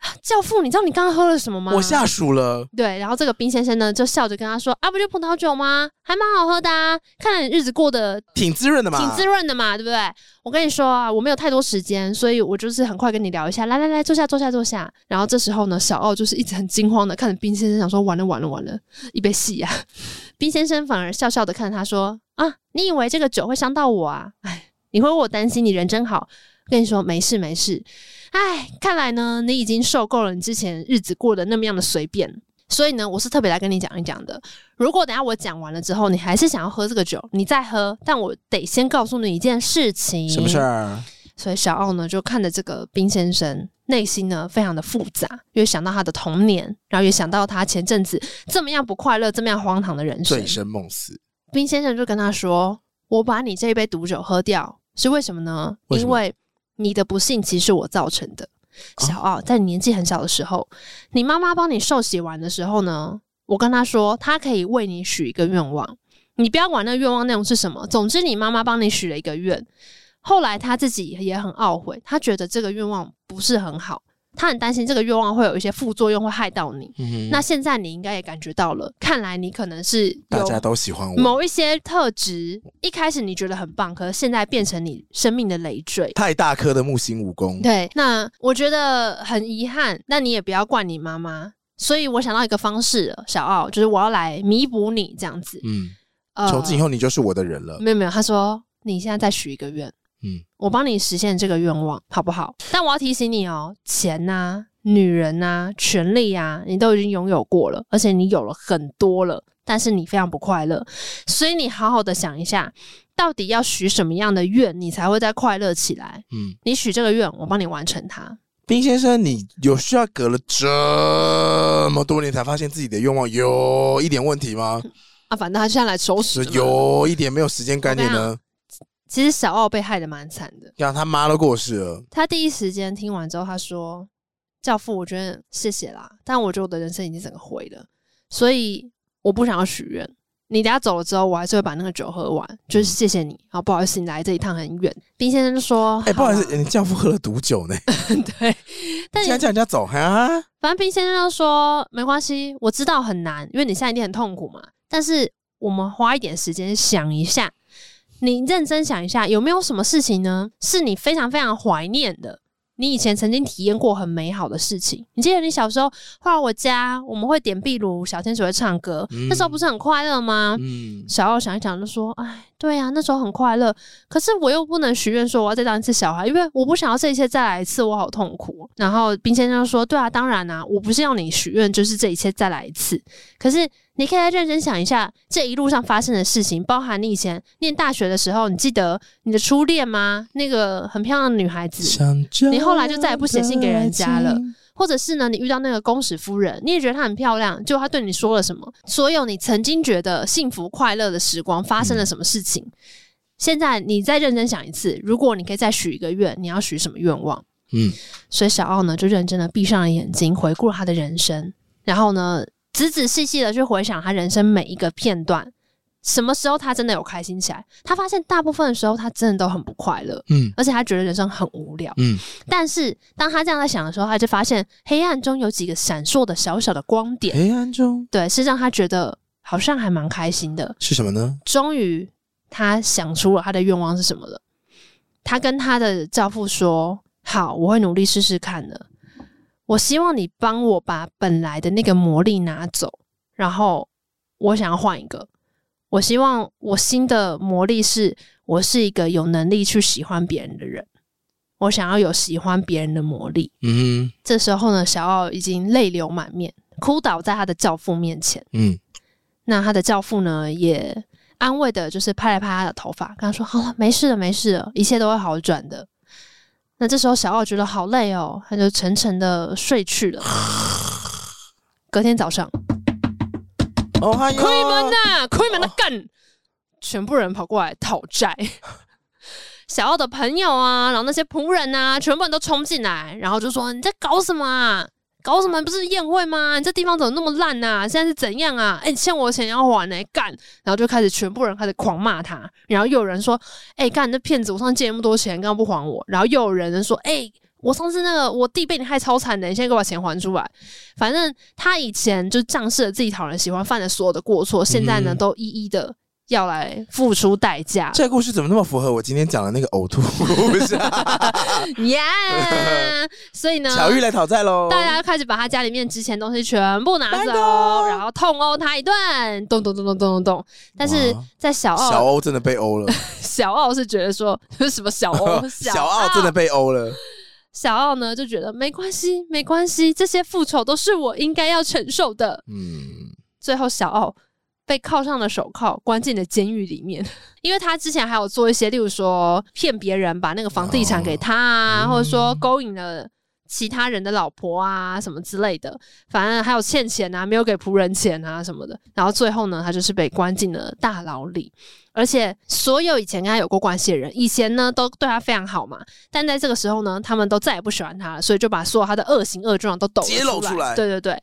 啊教父，你知道你刚刚喝了什么吗？”
我下属了。
对，然后这个冰先生呢，就笑着跟他说：“啊，不就葡萄酒吗？还蛮好喝的啊，看来你日子过得
挺滋润的嘛，
挺滋润的嘛，对不对？我跟你说啊，我没有太多时间，所以我就是很快跟你聊一下。来来来，坐下坐下坐下。然后这时候呢，小奥就是一直很惊慌的看着冰先生，想说完了完了完了，一杯戏呀、 冰先生反而笑笑的看着他说：啊，你以为这个酒会伤到我啊？ 哎，你会为我担心，你人真好。跟你说没事没事，哎，看来呢，你已经受够了你之前日子过得那么样的随便。所以呢，我是特别来跟你讲一讲的。如果等一下我讲完了之后，你还是想要喝这个酒，你再喝，但我得先告诉你一件事情。
什么事？
嗯
儿？
所以小奥呢，就看着这个冰先生，内心呢非常的复杂，因为想到他的童年，然后也想到他前阵子这么样不快乐、这么样荒唐的人生
醉。生梦死，
冰先生就跟他说：“我把你这一杯毒酒喝掉，是为什么呢？
为什么
因为你的不幸其实是我造成的。
啊
小奥在你年纪很小的时候，你妈妈帮你受洗完的时候呢，我跟她说，她可以为你许一个愿望，你不要管那个愿望内容是什么，总之你妈妈帮你许了一个愿。后来她自己也很懊悔，她觉得这个愿望不是很好，她很担心这个愿望会有一些副作用，会害到你。
嗯
那现在你应该也感觉到了，看来你可能是
大
有
家都喜欢我，
某一些特质，一开始你觉得很棒，可是现在变成你生命的累赘。
太大颗的木星蜈蚣，
对，那我觉得很遗憾，那你也不要怪你妈妈。所以我想到一个方式了，小奥，就是我要来弥补你这样子。
嗯，
呃嗯
从此以后你就是我的人了，
没有没有，他说你现在再许一个愿，
嗯，
我帮你实现这个愿望，好不好？但我要提醒你哦，钱呐、女人呐、权利啊，你都已经拥有过了，而且你有了很多了，但是你非常不快乐，所以你好好的想一下，到底要许什么样的愿，你才会再快乐起来？
嗯。
你许这个愿，我帮你完成它。
冰先生，你有需要隔了这么多年才发现自己的愿望有一点问题吗？
啊，反正他现在来收拾
是
了嘛。
有一点没有时间概念
我
呢？
其实小奥被害的蛮惨的，
让他妈都过世了，
他第一时间听完之后，他说：“教父，我觉得谢谢啦，但我觉得我的人生已经整个毁了，所以我不想要许愿。你等下走了之后，我还是会把那个酒喝完，就是
嗯
谢谢你。好，不好意思，你来这一趟很远。”冰先生就说：“
哎、不好意思，
啦
你教父喝了毒酒呢，
对， 但
竟然
你
叫人家走啊哈？
反正冰先生就说没关系，我知道很难，因为你现在一定很痛苦嘛。但是我们花一点时间想一下，你认真想一下，有没有什么事情呢，是你非常非常怀念的？你以前曾经体验过很美好的事情，你记得你小时候画我家，我们会点壁炉，小天使会唱歌，
嗯
那时候不是很快乐吗？
嗯，
小奥想一想就说：“哎，对呀、那时候很快乐，可是我又不能许愿说啊我要再当一次小孩，因为我不想要这一切再来一次，我好痛苦。”然后冰先生就说：“对啊，当然啊，我不是要你许愿，就是这一切再来一次。可是你可以再认真想一下这一路上发生的事情，包含你以前念大学的时候，你记得你的初恋吗？那个很漂亮的女孩子，你后来就再也不写信给人家了或者是呢，你遇到那个公使夫人，你也觉得她很漂亮，结果她对你说了什么？所有你曾经觉得幸福快乐的时光发生了什么事情？现在你再认真想一次，如果你可以再许一个愿，你要许什么愿望？
嗯，
所以小奥呢就认真的闭上了眼睛，回顾了他的人生，然后呢仔仔细细的去回想他人生每一个片段。什么时候他真的有开心起来？他发现大部分的时候他真的都很不快乐，
嗯
而且他觉得人生很无聊。
嗯，
但是当他这样在想的时候，他就发现黑暗中有几个闪烁的小小的光点，
黑暗中
对，是让他觉得好像还蛮开心的。
是什么呢？
终于，他想出了他的愿望是什么了。他跟他的教父说：“好，我会努力试试看的。我希望你帮我把本来的那个魔力拿走，然后我想要换一个。我希望我新的魔力是我是一个有能力去喜欢别人的人，我想要有喜欢别人的魔力。”
嗯
这时候呢，小奥已经泪流满面，哭倒在他的教父面前。
嗯，
那他的教父呢，也安慰的，就是拍了拍他的头发，跟他说：“好了，没事了，没事了，一切都会好转的。”那这时候小奥觉得好累哦，他就沉沉的睡去 了。隔天早上，
哦嗨哟，
啊开门呐、开门呐、干！全部人跑过来讨债。小奥的朋友啊，然后那些仆人啊，全部人都冲进来，然后就说：“你在搞什么啊？搞什么？不是宴会吗？你这地方怎么那么烂啊？现在是怎样啊？哎、你欠我钱要还呢、干！”然后就开始全部人开始狂骂他，然后又有人说：“哎、干你这骗子！我上次借你那么多钱，干嘛不还我？”然后又有人说：“哎、我上次那个我弟被你害超惨的，你现在给我把钱还出来。”反正他以前就仗势了自己讨人喜欢，犯了所有的过错，现在呢
嗯
都一一的要来付出代价。
这个故事怎么那么符合我今天讲的那个呕吐故事、 啊？
耶！ 所以呢，
巧遇来讨债喽！
大家开始把他家里面值钱的东西全部拿
搬
走，
走
然后痛殴他一顿，咚咚咚咚咚咚咚。但是
哇
在小
小
奥，
欧真的被欧 了，
小奥是觉得说 什么小奥，
小奥真的被欧了。
小奥呢就觉得没关系，没关系，这些复仇都是我应该要承受的。
嗯，
最后小奥被铐上了手铐，关进了监狱里面。 因为他之前还有做一些，例如说骗别人把那个房地产给他啊，
哦
或者说
嗯
勾引了其他人的老婆啊什么之类的。反正还有欠钱啊，没有给仆人钱啊什么的。然后最后呢，他就是被关进了大牢里。而且所有以前跟他有过关系的人，以前呢都对他非常好嘛，但在这个时候呢，他们都再也不喜欢他了，所以就把所有他的恶行恶状都抖了
揭露
出
出来
对对对，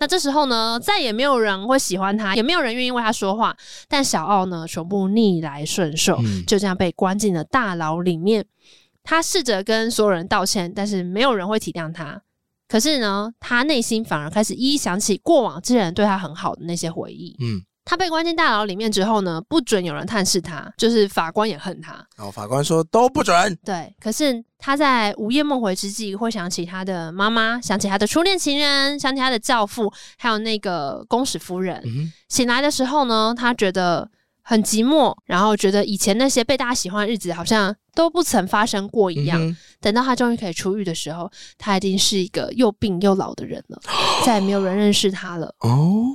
那这时候呢，再也没有人会喜欢他，也没有人愿意为他说话。但小奥呢，全部逆来顺受，
嗯
就这样被关进了大牢里面。他试着跟所有人道歉，但是没有人会体谅他。可是呢，他内心反而开始一一想起过往之前对他很好的那些回忆。
嗯，
他被关进大牢里面之后呢，不准有人探视他，就是法官也恨他。
然后法官说都不准。
对，可是他在午夜梦回之际，会想起他的妈妈，想起他的初恋情人，想起他的教父，还有那个公使夫人。
嗯
醒来的时候呢，他觉得很寂寞，然后觉得以前那些被大家喜欢的日子好像都不曾发生过
哼，
一样。
嗯哼
等到他终于可以出狱的时候，他已经是一个又病又老的人了，再也没有人认识他了。
哦，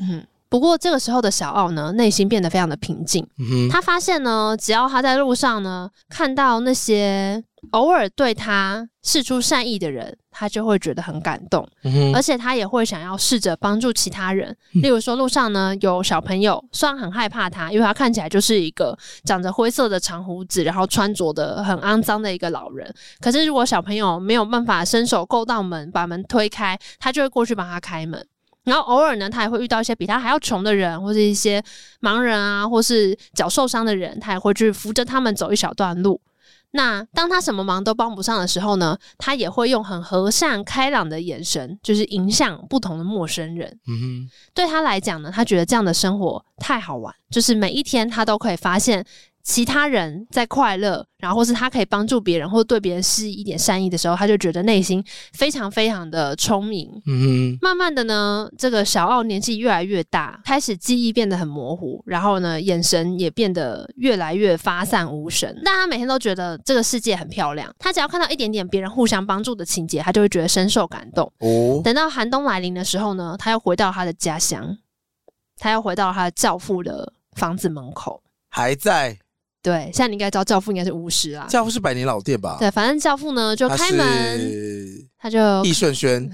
不过这个时候的小奥呢，内心变得非常的平静。
嗯哼，
他发现呢，只要他在路上呢看到那些偶尔对他示出善意的人，他就会觉得很感动，
嗯
而
哼，
且他也会想要试着帮助其他人。例如说，路上呢有小朋友，虽然很害怕他，因为他看起来就是一个长着灰色的长胡子，然后穿着的很肮脏的一个老人。可是如果小朋友没有办法伸手够到门，把门推开，他就会过去帮他开门。然后偶尔呢，他也会遇到一些比他还要穷的人，或是一些盲人啊，或是脚受伤的人，他也会去扶着他们走一小段路。那当他什么忙都帮不上的时候呢，他也会用很和善、开朗的眼神，就是迎向不同的陌生人。
嗯
对他来讲呢，他觉得这样的生活太好玩，就是每一天他都可以发现其他人在快乐，然后或是他可以帮助别人，或者对别人施一点善意的时候，他就觉得内心非常非常的充盈。
哼，嗯
慢慢的呢，这个小奥年纪越来越大，开始记忆变得很模糊，然后呢，眼神也变得越来越发散无神。但他每天都觉得这个世界很漂亮，他只要看到一点点别人互相帮助的情节，他就会觉得深受感动。
哼，哦，
等到寒冬来临的时候呢，他又回到他的家乡，他又回到他的教父的房子门口。
还在。
对，现在你应该知道教父应该是巫师啦。
教父是百年老店吧？
对，反正教父呢就
他
开
是
门，他就
易顺轩，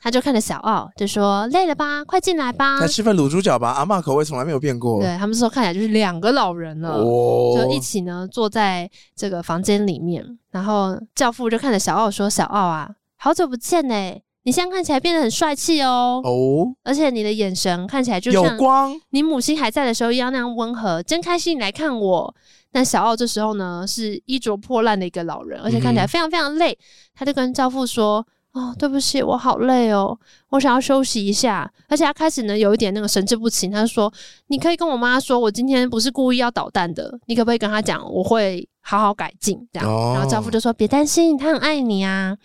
他就看着小奥，就说累了吧，快进来吧
来。吃份卤猪脚吧。阿嬷口味从来没有变过。
对他们说看起来就是两个老人了。
哦
就一起呢坐在这个房间里面，然后教父就看着小奥说：“小奥啊，好久不见呢、你现在看起来变得很帅气哦，
哦，
而且你的眼神看起来就
有
像
光，
你母亲还在的时候一样那样温和，真开心你来看我。那小奥这时候呢是衣着破烂的一个老人，而且看起来非常非常累，他就跟教父说：“哦，对不起，我好累哦，我想要休息一下。”而且他开始呢有一点那个神志不清，他就说：“你可以跟我妈说，我今天不是故意要捣蛋的，你可不可以跟她讲，我会好好改进这样？”
哦
然后教父就说：“别担心，他很爱你啊。”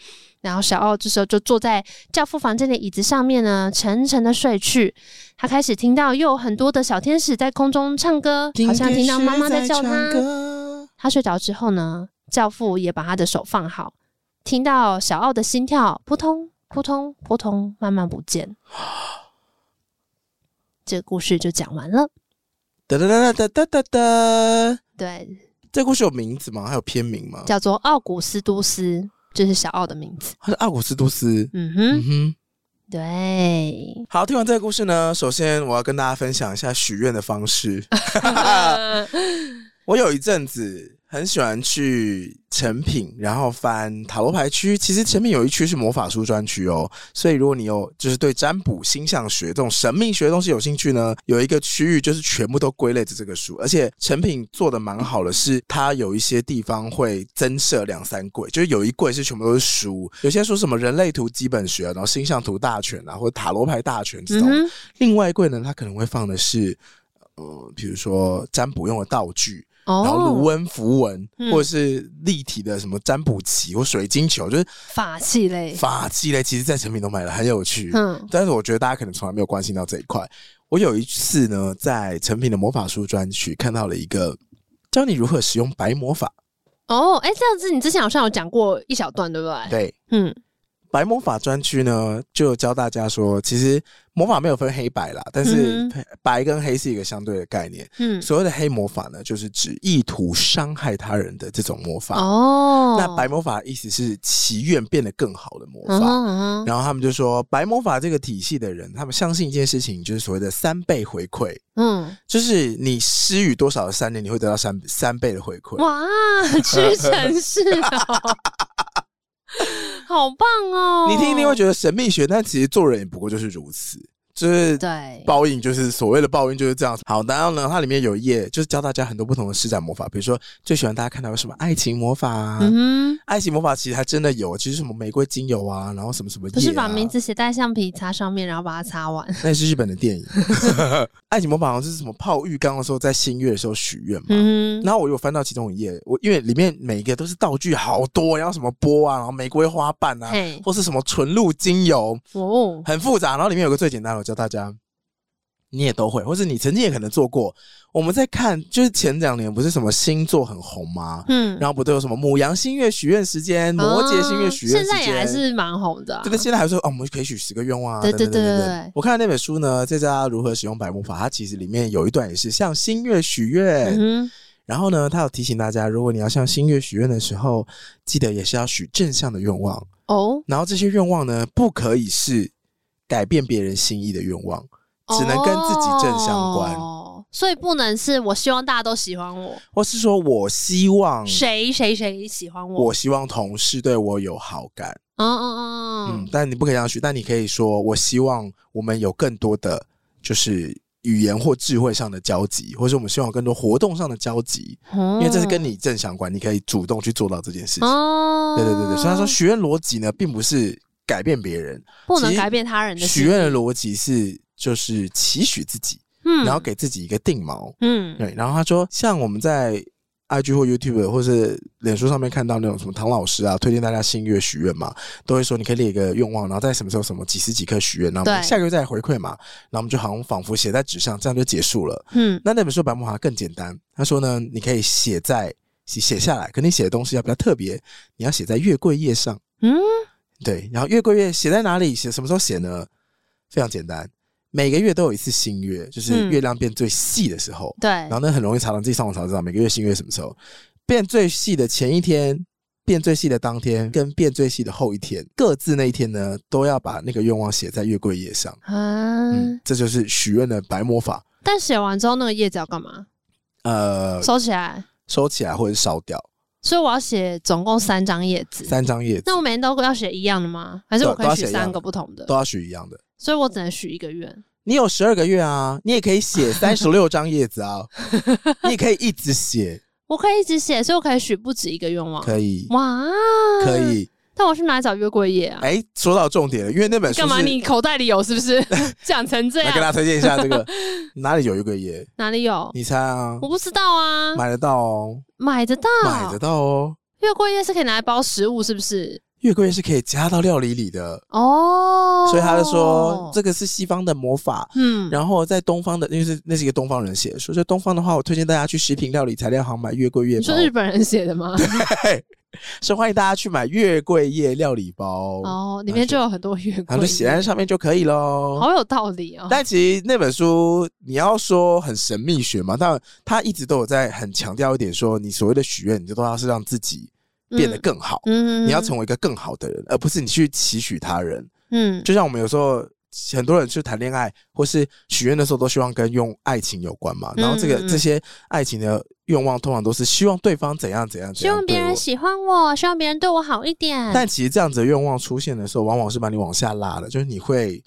然后小奥这时候就坐在教父房间的椅子上面呢，沉沉的睡去。他开始听到又有很多的小天使在空中唱歌，好像听到妈妈在叫他。他睡着之后呢，教父也把他的手放好，听到小奥的心跳扑通扑通扑通慢慢不今。这个故事就讲完了。
哒哒哒哒哒哒哒。
对，
这故事有名字吗？还有片名吗？
叫做奥古斯都斯，这、是小奥的名字。
他是阿古斯都斯。
嗯
嗯
哼，
哼，
对，
好，听完这个故事呢，首先我要跟大家分享一下许愿的方式。
嗯
我有一阵子很喜欢去成品，然后翻塔罗牌区。其实成品有一区是魔法书专区哦，所以如果你有就是对占卜、星象学这种神秘学的东西有兴趣呢，有一个区域就是全部都归类着这个书。而且成品做的蛮好的是，它有一些地方会增设两三柜，就是有一柜是全部都是书，有些说什么人类图基本学啊，然后星象图大全啊，或者塔罗牌大全这
嗯
种。
哼，
另外一柜呢，它可能会放的是。呃，比如说占卜用的道具，呃然后卢啊
哦，
恩符文，
嗯
或者是立体的什么占卜棋或水晶球，就是
法器类，
法器类，其实在成品都买了，很有趣。
嗯
但是我觉得大家可能从来没有关心到这一块。我有一次呢，在成品的魔法书专区看到了一个教你如何使用白魔法。
哦，哎，这样子你之前好像有讲过一小段，对不对？
对，
嗯，
白魔法专区呢，就教大家说，其实魔法没有分黑白啦，但是
嗯
白跟黑是一个相对的概念。
嗯，
所谓的黑魔法呢，就是指意图伤害他人的这种魔法。
哦，
那白魔法意思是祈愿变得更好的魔
嗯
法。
哼嗯哼
然后他们就说，白魔法这个体系的人，他们相信一件事情，就是所谓的三倍回馈，
嗯，
就是你施予多少的善念，你会得到三三倍的回馈。
哇，屈臣氏 哦，好棒哦！
你听一定会觉得神秘学，但其实做人也不过就是如此，就是
对，
报应，就是所谓的报应就是这样。好，然后呢，它里面有一页就是教大家很多不同的施展魔法，比如说最喜欢大家看到有什么爱情魔法啊。
嗯哼，
爱情魔法其实还真的有，其实什么玫瑰精油啊，然后什么什么、叶
不是把
啊
名字写在橡皮擦上面，然后把它擦完。
那是日本的电影， 《爱情魔法》好像是什么泡浴缸的时候，在新月的时候许愿嘛。
嗯哼，
然后我有翻到其中一页，我因为里面每一个都是道具好多，然后什么波啊，然后玫瑰花瓣啊，
嘿，
或是什么纯露精油，
哦，
很复杂。然后里面有个最简单的，我教大家，你也都会，或是你曾经也可能做过。我们在看，就是前两年不是什么星座很红吗？
嗯，哦
然后不都有什么母羊星月许愿时间、摩羯星月许愿
现
时
在也还
间，
是蛮红的啊、
对对，现在还说哦，我们可以许十个愿望啊。
对
等等
对
等
对
等
对
我看到那本书呢，在教如何使用白魔法，它其实里面有一段也是向星月许愿。
嗯哼，
然后呢，它有提醒大家，如果你要向星月许愿的时候，记得也是要许正向的愿望。
哦，
然后这些愿望呢，不可以是改变别人心意的愿望，只能跟自己正相关。
哦，所以不能是我希望大家都喜欢我，
或是说我希望，
谁谁谁喜欢我，
嗯我希望同事对我有好感。
嗯
嗯
嗯嗯，，
但你不可以这样许，但你可以说，我希望我们有更多的就是语言或智慧上的交集，或者我们希望有更多活动上的交集，
嗯
因为这是跟你正相关，你可以主动去做到这件事情。
哦，
对对对对，所以他说许愿逻辑呢，并不是改变别人，
不能
其实
改变他人的
许
心
愿的
意，
逻辑是就是期许自己，
嗯
然后给自己一个定锚。
嗯
对，然后他说，像我们在 IG 或 YouTube 或是脸书上面看到那种什么唐老师啊，推荐大家新月许愿嘛，都会说你可以列一个愿望，然后在什么时候什么几时几刻许愿，然后我们
对
下个月再来回馈嘛，然后我们就好像仿佛写在纸上，这样就结束了。
嗯
那那本书白木华更简单，他说呢，你可以写在写写下来，可你写的东西要比较特别，你要写在月桂叶上。
嗯，
对，然后月桂月写在哪里？写什么时候写呢？非常简单，每个月都有一次新月，就是
嗯
月亮变最细的时候。
对
然，后那很容易查到，自己上网查就知道每个月新月什么时候变最细的前一天、变最细的当天跟变最细的后一天，各自那一天呢，都要把那个愿望写在月桂叶上。
啊，
嗯，这就是许愿的白魔法。
但写完之后那个叶子要干嘛？
呃，
收起来。
收起来或者烧掉
所以我要写总共三张叶子。
三张叶子
那，我每天都要写一样的吗？还是
对
我可
都
以
要
许
写一样
三个
的
不同的
都？要许一样的。
所以我只能许一个愿。
你有十二个月啊，你也可以 写三十六张叶子啊，你也可以一直写，
我可以一直写，所以我可以许不止一个愿望。
可以，
哇，嗯
可。以。
但我去哪里找月桂叶啊？
哎，说到重点了，因为那本书
干嘛？
是
你啊口袋里有是不是？ 讲成这
来跟大家
样，
推荐一下这 个哪里有月桂叶？
哪里有？
你猜啊？
我不知道啊，
买得到哦，
买得到。
买得到哦。
月桂叶是可以拿来包食物，是不是？
月桂叶是可以加到料理里的，
哦，
嗯所以他就说这个是西方的魔法。
嗯，
然后在东方的，因为是那是一个东方人写的，所以说东方的话，我推荐大家去食品料理材料行买月桂叶
你
包
说，日本人写的吗？
是欢迎大家去买月桂叶料理包，
哦，里面就有很多月桂
然后
叶，
就写在上面就可以喽。
好有道理哦。
但其实那本书，你要说很神秘学嘛，但他一直都有在很强调一点说你所谓的许愿，你就都要是让自己变得更好，
嗯，
你要成为一个更好的人，而不是你去期许他人。
嗯，
就像我们有时候很多人去谈恋爱或是许愿的时候，都希望跟用爱情有关嘛。然后这个
嗯嗯
这些爱情的愿望，通常都是希望对方怎样怎样怎
希
样
望
对
别
我
人。喜欢我，希望别人对我好一点。
但其实这样子的愿望出现的时候，往往是把你往下拉的，就是你会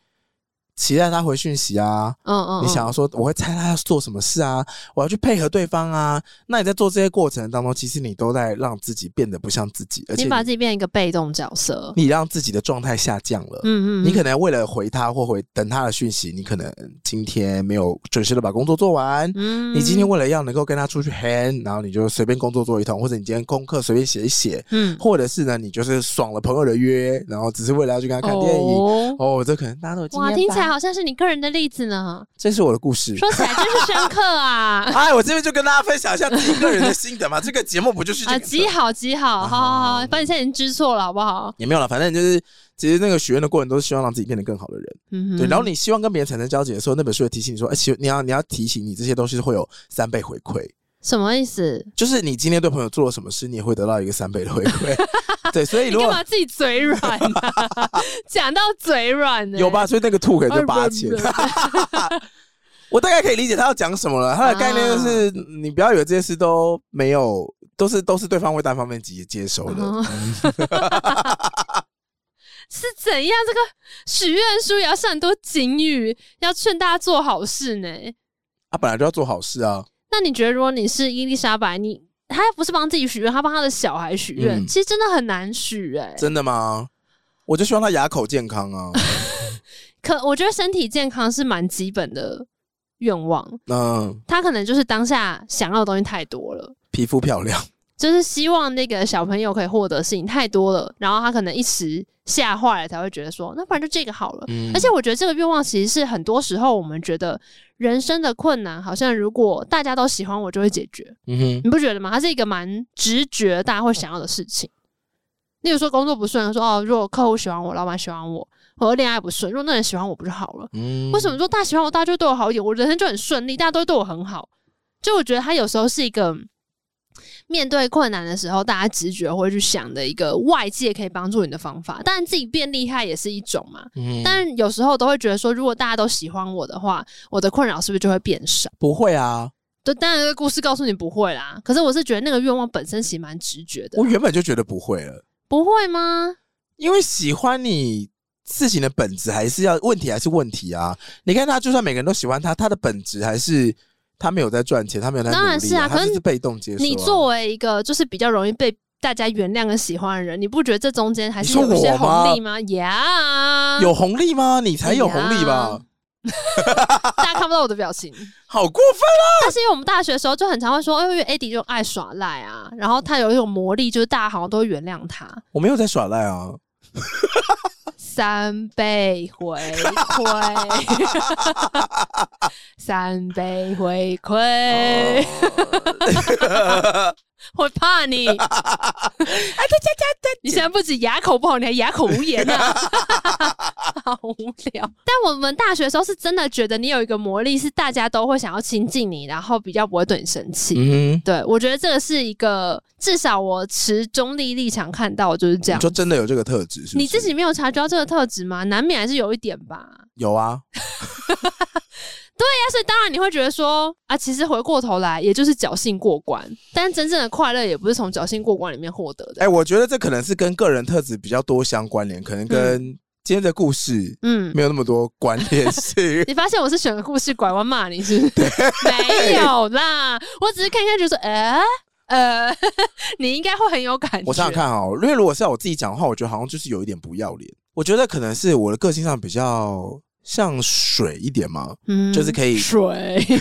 期待他回讯息啊，
嗯嗯，
你
嗯
想要说我会猜他要做什么事啊，我要去配合对方啊。那你在做这些过程当中，其实你都在让自己变得不像自己，而且
你把
你
自己变成一个被动角色。
你让自己的状态下降了。
嗯嗯，
你可能为了回他或回等他的讯息，你可能今天没有准时的把工作做完。
嗯，
你今天为了要能够跟他出去 hang，然后你就随便工作做一通，或者你今天功课随便写一写，
嗯
或者是呢，你就是爽了朋友的约，然后只是为了要去跟他看电影。
哦
哦，这可能大家都有经
哇，
验
听起来
吧
好像是你个人的例子 呢。
这是我的故事。
说起来真是深刻啊！
哎，我这边就跟大家分享一下自己个人的心得嘛。这个节目不就是这
啊，
个
极好极好，好好好，反正你现在已经知错了，好不好？
也没有了，反正就是，其实那个许愿的过程都是希望让自己变得更好的人。
嗯哼，
对，然后你希望跟别人产生交集的时候，那本书也提醒你说，哎、其实你要你要提醒你这些东西会有三倍回馈，
什么意思？
就是你今天对朋友做了什么事，你也会得到一个三倍的回 馈。对，啊所以
你
如
干
果
嘛自己嘴软啊？ 讲到嘴软欸哎呢？
有？吧，所以那个兔可能
二
就八千。 我大概可以理解他要讲什么了。他的概念
啊
就是，你不要以为这些事都没有，都是都是对方会单方面接接收的。
嗯是怎样？这个许愿书也要上很多警语，要劝大家做好事呢？
他本来就要做好事啊。
那你觉得，如果你是伊丽莎白，你她不是帮自己许愿，她帮她的小孩许愿，
嗯
其实真的很难许哎、
真的吗？我就希望他牙口健康 啊。
可我觉得身体健康是蛮基本的愿望，
嗯，
她可能就是当下想要的东西太多了。
皮肤漂亮，
就是希望那个小朋友可以获得的事情太多了，然后他可能一时吓坏了，才会觉得说，那不然就这个好了。
嗯
而且我觉得这个愿望其实是很多时候我们觉得人生的困难，好像如果大家都喜欢我，就会解决，
嗯哼，
你不觉得吗？它是一个蛮直觉大家会想要的事情。例如说工作不顺，说哦，如果客户喜欢我，老板喜欢我，或者恋爱不顺，如果那人喜欢我，不就好了？
嗯
为什么？说大家喜欢我，大家就对我好一点，我人生就很顺利，大家都会对我很好。就我觉得他有时候是一个嗯面对困难的时候，大家直觉会去想的一个外界可以帮助你的方法。当然，自己变厉害也是一种嘛。
嗯，
但有时候都会觉得说，如果大家都喜欢我的话，我的困扰是不是就会变少？
不会啊，
对，当然这个故事告诉你不会啦。可是我是觉得那个愿望本身其实蛮直觉的
我，原本就觉得不会了，
不会吗？
因为喜欢你。事情的本质还是要问题，还是问题啊！你看他，就算每个人都喜欢他，他的本质还是他没有在赚钱，他没有在努力、
当然是啊
他
可
就是是被动接受、啊。
你作为一个就是比较容易被大家原谅跟喜欢的人，你不觉得这中间还是
你说
有一些
我
红
吗
利吗？呀，
有红利吗？你才有红利
啊
吧？
大家看不到我的 表情。
好过分！
但是因为我们大学的时候就很常会说，哎因为 Eddie 就爱耍赖啊，然后他有一种魔力，就是大家好像都会原谅他。
我没有在耍赖啊！
三倍回馈，
哦
三倍回馈，我怕你。 啊，对对对对，你现在不止哑口不好，你还哑口无言呢、啊， 好无聊。但我们大学的时候是真的觉得你有一个魔力，是大家都会想要亲近你，然后比较不会对你生气。
嗯
对，我觉得这个是一个，至少我持中立立场看到就是
哼，
这样
你。就真的有这个特质是不是？
你自己没有察觉到这个特质吗？难免还是有一点吧。
有啊？
但是当然你会觉得说啊，其实回过头来也就是侥幸过关，但真正的快乐也不是从侥幸过关里面获得的。
哎、我觉得这可能是跟个人特质比较多相关联，可能跟今天的故事
嗯，。
没有那么多关联性
你发现我是选个故事拐弯骂你是不是？ 没有啦，我只是看一看就说，呃呃， 你应该会很有感觉。
我想想，看哦，因为如果是要我自己讲的话，我觉得好像就是有一点不要脸。我觉得可能是我的个性上比较像水一点嘛，
嗯
就是可以
水，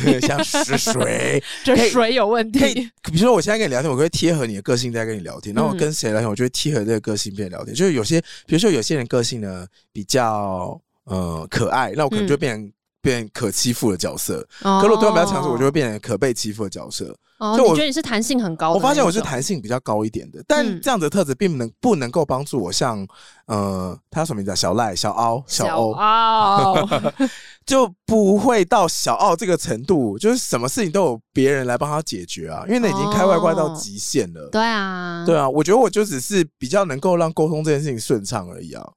像是 水。
这
可以
水有问
可以，
题。
比如说我现在跟你聊天，我会贴合你的个性在跟你聊天，然后我
嗯
跟谁聊天，我就会贴合这个个性变聊天。就是有些，比如说有些人个性呢比较呃可爱，那我可能就会
嗯
变成、变可欺负的角色。
可
可是我对方比较强势，我就会变成可被欺负的角色。
哦，
所以
你
我
觉得你是弹性很高的
我
那种？
发现我是弹性比较高一点的，但
嗯
这样子的特质并不能不能够帮助我像呃，他什么名字、啊？小赖、小凹、小欧，
哦，
就不会到小奥这个程度，就是什么事情都有别人来帮他解决啊，因为那已经开外挂到极限了。
对啊，
对啊，我觉得我就只是比较能够让沟通这件事情顺畅而已啊。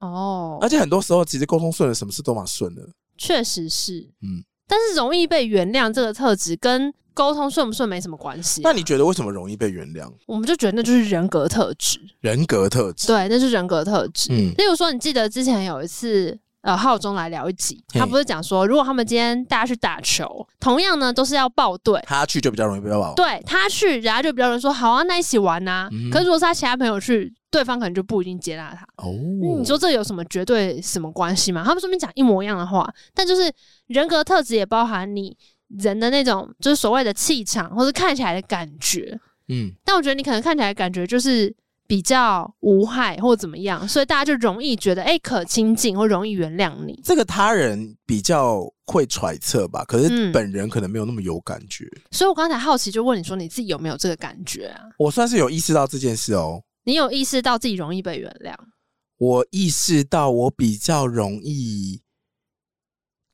哦，
而且很多时候其实沟通顺了，什么事都蛮顺
啊
的。
确实是，
嗯
嗯，但是容易被原谅这个特质跟沟通顺不顺没什么关系啊、
那你觉得为什么容易被原谅？
我们就觉得那就是人格特质，
人格特质，
对，那是人格特质。
嗯
例如说，你记得之前有一次。呃，浩中来聊一集，
嘿
他不是讲说，如果他们今天大家去打球，同样呢都是要报队，
他去就比较容易被抱。
对他去，人家就比较容易说好啊，那一起玩呐、
嗯
可是如果是他其他朋友去，对方可能就不一定接纳他。
哦，
嗯你说这有什么绝对什么关系吗？他们说明讲一模一样的话，但就是人格特质也包含你人的那种，就是所谓的气场或是看起来的感觉。
嗯，
但我觉得你可能看起来感觉就是比较无害或怎么样，所以大家就容易觉得哎、可亲近或容易原谅你。
这个他人比较会揣测吧，可是
嗯
本人可能没有那么有感觉。
所以我刚才好奇就问你说你自己有没有这个感觉啊？
我算是有意识到这件事哦，
你有意识到自己容易被原谅
我意识到我比较容易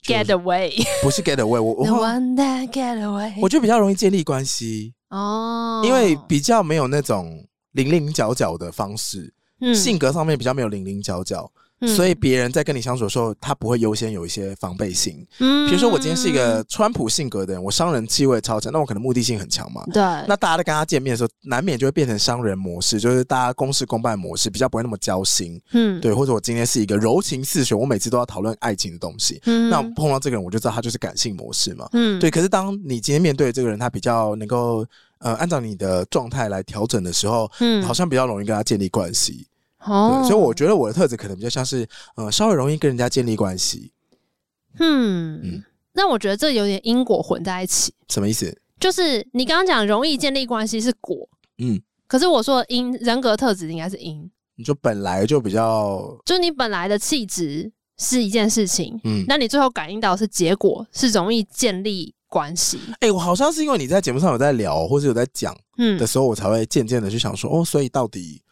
？Get
就是
away。
不是 get away，我
The
我
one that get away。
我就比较容易建立关系，
哦，
因为比较没有那种零零角角的方式，
嗯
性格上面比较没有零零角角，
嗯
所以别人在跟你相处的时候，他不会优先有一些防备心。
比
比如说我今天是一个川普性格的人，我商人气味超强，那我可能目的性很强嘛。
对，
那大家在跟他见面的时候，难免就会变成商人模式，就是大家公事公办模式，比较不会那么交心。
嗯，
对，或者我今天是一个柔情似水，我每次都要讨论爱情的东西。
嗯，
那我碰到这个人，我就知道他就是感性模式嘛。
嗯，
对，可是当你今天面对这个人，他比较能够呃按照你的状态来调整的时候，
嗯，
好像比较容易跟他建立关系。
哦
对，，所以我觉得我的特质可能比较像是呃稍微容易跟人家建立关系，嗯
嗯，那我觉得这有点因果混在一起，
什么意思？
就是你刚刚讲容易建立关系是果，
嗯，
可是我说的因人格特质应该是因，
你就本来就比较
就是你本来的气质是一件事情，
嗯，
那你最后感应到是结果是容易建立关系，
哎、我好像是因为你在节目上有在聊，或是有在讲
嗯
的，时候，我才会渐渐的去想说，哦，所以到底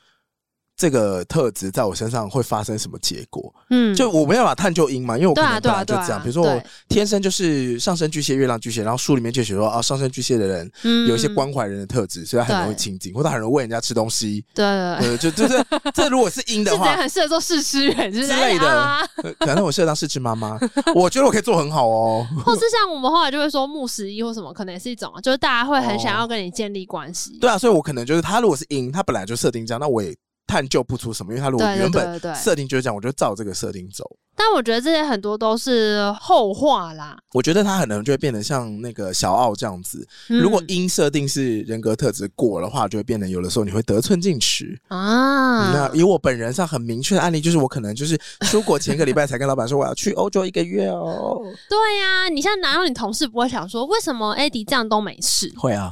这个特质在我身上会发生什么结果？
嗯，
就我没办法探究因嘛，因为我可
对
能
啊，对
本
啊，
来就
对
这样。
啊，
比如说我
对
天生就是上升巨蟹、月亮巨蟹，然后书里面就写说啊，上升巨蟹的人
嗯
有一些关怀人的特质，所以他很容易
对
亲近，或者他很容易喂人家吃东西。 呃
对对对。
对，就就是这如果是因的
是怎样
话，
很适合做试吃员之
之类的
啊，
呃可能我适合当试吃妈妈， 我觉得我可以做很好哦。
或是像我们后来就会说牧十一或什么，可能也是一种啊，就是大家会很想要跟你建立关系。
对啊，所以我可能就是他如果是因，他本来就设定这样，那我也探究不出什么，因为他如果
对对
原
对
本
对对
设定就是这样，我就照这个设定走。
但我觉得这些很多都是后话啦。
我觉得他可能就会变得像那个小奥这样子。
嗯
如果因设定是人格特质过的话，就会变得有的时候你会得寸进尺。
啊
那，以我本人上很明确的案例，就是我可能就是出国前一个礼拜才跟老板说我要去欧洲一个月 哦。
对呀、你现在难道你同事不会想说，为什么 AD 这样都没事？
会啊，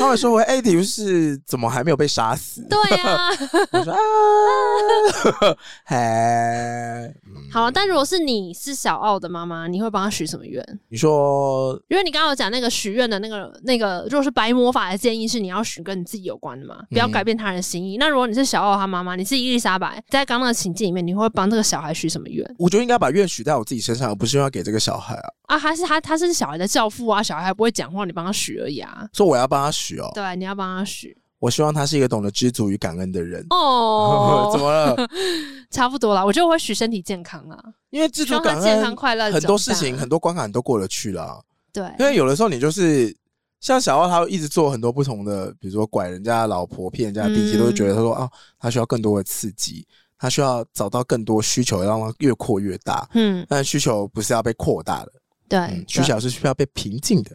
他们说我哎，体育是怎么还没有被杀死？
对呀、
我说啊，啊哎，嗯
好，但如果是你是小奥的妈妈，你会帮他许什么愿？
你说
因为你刚刚有讲那个许愿的那个那个，如果是白魔法的建议是你要许跟你自己有关的嘛，
嗯
不要改变他人的心意。那如果你是小奥他妈妈，你是伊丽莎白，在刚刚的情境里面，你会帮这个小孩许什么愿
我就应该把愿许在我自己身上，而不是用要给这个小孩啊。
啊？还是他他是小孩的教父啊？小孩还不会讲话，你帮他许而已啊。
所以我要帮他许哦。
对，你要帮他许
我希望他是一个懂得知足与感恩的人。 怎
哦，
么 了？
差不多啦。我觉得我会许身体健康啊，
因为知
希
足
望他
感
健康
恩，
快乐长大。
很多事情很多关卡你都过得去了。
对，
因为有的时候你就是像小奥，他一直做很多不同的，比如说拐人家的老婆、骗人家的弟弟，
嗯
都会觉得他说啊，他需要更多的刺激，他需要找到更多需求，让他越扩越大。
嗯，
但需求不是要被扩大的，
对，
嗯，需
对
求是需要被平静的。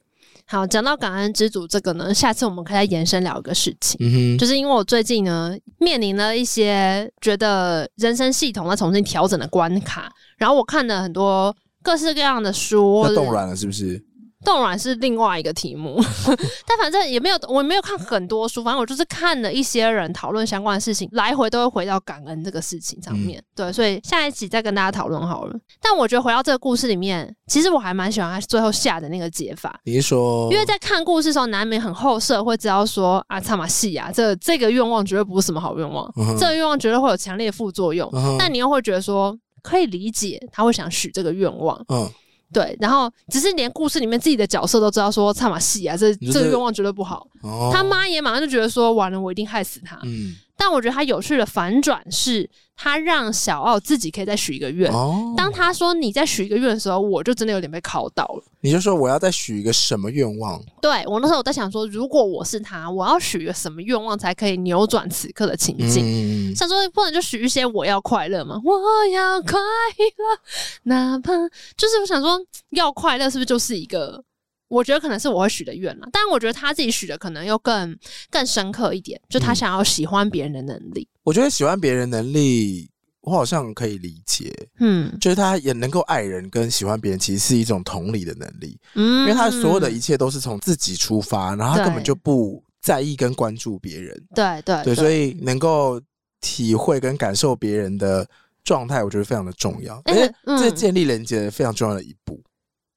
好，讲到感恩知足这个呢，下次我们可以再延伸聊一个事情。
嗯哼，
就是因为我最近呢面临了一些觉得人生系统要重新调整的关卡，然后我看了很多各式各样的书，或
要
者
冻卵了是不是？
冻卵是另外一个题目， 但反正也没有，我没有看很多书，反正我就是看了一些人讨论相关的事情，来回都会回到感恩这个事情上
嗯
面。对，所以下一期再跟大家讨论好了。但我觉得回到这个故事里面，其实我还蛮喜欢他最后下的那个解法，
你是说
因为在看故事的时候，难免很后设会知道说啊，差马戏啊，这这个愿望绝对不是什么好愿望，
嗯哼
这个愿望绝对会有强烈的副作用。
嗯哼
但你又会觉得说，可以理解他会想许这个愿望，
嗯，
对。然后只是连故事里面自己的角色都知道说，差马戏啊，这
你就是
这个愿望绝对不好。
哦
他妈也马上就觉得说，完了，我一定害死他。
嗯，
但我觉得它有趣的反转是，它让小奥自己可以再许一个愿。
哦，
当他说你再许一个愿的时候，我就真的有点被考到了。
你就说我要再许一个什么愿望？
对我那时候我在想说，如果我是他，我要许一个什么愿望才可以扭转此刻的情境？
嗯，
想说不能就许一些我要快乐嘛，我要快乐，哪怕就是我想说要快乐是不是就是一个？我觉得可能是我会许的愿了，但我觉得他自己许的可能又更更深刻一点，就他
嗯
想要喜欢别人的能力。
我觉得喜欢别人能力，我好像可以理解，
嗯
就是他也能够爱人跟喜欢别人，其实是一种同理的能力，
嗯，
因为他所有的一切都是从自己出发，然后他根本就不在意跟关注别人，
对对
对，所以能够体会跟感受别人的状态，我觉得非常的重要，而
而
且
且
这
嗯
建立连接非常重要的一步，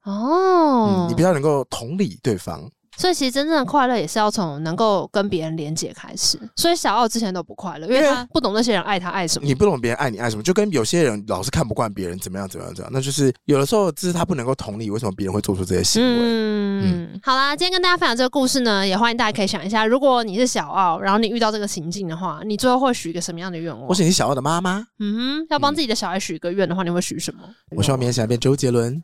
哦、
嗯，你比较能够同理对方。
所以其实真正的快乐也是要从能够跟别人连接开始。所以小奥之前都不快乐，因为
对
他不懂那些人爱他爱什么。
你不懂别人爱你爱什么，就跟有些人老是看不惯别人怎么样怎么样怎么样，那就是有的时候，这是他不能够同理为什么别人会做出这些行为。
嗯，好啦，今天跟大家分享这个故事呢，也欢迎大家可以想一下，如果你是小奥，然后你遇到这个情境的话，你最后会许一个什么样的愿望
我？是你小奥的妈妈，
嗯哼，要帮自己的小孩许一个愿的话，你会许什么？
我希望明天起来变周杰 伦。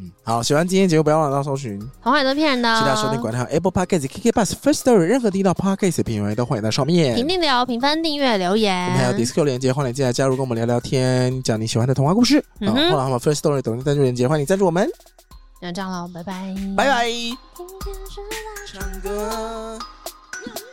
嗯，好，喜欢今天节目不要忘了到搜寻，期
童话也都是骗人的哦，
待收听管理还有 Apple Podcast、KK Bus、First Story 任何听到 Podcast 的平台都欢迎到上面。
评定留、评分、订阅、留言，
我们还有 Discord 连接，欢迎进来加入，跟我们聊聊天，讲你喜欢的童话故事。
嗯
好，
哼
后来我们 First Story 抖音赞助连接，欢迎赞助我们，
那这样喽，拜拜，
拜。拜。
今天是大
唱歌。
家